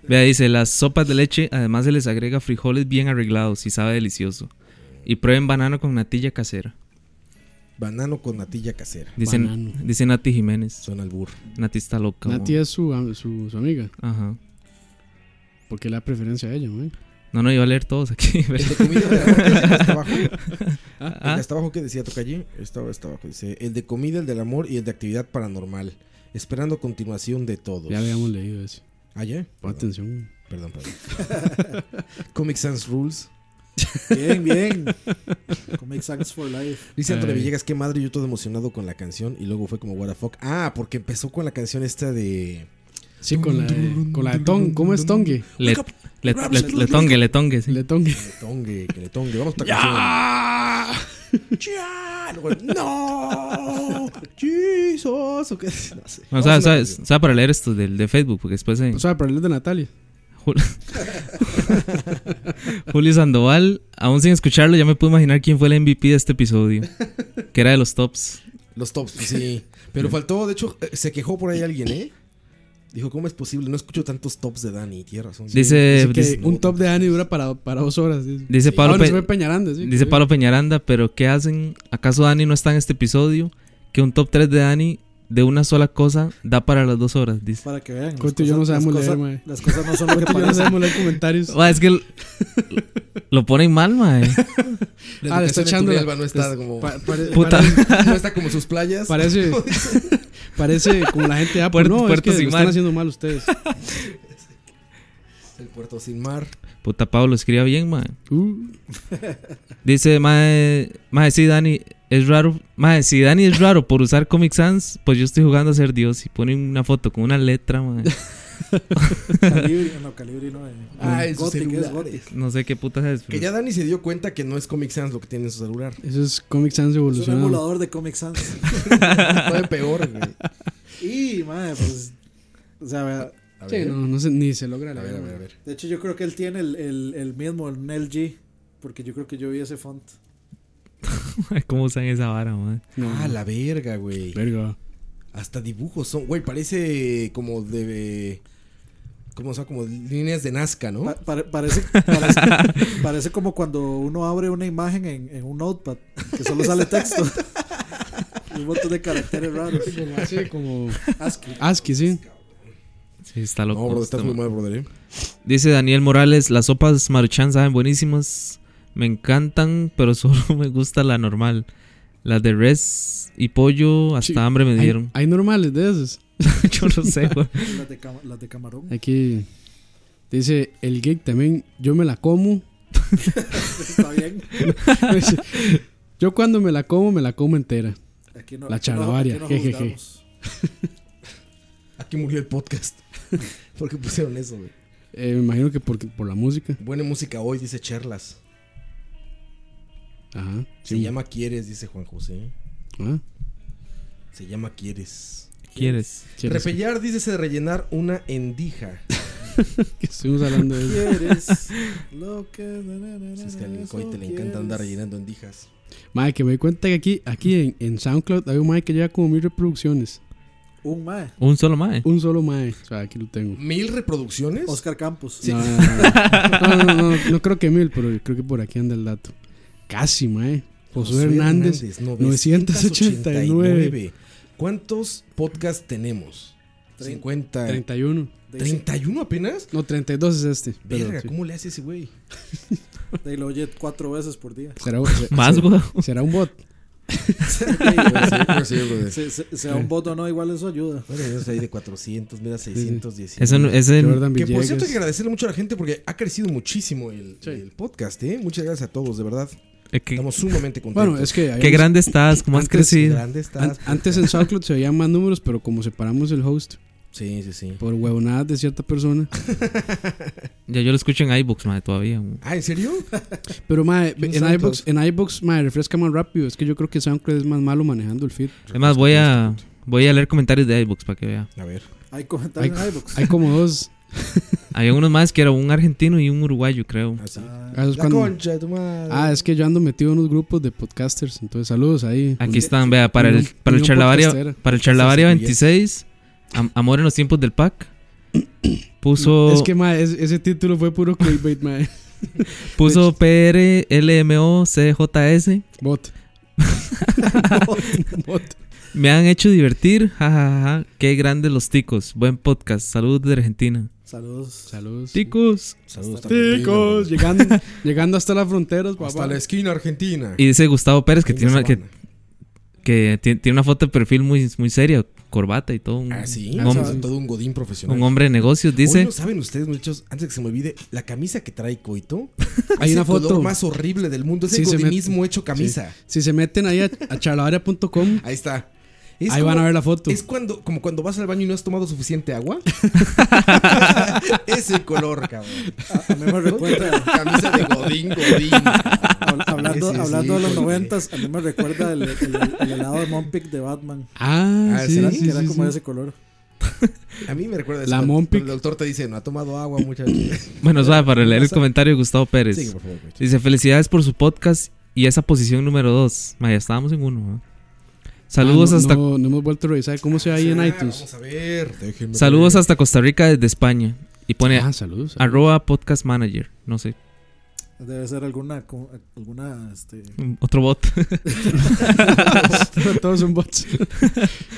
F: Vea, dice, las sopas de leche además se les agrega frijoles bien arreglados y sabe delicioso. Y prueben banano con natilla casera.
C: Banano con natilla casera.
F: Dicen,
D: Banano.
F: dice Nati Jiménez.
C: Suena al burro.
F: Nati está loca.
D: Nati
F: weón.
D: es su, am- su, su amiga,
F: Ajá.
D: porque le da preferencia a ella, man.
F: No, no, iba a leer todos aquí.
C: El de comida de amor, el que está abajo. El
F: Ah.
C: que está abajo que decía toca allí. Estaba está abajo. Dice, el de comida, el del amor y el de actividad paranormal. Esperando continuación de todos.
D: Ya habíamos leído eso.
C: Ah, ya.
D: Pon atención.
C: Perdón, perdón. Comic Sans Rules.
E: Bien, bien. Comic Sans for Life.
C: Dice Antonio
D: Ay.
C: Villegas, qué madre, yo todo emocionado con la canción y luego fue como what the fuck. Ah, porque empezó con la canción esta de...
D: Sí, con la, de- con la de Tong. ¿Cómo es Tongue?
F: Le, le, le, le tongue, le tongue, sí.
D: Le Tongue.
C: Que le tongue, que le tongue. Vamos a otra canción. ¡Ya! Luego, ¡No! ¡Jesus! ¿o qué? No sé.
F: No,
C: Vamos
F: sabe,
C: a
F: sabe-
C: la-
F: sabe para leer esto del de Facebook, porque después eh, en
D: O sea, para el de Natalia.
F: Jul- Julio Sandoval, aún sin escucharlo, ya me puedo imaginar quién fue el MVP de este episodio, que era de los tops.
C: Los tops, sí. Pero faltó, de hecho, eh, se quejó por ahí alguien, ¿eh? Dijo, ¿cómo es posible? No escucho tantos tops de Dani, tienes razón.
F: Dice,
D: Dice que
F: dice,
D: un top de Dani dura para, para dos horas. Dice,
F: dice
D: Ah,
F: Pablo
D: bueno,
F: Pe-
D: se fue Peñaranda, sí.
F: dice Pablo Peñaranda, pero ¿qué hacen? ¿Acaso Dani no está en este episodio? Que un top 3 de Dani de una sola cosa da para las dos horas, dice.
E: Para que vean. las
D: Coto y yo no
E: cosas-
D: sabemos
E: las
D: leer,
E: cosas-
D: mae.
E: Las cosas no son lo que
D: Yo no
E: parecen.
D: sabemos leer comentarios.
F: Ah, es que l- lo ponen mal, mae.
C: Ah, le está echando la... no está
D: es-
C: como...
D: pa- pare-
F: Puta.
C: No está como sus playas.
D: Parece, parece como la gente de Apple.
F: Puerto-
D: no, es
F: Puerto
D: que lo
F: sin
D: están
F: mar.
D: haciendo mal ustedes.
C: El puerto sin mar.
F: Puta Pablo, escriba bien, mae.
D: Uh,
F: Dice, mae, mae, sí, Dani, es raro. Mae, si Dani es raro por usar Comic Sans, pues yo estoy jugando a ser Dios. Y pone una foto con una letra, mae.
E: Calibri, no, Calibri no. eh.
C: Ah, en sus
E: Gothic, es
C: celulares.
E: Gothic.
F: No sé qué puta es.
C: Que
F: pero-
C: ya Dani se dio cuenta que no es Comic Sans lo que tiene en su celular.
D: eso es Comic Sans
E: Es un
D: evolucionado.
E: emulador de Comic Sans.
C: Fue peor, güey.
E: y, madre, pues. O sea, vea,
C: A
D: Sí,
C: ver,
D: no, no se- ni se logra
C: a
D: leer,
C: ver, a
D: mae.
C: ver, a ver.
E: de hecho, yo creo que él tiene el, el, el mismo, el NLG. Porque yo creo que yo vi ese font.
F: Ay, ¿Cómo usan esa vara, mae?
D: No,
C: Ah, la verga, güey.
D: verga.
C: Hasta dibujos son, güey, parece como de como o sea, como líneas de Nazca, ¿no?
E: Pa- pare- parece, parece, parece como cuando uno abre una imagen en, en un notepad. Que solo sale texto. un montón de caracteres raros.
D: Como así, como
E: ASCII.
D: ASCII, sí.
F: Sí, está loco.
C: No, bro,
F: está
C: estás
D: este
F: mal.
C: muy mal, brother. ¿eh?
F: Dice Daniel Morales, las sopas maruchan saben buenísimas. Me encantan, pero solo me gusta la normal. Las de res y pollo, hasta
D: Sí.
F: hambre me
D: Hay,
F: dieron.
D: hay normales de esos.
F: yo no sé, güey.
E: Las de, cama- las de camarón.
D: Aquí dice el geek también, yo me la como.
E: Está bien.
D: Dice, yo cuando me la como, me la como entera.
E: Aquí no,
D: La
E: aquí no-
D: charlavaria,
E: aquí no
D: jejeje.
E: juzgamos.
C: Aquí murió el podcast. Porque pusieron eso, güey.
D: Eh, me imagino que porque, por la música.
C: Buena música hoy, dice Charlas.
D: Ajá.
C: Se
D: sí.
C: llama Quieres, dice Juan José.
D: Ah,
C: Se llama Quieres.
F: ¿Quieres?
D: sí,
C: Repellar, dice se rellenar una endija.
D: que estuvimos hablando de eso.
E: Quieres lo que.
C: Si es que al coite le encanta andar rellenando endijas.
D: Madre, que me di cuenta que aquí, aquí en, en SoundCloud hay un madre que lleva como mil reproducciones.
E: Un mae.
F: Un solo mae.
D: Un solo madre. O sea, aquí lo tengo.
C: ¿Mil reproducciones?
E: Oscar Campos.
D: No, no, no, no, no, no, no, no creo que mil, pero yo creo que por aquí anda el dato. Casi, mae. José, Hernández. 989.
C: ¿Cuántos podcasts tenemos? 50.
D: 31.
E: De, ahí se-
C: ¿31 apenas?
D: No, 32 es este. Perdón,
C: Verga,
D: sí.
C: ¿cómo le hace ese güey?
E: de ahí lo oye cuatro veces por día.
D: ¿Será, se-
F: Más,
D: se-
F: güey.
D: será un bot.
E: Se, se- sea un voto o no, igual eso ayuda.
C: Bueno, yo soy de 400, mira, 610.
F: Eso no- ese-
D: Jordan
C: Que por
D: Villegas.
C: cierto hay que agradecerle mucho a la gente porque ha crecido muchísimo el,
D: Sí.
C: el podcast, ¿eh? Muchas gracias a todos, de verdad.
F: eh, qué,
C: Estamos sumamente contentos.
D: Bueno, es que.
F: qué
D: habíamos-
F: grande estás, cómo has
D: Antes-
F: crecido.
C: Grande estás.
D: an- antes en SoundCloud se veían más números, pero como separamos el host
C: Sí, sí, sí.
D: por huevonadas de cierta persona.
F: Ya yo lo escucho en iBooks, mae, todavía. güey.
C: Ah, ¿en serio?
D: Pero, mae, en
C: SoundCloud.
D: iBox, en iBox, mae, refresca más rápido. Es que yo creo que SoundCloud es más malo manejando el feed.
F: Además, voy a, voy a leer comentarios de iBooks para que vea.
C: A ver.
E: Hay comentarios en iVoox.
D: Hay como dos.
F: Había unos más que era un argentino y un uruguayo, creo.
C: Así.
D: Ah, eso es
C: La
D: cuando-
C: concha de tu madre.
D: Ah, es que yo ando metido en unos grupos de podcasters. Entonces, saludos ahí.
F: Aquí están, vea, para el,
D: Unión-
F: para el
D: Unión
F: charlavaria,
D: Podcastera.
F: para el charlavaria
C: Esas
F: 26, am- Amor en los tiempos del PAC. Puso,
D: Es que, mae, es- ese título fue puro clickbait, mae.
F: puso PR, LMO, CJS.
D: Bot. Bot.
F: Me han hecho divertir, jajaja. Ja, ja. Qué grandes los ticos. Buen podcast. Saludos de Argentina.
E: Saludos.
D: Saludos.
F: Ticos.
C: Saludos también.
D: Ticos. Llegando, llegando hasta las fronteras, papá.
C: Hasta la esquina argentina.
F: Y dice Gustavo Pérez que
C: Fin de
F: tiene una, que,
C: semana.
F: que ti- tiene una foto de perfil muy, muy seria. corbata y todo. Un,
C: Ah, sí,
F: un
C: o sea,
F: hombre,
C: todo un godín profesional.
F: un hombre de negocios,
C: Hoy
F: dice.
C: no saben ustedes, muchachos, antes de que se me olvide, la camisa que trae Coito
D: Hay
C: es
D: una
C: el color
D: foto.
C: más horrible del mundo. Es el
D: Sí, se met-
C: godinismo hecho camisa.
D: Sí. Si se meten ahí a, a charlavaria.com,
C: Ahí está.
D: Ahí van a ver la foto.
C: Es cuando, como cuando vas al baño y no has tomado suficiente agua. Ese color, cabrón.
E: A mí me recuerda.
C: Camisa de godín, godín.
E: Habla- Hablando,
C: Sí, sí,
E: hablando de los
C: híjole.
E: noventas, a mí me recuerda el, el- el helado de Monpic de Batman.
D: Ah,
C: Ah,
D: sí,
E: Era-
D: sí,
E: que era
D: sí,
E: como de
D: sí.
E: ese color.
C: A mí me recuerda eso.
D: La
C: cuando-
D: Monpic.
C: cuando El doctor te dice, no ha tomado agua, muchachos.
F: Bueno, suave, para leer el comentario de Gustavo Pérez.
C: Sigue, por favor, Coito.
F: Dice, felicidades por su podcast y esa posición número 2. Ya estábamos en uno. ¿no? Saludos
D: Ah, no,
F: hasta
D: No, no hemos vuelto a revisar cómo se ve ahí en
C: Ah,
D: iTunes.
C: Vamos a ver. Déjenme
F: saludos
C: ver.
F: hasta Costa Rica desde España. Y pone
D: Ah, saludos.
F: arroba podcast manager. No sé,
E: Debe ser alguna. co- alguna este,
F: otro bot.
D: Todos son bots.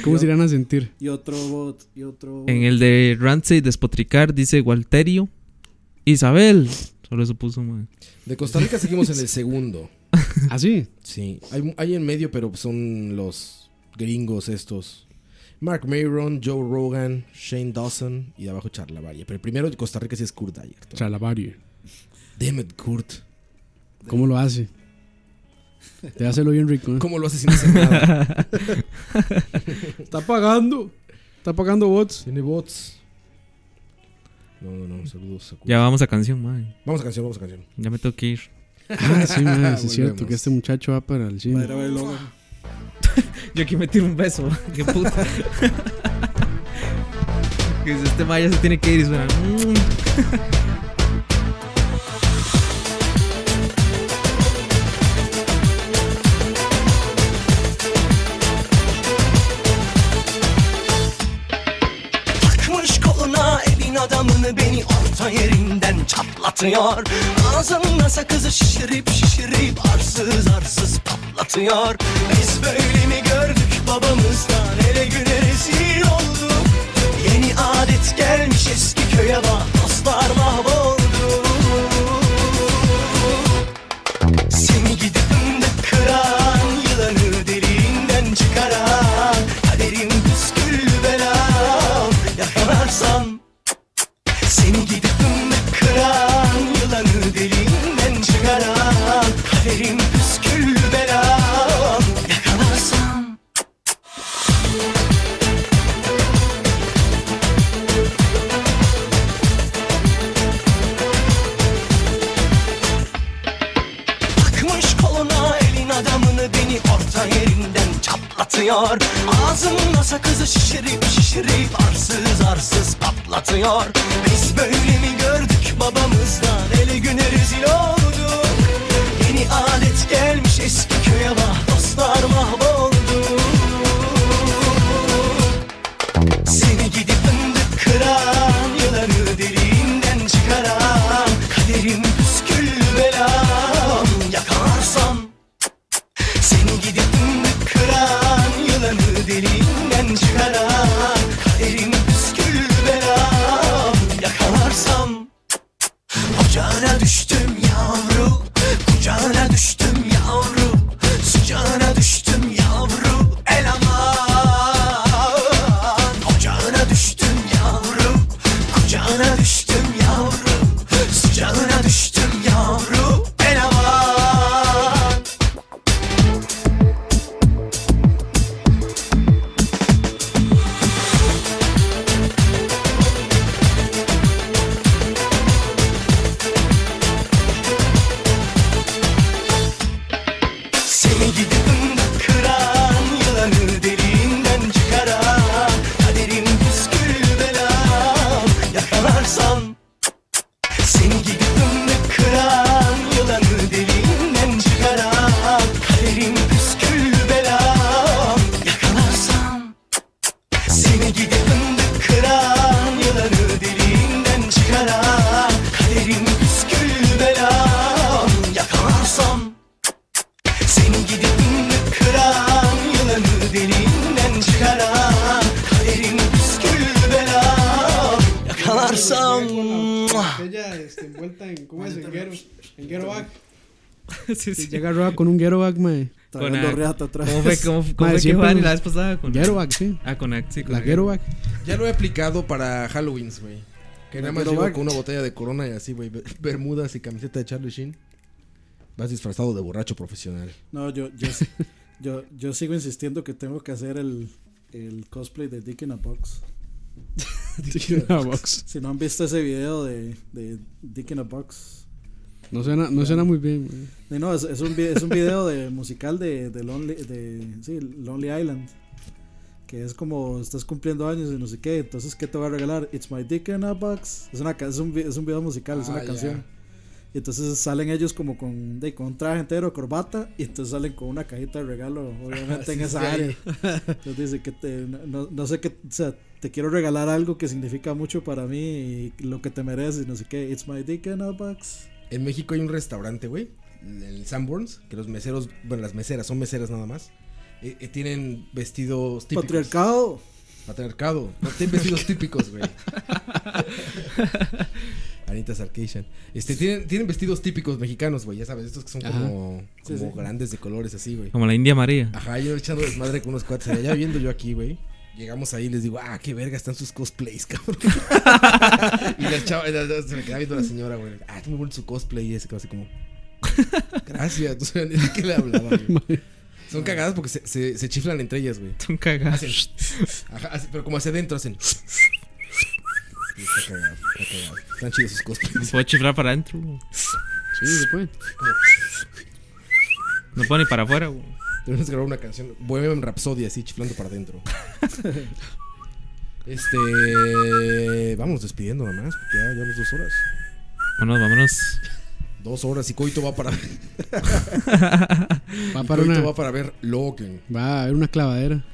D: ¿Cómo se irán a sentir?
E: y otro bot. Y otro. bot.
F: en el de Rance y Despotricar dice Walterio. Isabel. Solo eso puso, man.
C: De Costa Rica seguimos en el segundo.
D: Ah, sí.
C: Sí, hay, hay en medio, pero son los gringos estos. Mark Mayron, Joe Rogan, Shane Dawson y de abajo Charlavaria. Pero el primero de Costa Rica sí es Kurt Dyer.
D: Charlavaria.
C: Damn it, Kurt.
D: ¿Cómo lo hace? Te hacerlo bien rico. ¿eh?
C: ¿Cómo lo haces sin hacer nada?
D: Está pagando. Está pagando bots.
C: Tiene bots. No, no, no, saludos a Kurt.
F: Ya vamos a canción, man.
C: Vamos a canción, vamos a canción.
F: Ya me tengo que ir.
D: Ah, sí, madre, sí
C: Volvemos.
D: es cierto que este muchacho va para el
E: Para
D: cine.
E: ir a ver Logan.
F: Yo aquí me tiro un beso. man. Qué puta. Que dice, este man ya se tiene que ir. y suena, "Mm".
K: Takmış koluna evin adamını beni orta yerinden çatlatıyor Ağzımda sakızı şişirip şişirip arsız arsız patlatıyor Biz böyle mi gördük babamızdan hele güne rezil olduk Yeni adet gelmiş eski köye bak dostlar mahvoldu Seni gidip de kıran Yılanı deliğinden çıkaran Kaderim püsküllü belam Yakalarsan Seni gidip de kıran Yılanı deliğinden çıkaran Kaderim püsküllü belam Yakalarsan Takmış koluna elin adamını beni orta yerinden çatlatıyor Ağzımda sakızı şişirip şişirip arsız arsız patlatıyor Biz böyle mi gördük babamızdan ele güne rezil olduk Yeni alet gelmiş eski köye bak dostlar mahvoldu seni gidip fındık kıran Yılanı deliğinden çıkaran Kaderim püsküllü belam Yakarsam Seni gidip fındık kıran Yılanı deliğinden çıkaran Kaderim püsküllü belam Yakalarsam Ocağına düştüm yavru Kucağına düştüm yavru Sıcağına düştüm yavru El aman Ocağına düştüm yavru Kucağına düştüm yavru Sıcağına düştüm yavru El aman Seni gidip kıran Yılanı deliğinden çıkaran Kaderin püskül belam Yakalarsan Seni gidip kıran Yılanı deliğinden çıkaran Kaderin püskül belam Yakalarsan seni gidip fındık kıran Yılanı deliğinden çıkaran Kaderim püskül belam Yakalarsam Seni gidip fındık kıran Yılanı deliğinden çıkaran Kaderim püskül belam Yakalarsam
D: Ella, este, envuelta en. ¿Cómo es? En Gero. En Gero Back.
F: sí, sí.
D: Llega Roa con un ghetto bag, mae.
F: Con
D: Tragando
F: a-
D: reata atrás.
F: ¿Cómo fue, cómo,
D: Mae,
F: cómo fue que
D: siempre
F: Fanny
D: nos-
F: la vez pasada? Con
D: Ghetto bag, sí.
F: Ah, con Act, sí. Con
D: La ghetto bag.
C: Ya lo he aplicado para Halloween's, güey. Que nada más
E: Pero
C: llego
E: va-
C: con una botella de corona y así, güey. be- Bermudas y camiseta de Charlie Sheen. Vas disfrazado de borracho profesional.
E: No, yo, yo, yo, yo sigo insistiendo que tengo que hacer el, el cosplay de Dick in a Box.
D: Dick in a Box.
E: Si no han visto ese video de, de Dick in a Box.
D: No suena, no suena muy bien, mae.
E: No, no, es, es un, vi- es un video de musical de, de Lonely, de, sí, Lonely Island. Que es como, estás cumpliendo años y no sé qué, entonces, ¿qué te voy a regalar? It's my dick in a box. Es, una, ca- es, un, vi- es un video musical, es
C: Ah,
E: una
C: ya.
E: canción. Y entonces salen ellos como con, de, con un traje entero, corbata, y entonces salen con una cajita de regalo, obviamente,
C: Sí,
E: en esa
C: sí,
E: área.
C: ahí.
E: Entonces dice que te- no, no sé qué, o sea, te quiero regalar algo que significa mucho para mí y lo que te mereces, no sé qué. It's my dick in a box.
C: En México hay un restaurante, güey. en El Sanborns. Que los meseros, bueno, las meseras, son meseras nada más. eh, eh, tienen vestidos típicos.
E: Patriarcado.
C: Patriarcado. No tienen vestidos típicos, güey. Anita Sarkeesian. Este, tienen, tienen vestidos típicos mexicanos, güey. Ya sabes, estos que son
F: Ajá.
C: como,
E: Sí,
C: como
E: sí.
C: grandes de colores así, güey.
F: Como la India María.
D: Ah.
C: Ajá, yo echando desmadre con unos cuates allá viendo yo aquí, güey. Llegamos ahí y les digo, ah, qué verga están sus cosplays, cabrón. y la chava, la- la- se me queda viendo la señora, güey. Ah, está muy bueno su cosplay y ese, así como. Gracias, no sé ni de qué le hablaba, güey. Son cagadas porque se, se, se chiflan entre ellas, güey.
F: Son cagadas.
D: Ah,
C: Hacen. Ajá, así, pero como hacia adentro hacen. Y Está cagado, está cagado. Están chidos sus cosplays.
F: Se puede chiflar para adentro. güey.
D: Sí, se puede.
F: No puedo ni para afuera, güey.
C: Tenemos que grabar una canción. Bohemian Rhapsody así, chiflando para adentro. este. Vamos despidiendo nada más, porque ya llevamos dos horas.
F: Vámonos, vámonos.
C: Dos horas y Coito va para.
D: Va
C: y
D: para
C: Coito
D: una.
C: va para ver Logan.
D: Va a haber una clavadera.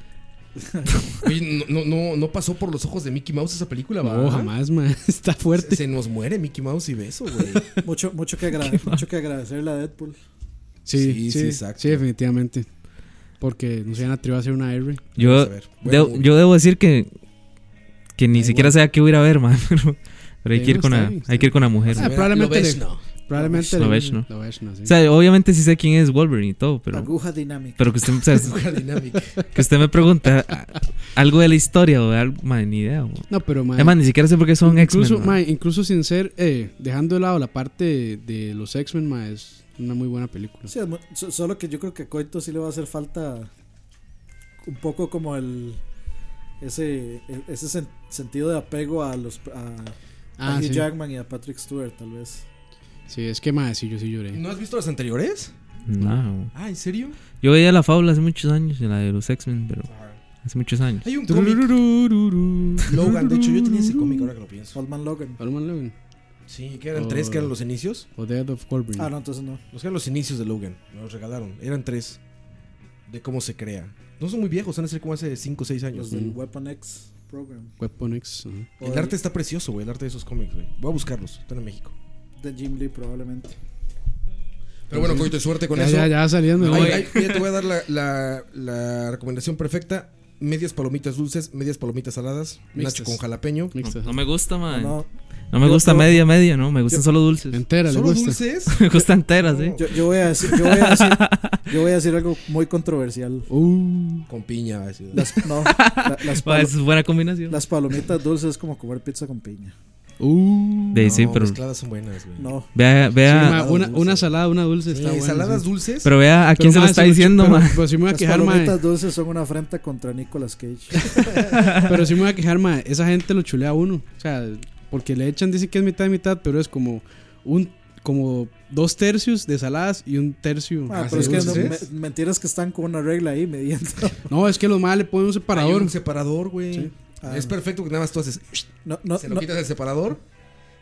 C: Oye, no, no, no, no pasó por los ojos de Mickey Mouse esa película, ¿va?
D: No, jamás, mae. Está fuerte.
C: Se, se nos muere Mickey Mouse y beso, güey.
E: Mucho, mucho, que agra- mucho que agradecerle a Deadpool.
D: Sí,
C: Sí,
D: sí,
C: sí,
D: sí,
C: exacto.
D: definitivamente. Porque no se habían atrevido a hacer una R.
F: Yo,
C: a ver.
F: debo-
C: Bueno.
F: yo debo decir que. Que ni
D: Da
F: siquiera sé
D: igual.
F: a qué voy a ir a ver, man. Pero, pero hay,
D: Sí,
F: que ir
D: no,
F: con
D: está
F: la,
D: bien, está
F: hay que ir con la mujer.
D: Ah,
F: güey.
D: probablemente
C: Lo ves,
D: le-
C: no.
D: Probablemente.
F: Lo
D: le-
F: ves, ¿no?
D: Lo ves, ¿no? sí.
F: O sea, obviamente sí sé quién es Wolverine y todo, pero.
E: Aguja dinámica.
F: Pero que usted, o sea,
C: Mujer dinámica.
F: que usted me pregunta ah, algo de la historia o de algo, man, ni idea, güey.
D: no, pero, mae,
F: Además, ni siquiera sé por qué son X-Men.
D: incluso,
F: man.
D: mae, incluso sin ser, eh, dejando de lado la parte de, de los X-Men, mae, es una muy buena película.
E: Sí, es mu- so- solo que yo creo que a Coito sí le va a hacer falta un poco como el ese e- ese sen- sentido de apego a los a, a
D: Ah,
E: Hugh
D: sí.
E: Jackman y a Patrick Stewart tal vez.
D: Sí, es que, mae, sí, yo sí lloré.
C: ¿No has visto las anteriores?
F: No, güey.
C: Ah, ¿en serio?
F: Yo veía la fábula hace muchos años, la de los X-Men, pero hace muchos años.
C: Hay un cómic. Logan, de hecho, yo tenía ese cómic ahora que lo pienso.
E: Holman Logan.
D: Norman Logan,
C: Sí, que eran tres, que eran los inicios.
D: O Death of Wolverine.
E: Ah, no, entonces no.
C: Los que eran los inicios de Logan, me los regalaron. Eran tres. De cómo se crea. No son muy viejos, han de ser como hace 5 o 6
E: Los
C: años.
E: del Weapon X program
D: Weapon X. ajá.
E: o
C: El
E: del-
C: arte está precioso, güey. El arte de esos cómics, güey. Voy a buscarlos. Están en México.
E: de Jim Lee probablemente.
C: Pero bueno, coito, suerte con
D: ya,
C: eso.
D: ya, ya saliendo.
C: Ay,
D: ¿no?
C: ay, mira, te voy a dar la, la- la recomendación perfecta. Medias palomitas dulces, medias palomitas saladas,
D: Mixtas.
C: nacho con jalapeño.
D: Mixta.
F: No me gusta, man. Ah, No,
E: No,
F: me
E: Yo-
F: gusta
E: yo-
F: media, media, ¿no? Me gustan solo dulces.
D: Entera, le
C: ¿Solo
D: gusta.
C: dulces?
F: me gustan enteras, ¿eh?
E: yo, yo voy a decir, yo voy a decir, yo voy a decir algo muy controversial.
D: Uh,
C: Con piña, va a decir.
E: Las, no, la- las,
F: Ah,
E: palo-
F: esa es buena combinación.
E: las palomitas dulces es como comer pizza con piña.
D: uh.
F: De, sí,
C: No,
F: pero
C: mezcladas son buenas, güey.
E: No,
F: vea,
D: Sí,
F: vea,
D: mae, una,
C: dulce.
D: una salada, una dulce
C: Sí,
D: está buena.
C: saladas
D: sí.
C: dulces.
F: pero vea a quién
D: Pero,
F: se lo
D: mae,
F: está
D: sí me-
F: diciendo,
D: pero-
F: man.
D: Pero sí me voy a
E: las
D: quejar, mae.
E: palomitas dulces son una afrenta contra Nicolas Cage. Ah,
D: Pero sí me voy a quejar, ma, esa gente lo chulea a uno. O sea, porque le echan, dicen que es mitad y mitad, pero es como un como dos tercios de saladas y un tercio.
E: Ah,
D: de
E: pero es que no,
D: dulces.
E: me- mentiras que están con una regla ahí midiendo.
D: No, es que los más le ponen un
C: Hay
D: separador.
C: un separador, güey.
E: Ah.
C: Es perfecto que nada más tú haces.
E: No, no,
C: Se lo
E: no,
C: quitas el separador,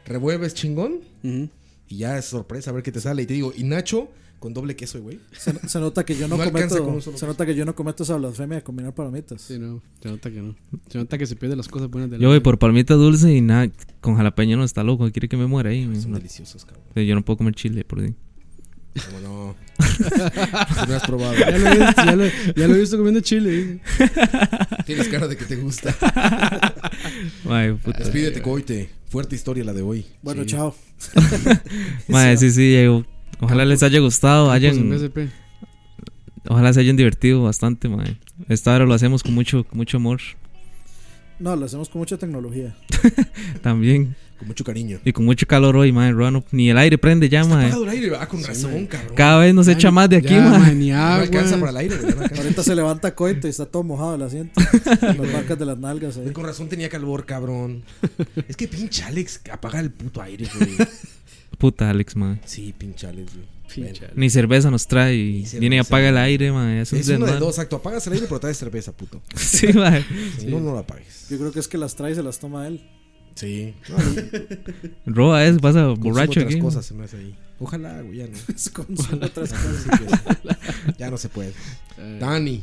C: revuelves chingón
D: Ujú.
C: y ya es sorpresa a ver qué te sale. Y te digo, y Nacho con doble queso, güey.
E: se, se nota que yo no,
C: No alcanza con
E: cometo.
C: un solo
E: Se nota que yo no cometo esa blasfemia de combinar palomitas.
D: Sí, no, se nota que no. Se nota que se pierden las cosas buenas de la
F: Yo voy
D: vida.
F: por palmita dulce y nada, con jalapeño no está loco, quiere que me muera ahí.
C: Son
F: no.
C: deliciosos, cabrón.
F: yo no puedo comer chile, por ahí.
C: Cómo no. Si no has probado.
D: Ya lo, he visto, ya, lo, ya lo he visto comiendo chile.
C: Tienes cara de que te gusta.
F: Mae, puta.
C: Despídete, coite. Fuerte historia la de hoy.
E: Bueno,
C: Sí.
E: chao.
F: Mae, sí, sí, yo Ojalá les haya gustado.
D: Campos
F: Hayan,
D: Pues en BSP.
F: ojalá se hayan divertido bastante, mae. Esta hora lo hacemos con mucho, con mucho amor
E: No, lo hacemos con mucha tecnología.
F: también.
C: Con mucho cariño.
F: Y con mucho calor hoy, mae. Ruano, ni el aire prende ya, mae.
C: Apagado el aire, ah, con razón, cabrón.
F: Cada vez nos
D: Ya
F: echa
D: ni-
F: más de aquí,
D: ya,
F: mae.
D: mae, ni
C: No
D: agua.
C: alcanza para el aire, güey, no alcanza.
E: Ahorita se levanta coito y está todo mojado el asiento. las marcas de las nalgas ahí.
C: Con razón tenía calor, cabrón. Es que pinche Alex apaga el puto aire, güey.
F: Puta, Alex, mae.
C: Sí, pinche Alex, güey.
D: Pinche.
F: Ni cerveza nos trae y
C: cerveza.
F: viene y apaga el aire, mae. Eso
C: Es
F: Es
C: uno de
F: normal.
C: dos, exacto. Apagas el aire, pero traes cerveza, puto.
F: Sí, mae.
C: Si No, no la apagues.
E: Yo creo que es que las trae y se las toma él.
C: Sí.
F: Roba es, pasa borracho
C: Borracho otras
F: aquí. mae.
C: cosas se me hace ahí. Ojalá, güey, ya no.
E: Es con solo otras cosas.
C: Ya no se puede. Dani.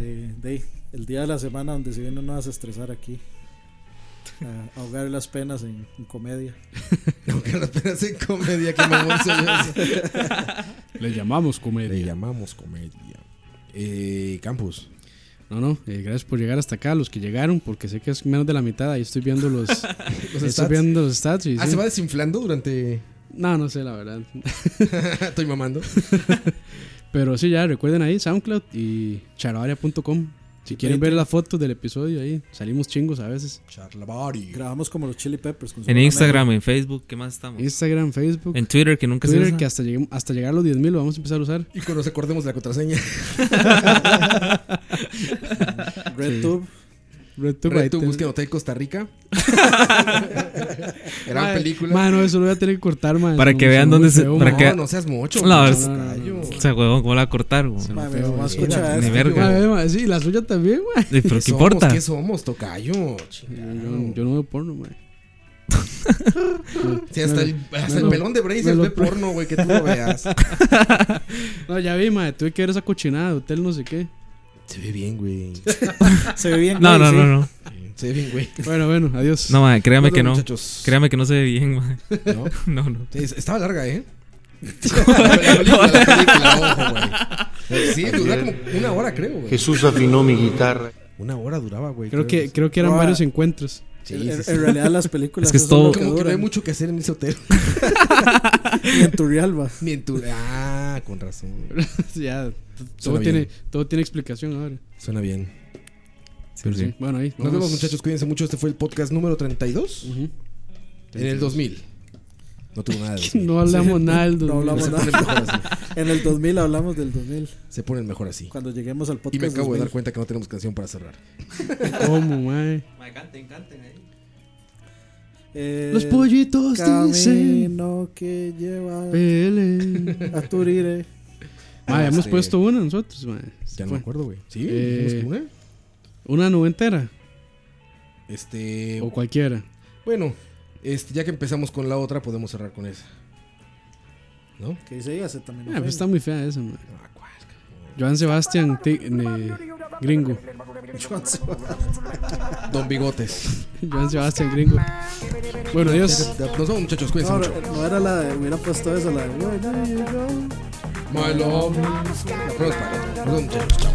E: eh, De, de- el día de la semana donde se viene uno a estresar aquí. A ahogar las penas en, en comedia.
C: Aunque las penas en comedia, que mamón soy yo.
D: Le llamamos comedia.
C: Le llamamos comedia. Eh, Campus.
D: No, no, eh, gracias por llegar hasta acá, los que llegaron, porque sé que es menos de la mitad, ahí estoy viendo los, estoy
C: stats.
D: viendo los stats y
C: Ah,
D: sí.
C: se va desinflando durante.
D: No, no sé, la verdad.
C: Estoy mamando.
D: Pero sí, ya recuerden ahí, SoundCloud y charavaria.com. Si quieren ver las fotos del episodio ahí, salimos chingos a veces.
C: Charlabari.
E: Grabamos como los Chili Peppers. Con su
F: En
E: mano
F: Instagram, en Facebook, ¿qué más estamos?
D: Instagram, Facebook,
F: En Twitter, que nunca se
D: Twitter,
F: usa.
D: que hasta, lleguemos- hasta llegar a los 10.000 lo vamos a empezar a usar.
C: Y cuando nos acordemos de la contraseña.
E: negra. RedTube.
D: RedTube, ahí
C: Reto
D: te-
C: Busquen Hotel Costa Rica. Gran
D: Ay,
C: película.
D: Mano, eso lo voy a tener que cortar, man.
F: Para que vean dónde se- para
C: no,
F: que-
C: no seas mucho.
F: No,
C: mucho,
F: es-
C: callo.
F: O sea, huevón, ¿cómo la va a cortar, güey?
E: Ma, mi mamá escucha
C: Mira,
E: esto.
F: Ni verga.
D: Ah, eh, Sí, la suya también, man.
F: Eh, Pero
C: ¿Qué
F: ¿qué importa?
C: Somos, ¿Qué somos, tocayo? Chingado.
D: Yo, yo no veo porno, man.
C: Sí, hasta el, hasta el
D: lo-
C: pelón de
D: me
C: Braces
D: lo
C: ve
D: pro-
C: porno, güey, que tú lo veas.
D: No, ya vi, man. Tuve que ver esa cochinada de hotel, no sé qué.
C: Se ve bien, güey.
E: Se ve bien.
F: No,
E: güey,
F: no,
E: sí.
F: no, no.
C: Se ve bien, güey.
D: Bueno, bueno, adiós.
F: No, mae, créame que no.
C: Muchachos.
F: Créame que no se ve bien, mae.
C: ¿No?
F: No, no.
C: Sí, es- estaba larga, ¿eh? la película, la película, ojo, güey. Sí, duraba como una hora, creo, güey.
G: Jesús afinó mi guitarra.
C: Una hora duraba, güey.
D: Creo que, creo que eran
E: Ahora-
D: varios encuentros.
C: Sí,
E: En-
C: sí,
E: en,
C: sí.
E: en realidad las películas
F: Es que es
E: eso lo
F: todo-
E: que
C: Como que no hay
E: duran.
C: mucho que hacer en ese hotel.
E: Y en Turrialba.
C: Ni en tu... Ah, con razón.
D: ya, t- todo
C: Suena
D: tiene,
C: bien.
D: todo tiene explicación ahora.
C: Suena bien.
F: Sí, sí.
D: Sí, Bueno, ahí.
C: Nos vemos, muchachos. Cuídense mucho. Este fue el podcast número 32. En el 2000. No tuvo nada de 2000.
D: No hablamos nada del
E: No
D: 2000.
E: hablamos
C: Se ponen
E: nada.
C: mejor así.
E: En el 2000 hablamos del 2000.
C: Se ponen mejor así.
E: Cuando lleguemos al podcast.
C: Y me acabo de
E: 2000.
C: dar cuenta que no tenemos canción para cerrar.
D: ¿Cómo, mae?
E: Eh,
D: Los pollitos dicen.
E: Camino que lleva
D: Pele.
E: a Turire.
D: Mae, hemos
C: Este-
D: puesto una nosotros, mae.
C: Ya no
D: Fue
C: me acuerdo, güey. ¿Sí?
D: Eh,
C: ¿Dijimos que una?
D: Una noventera
C: Este...
D: o cualquiera.
C: Bueno, este, ya que empezamos con la otra, podemos cerrar con esa. ¿No?
E: Que dice ella, se también.
D: Ah,
F: Eh,
D: pues está muy fea esa, mae.
C: Ah, ¿cuál, cabrón?
D: Joan Sebastián, ti- ne- gringo.
C: Don Bigotes.
D: Joan Sebastián, gringo. Bueno, adiós.
C: Ya, Nos vemos, muchachos. Cuídense
E: No,
C: mucho.
E: no era la de. Hubiera puesto esa, la de. "Where do you go?"
C: My love. Ya, ponemos para la otra. Nos vemos, muchachos. Chao.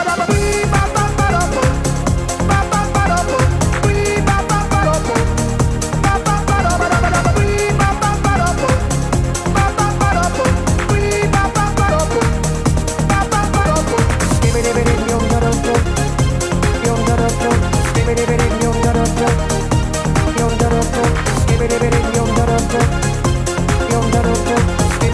I: Yonder,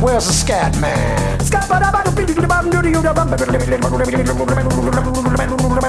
L: Where's the scat man? Scat man.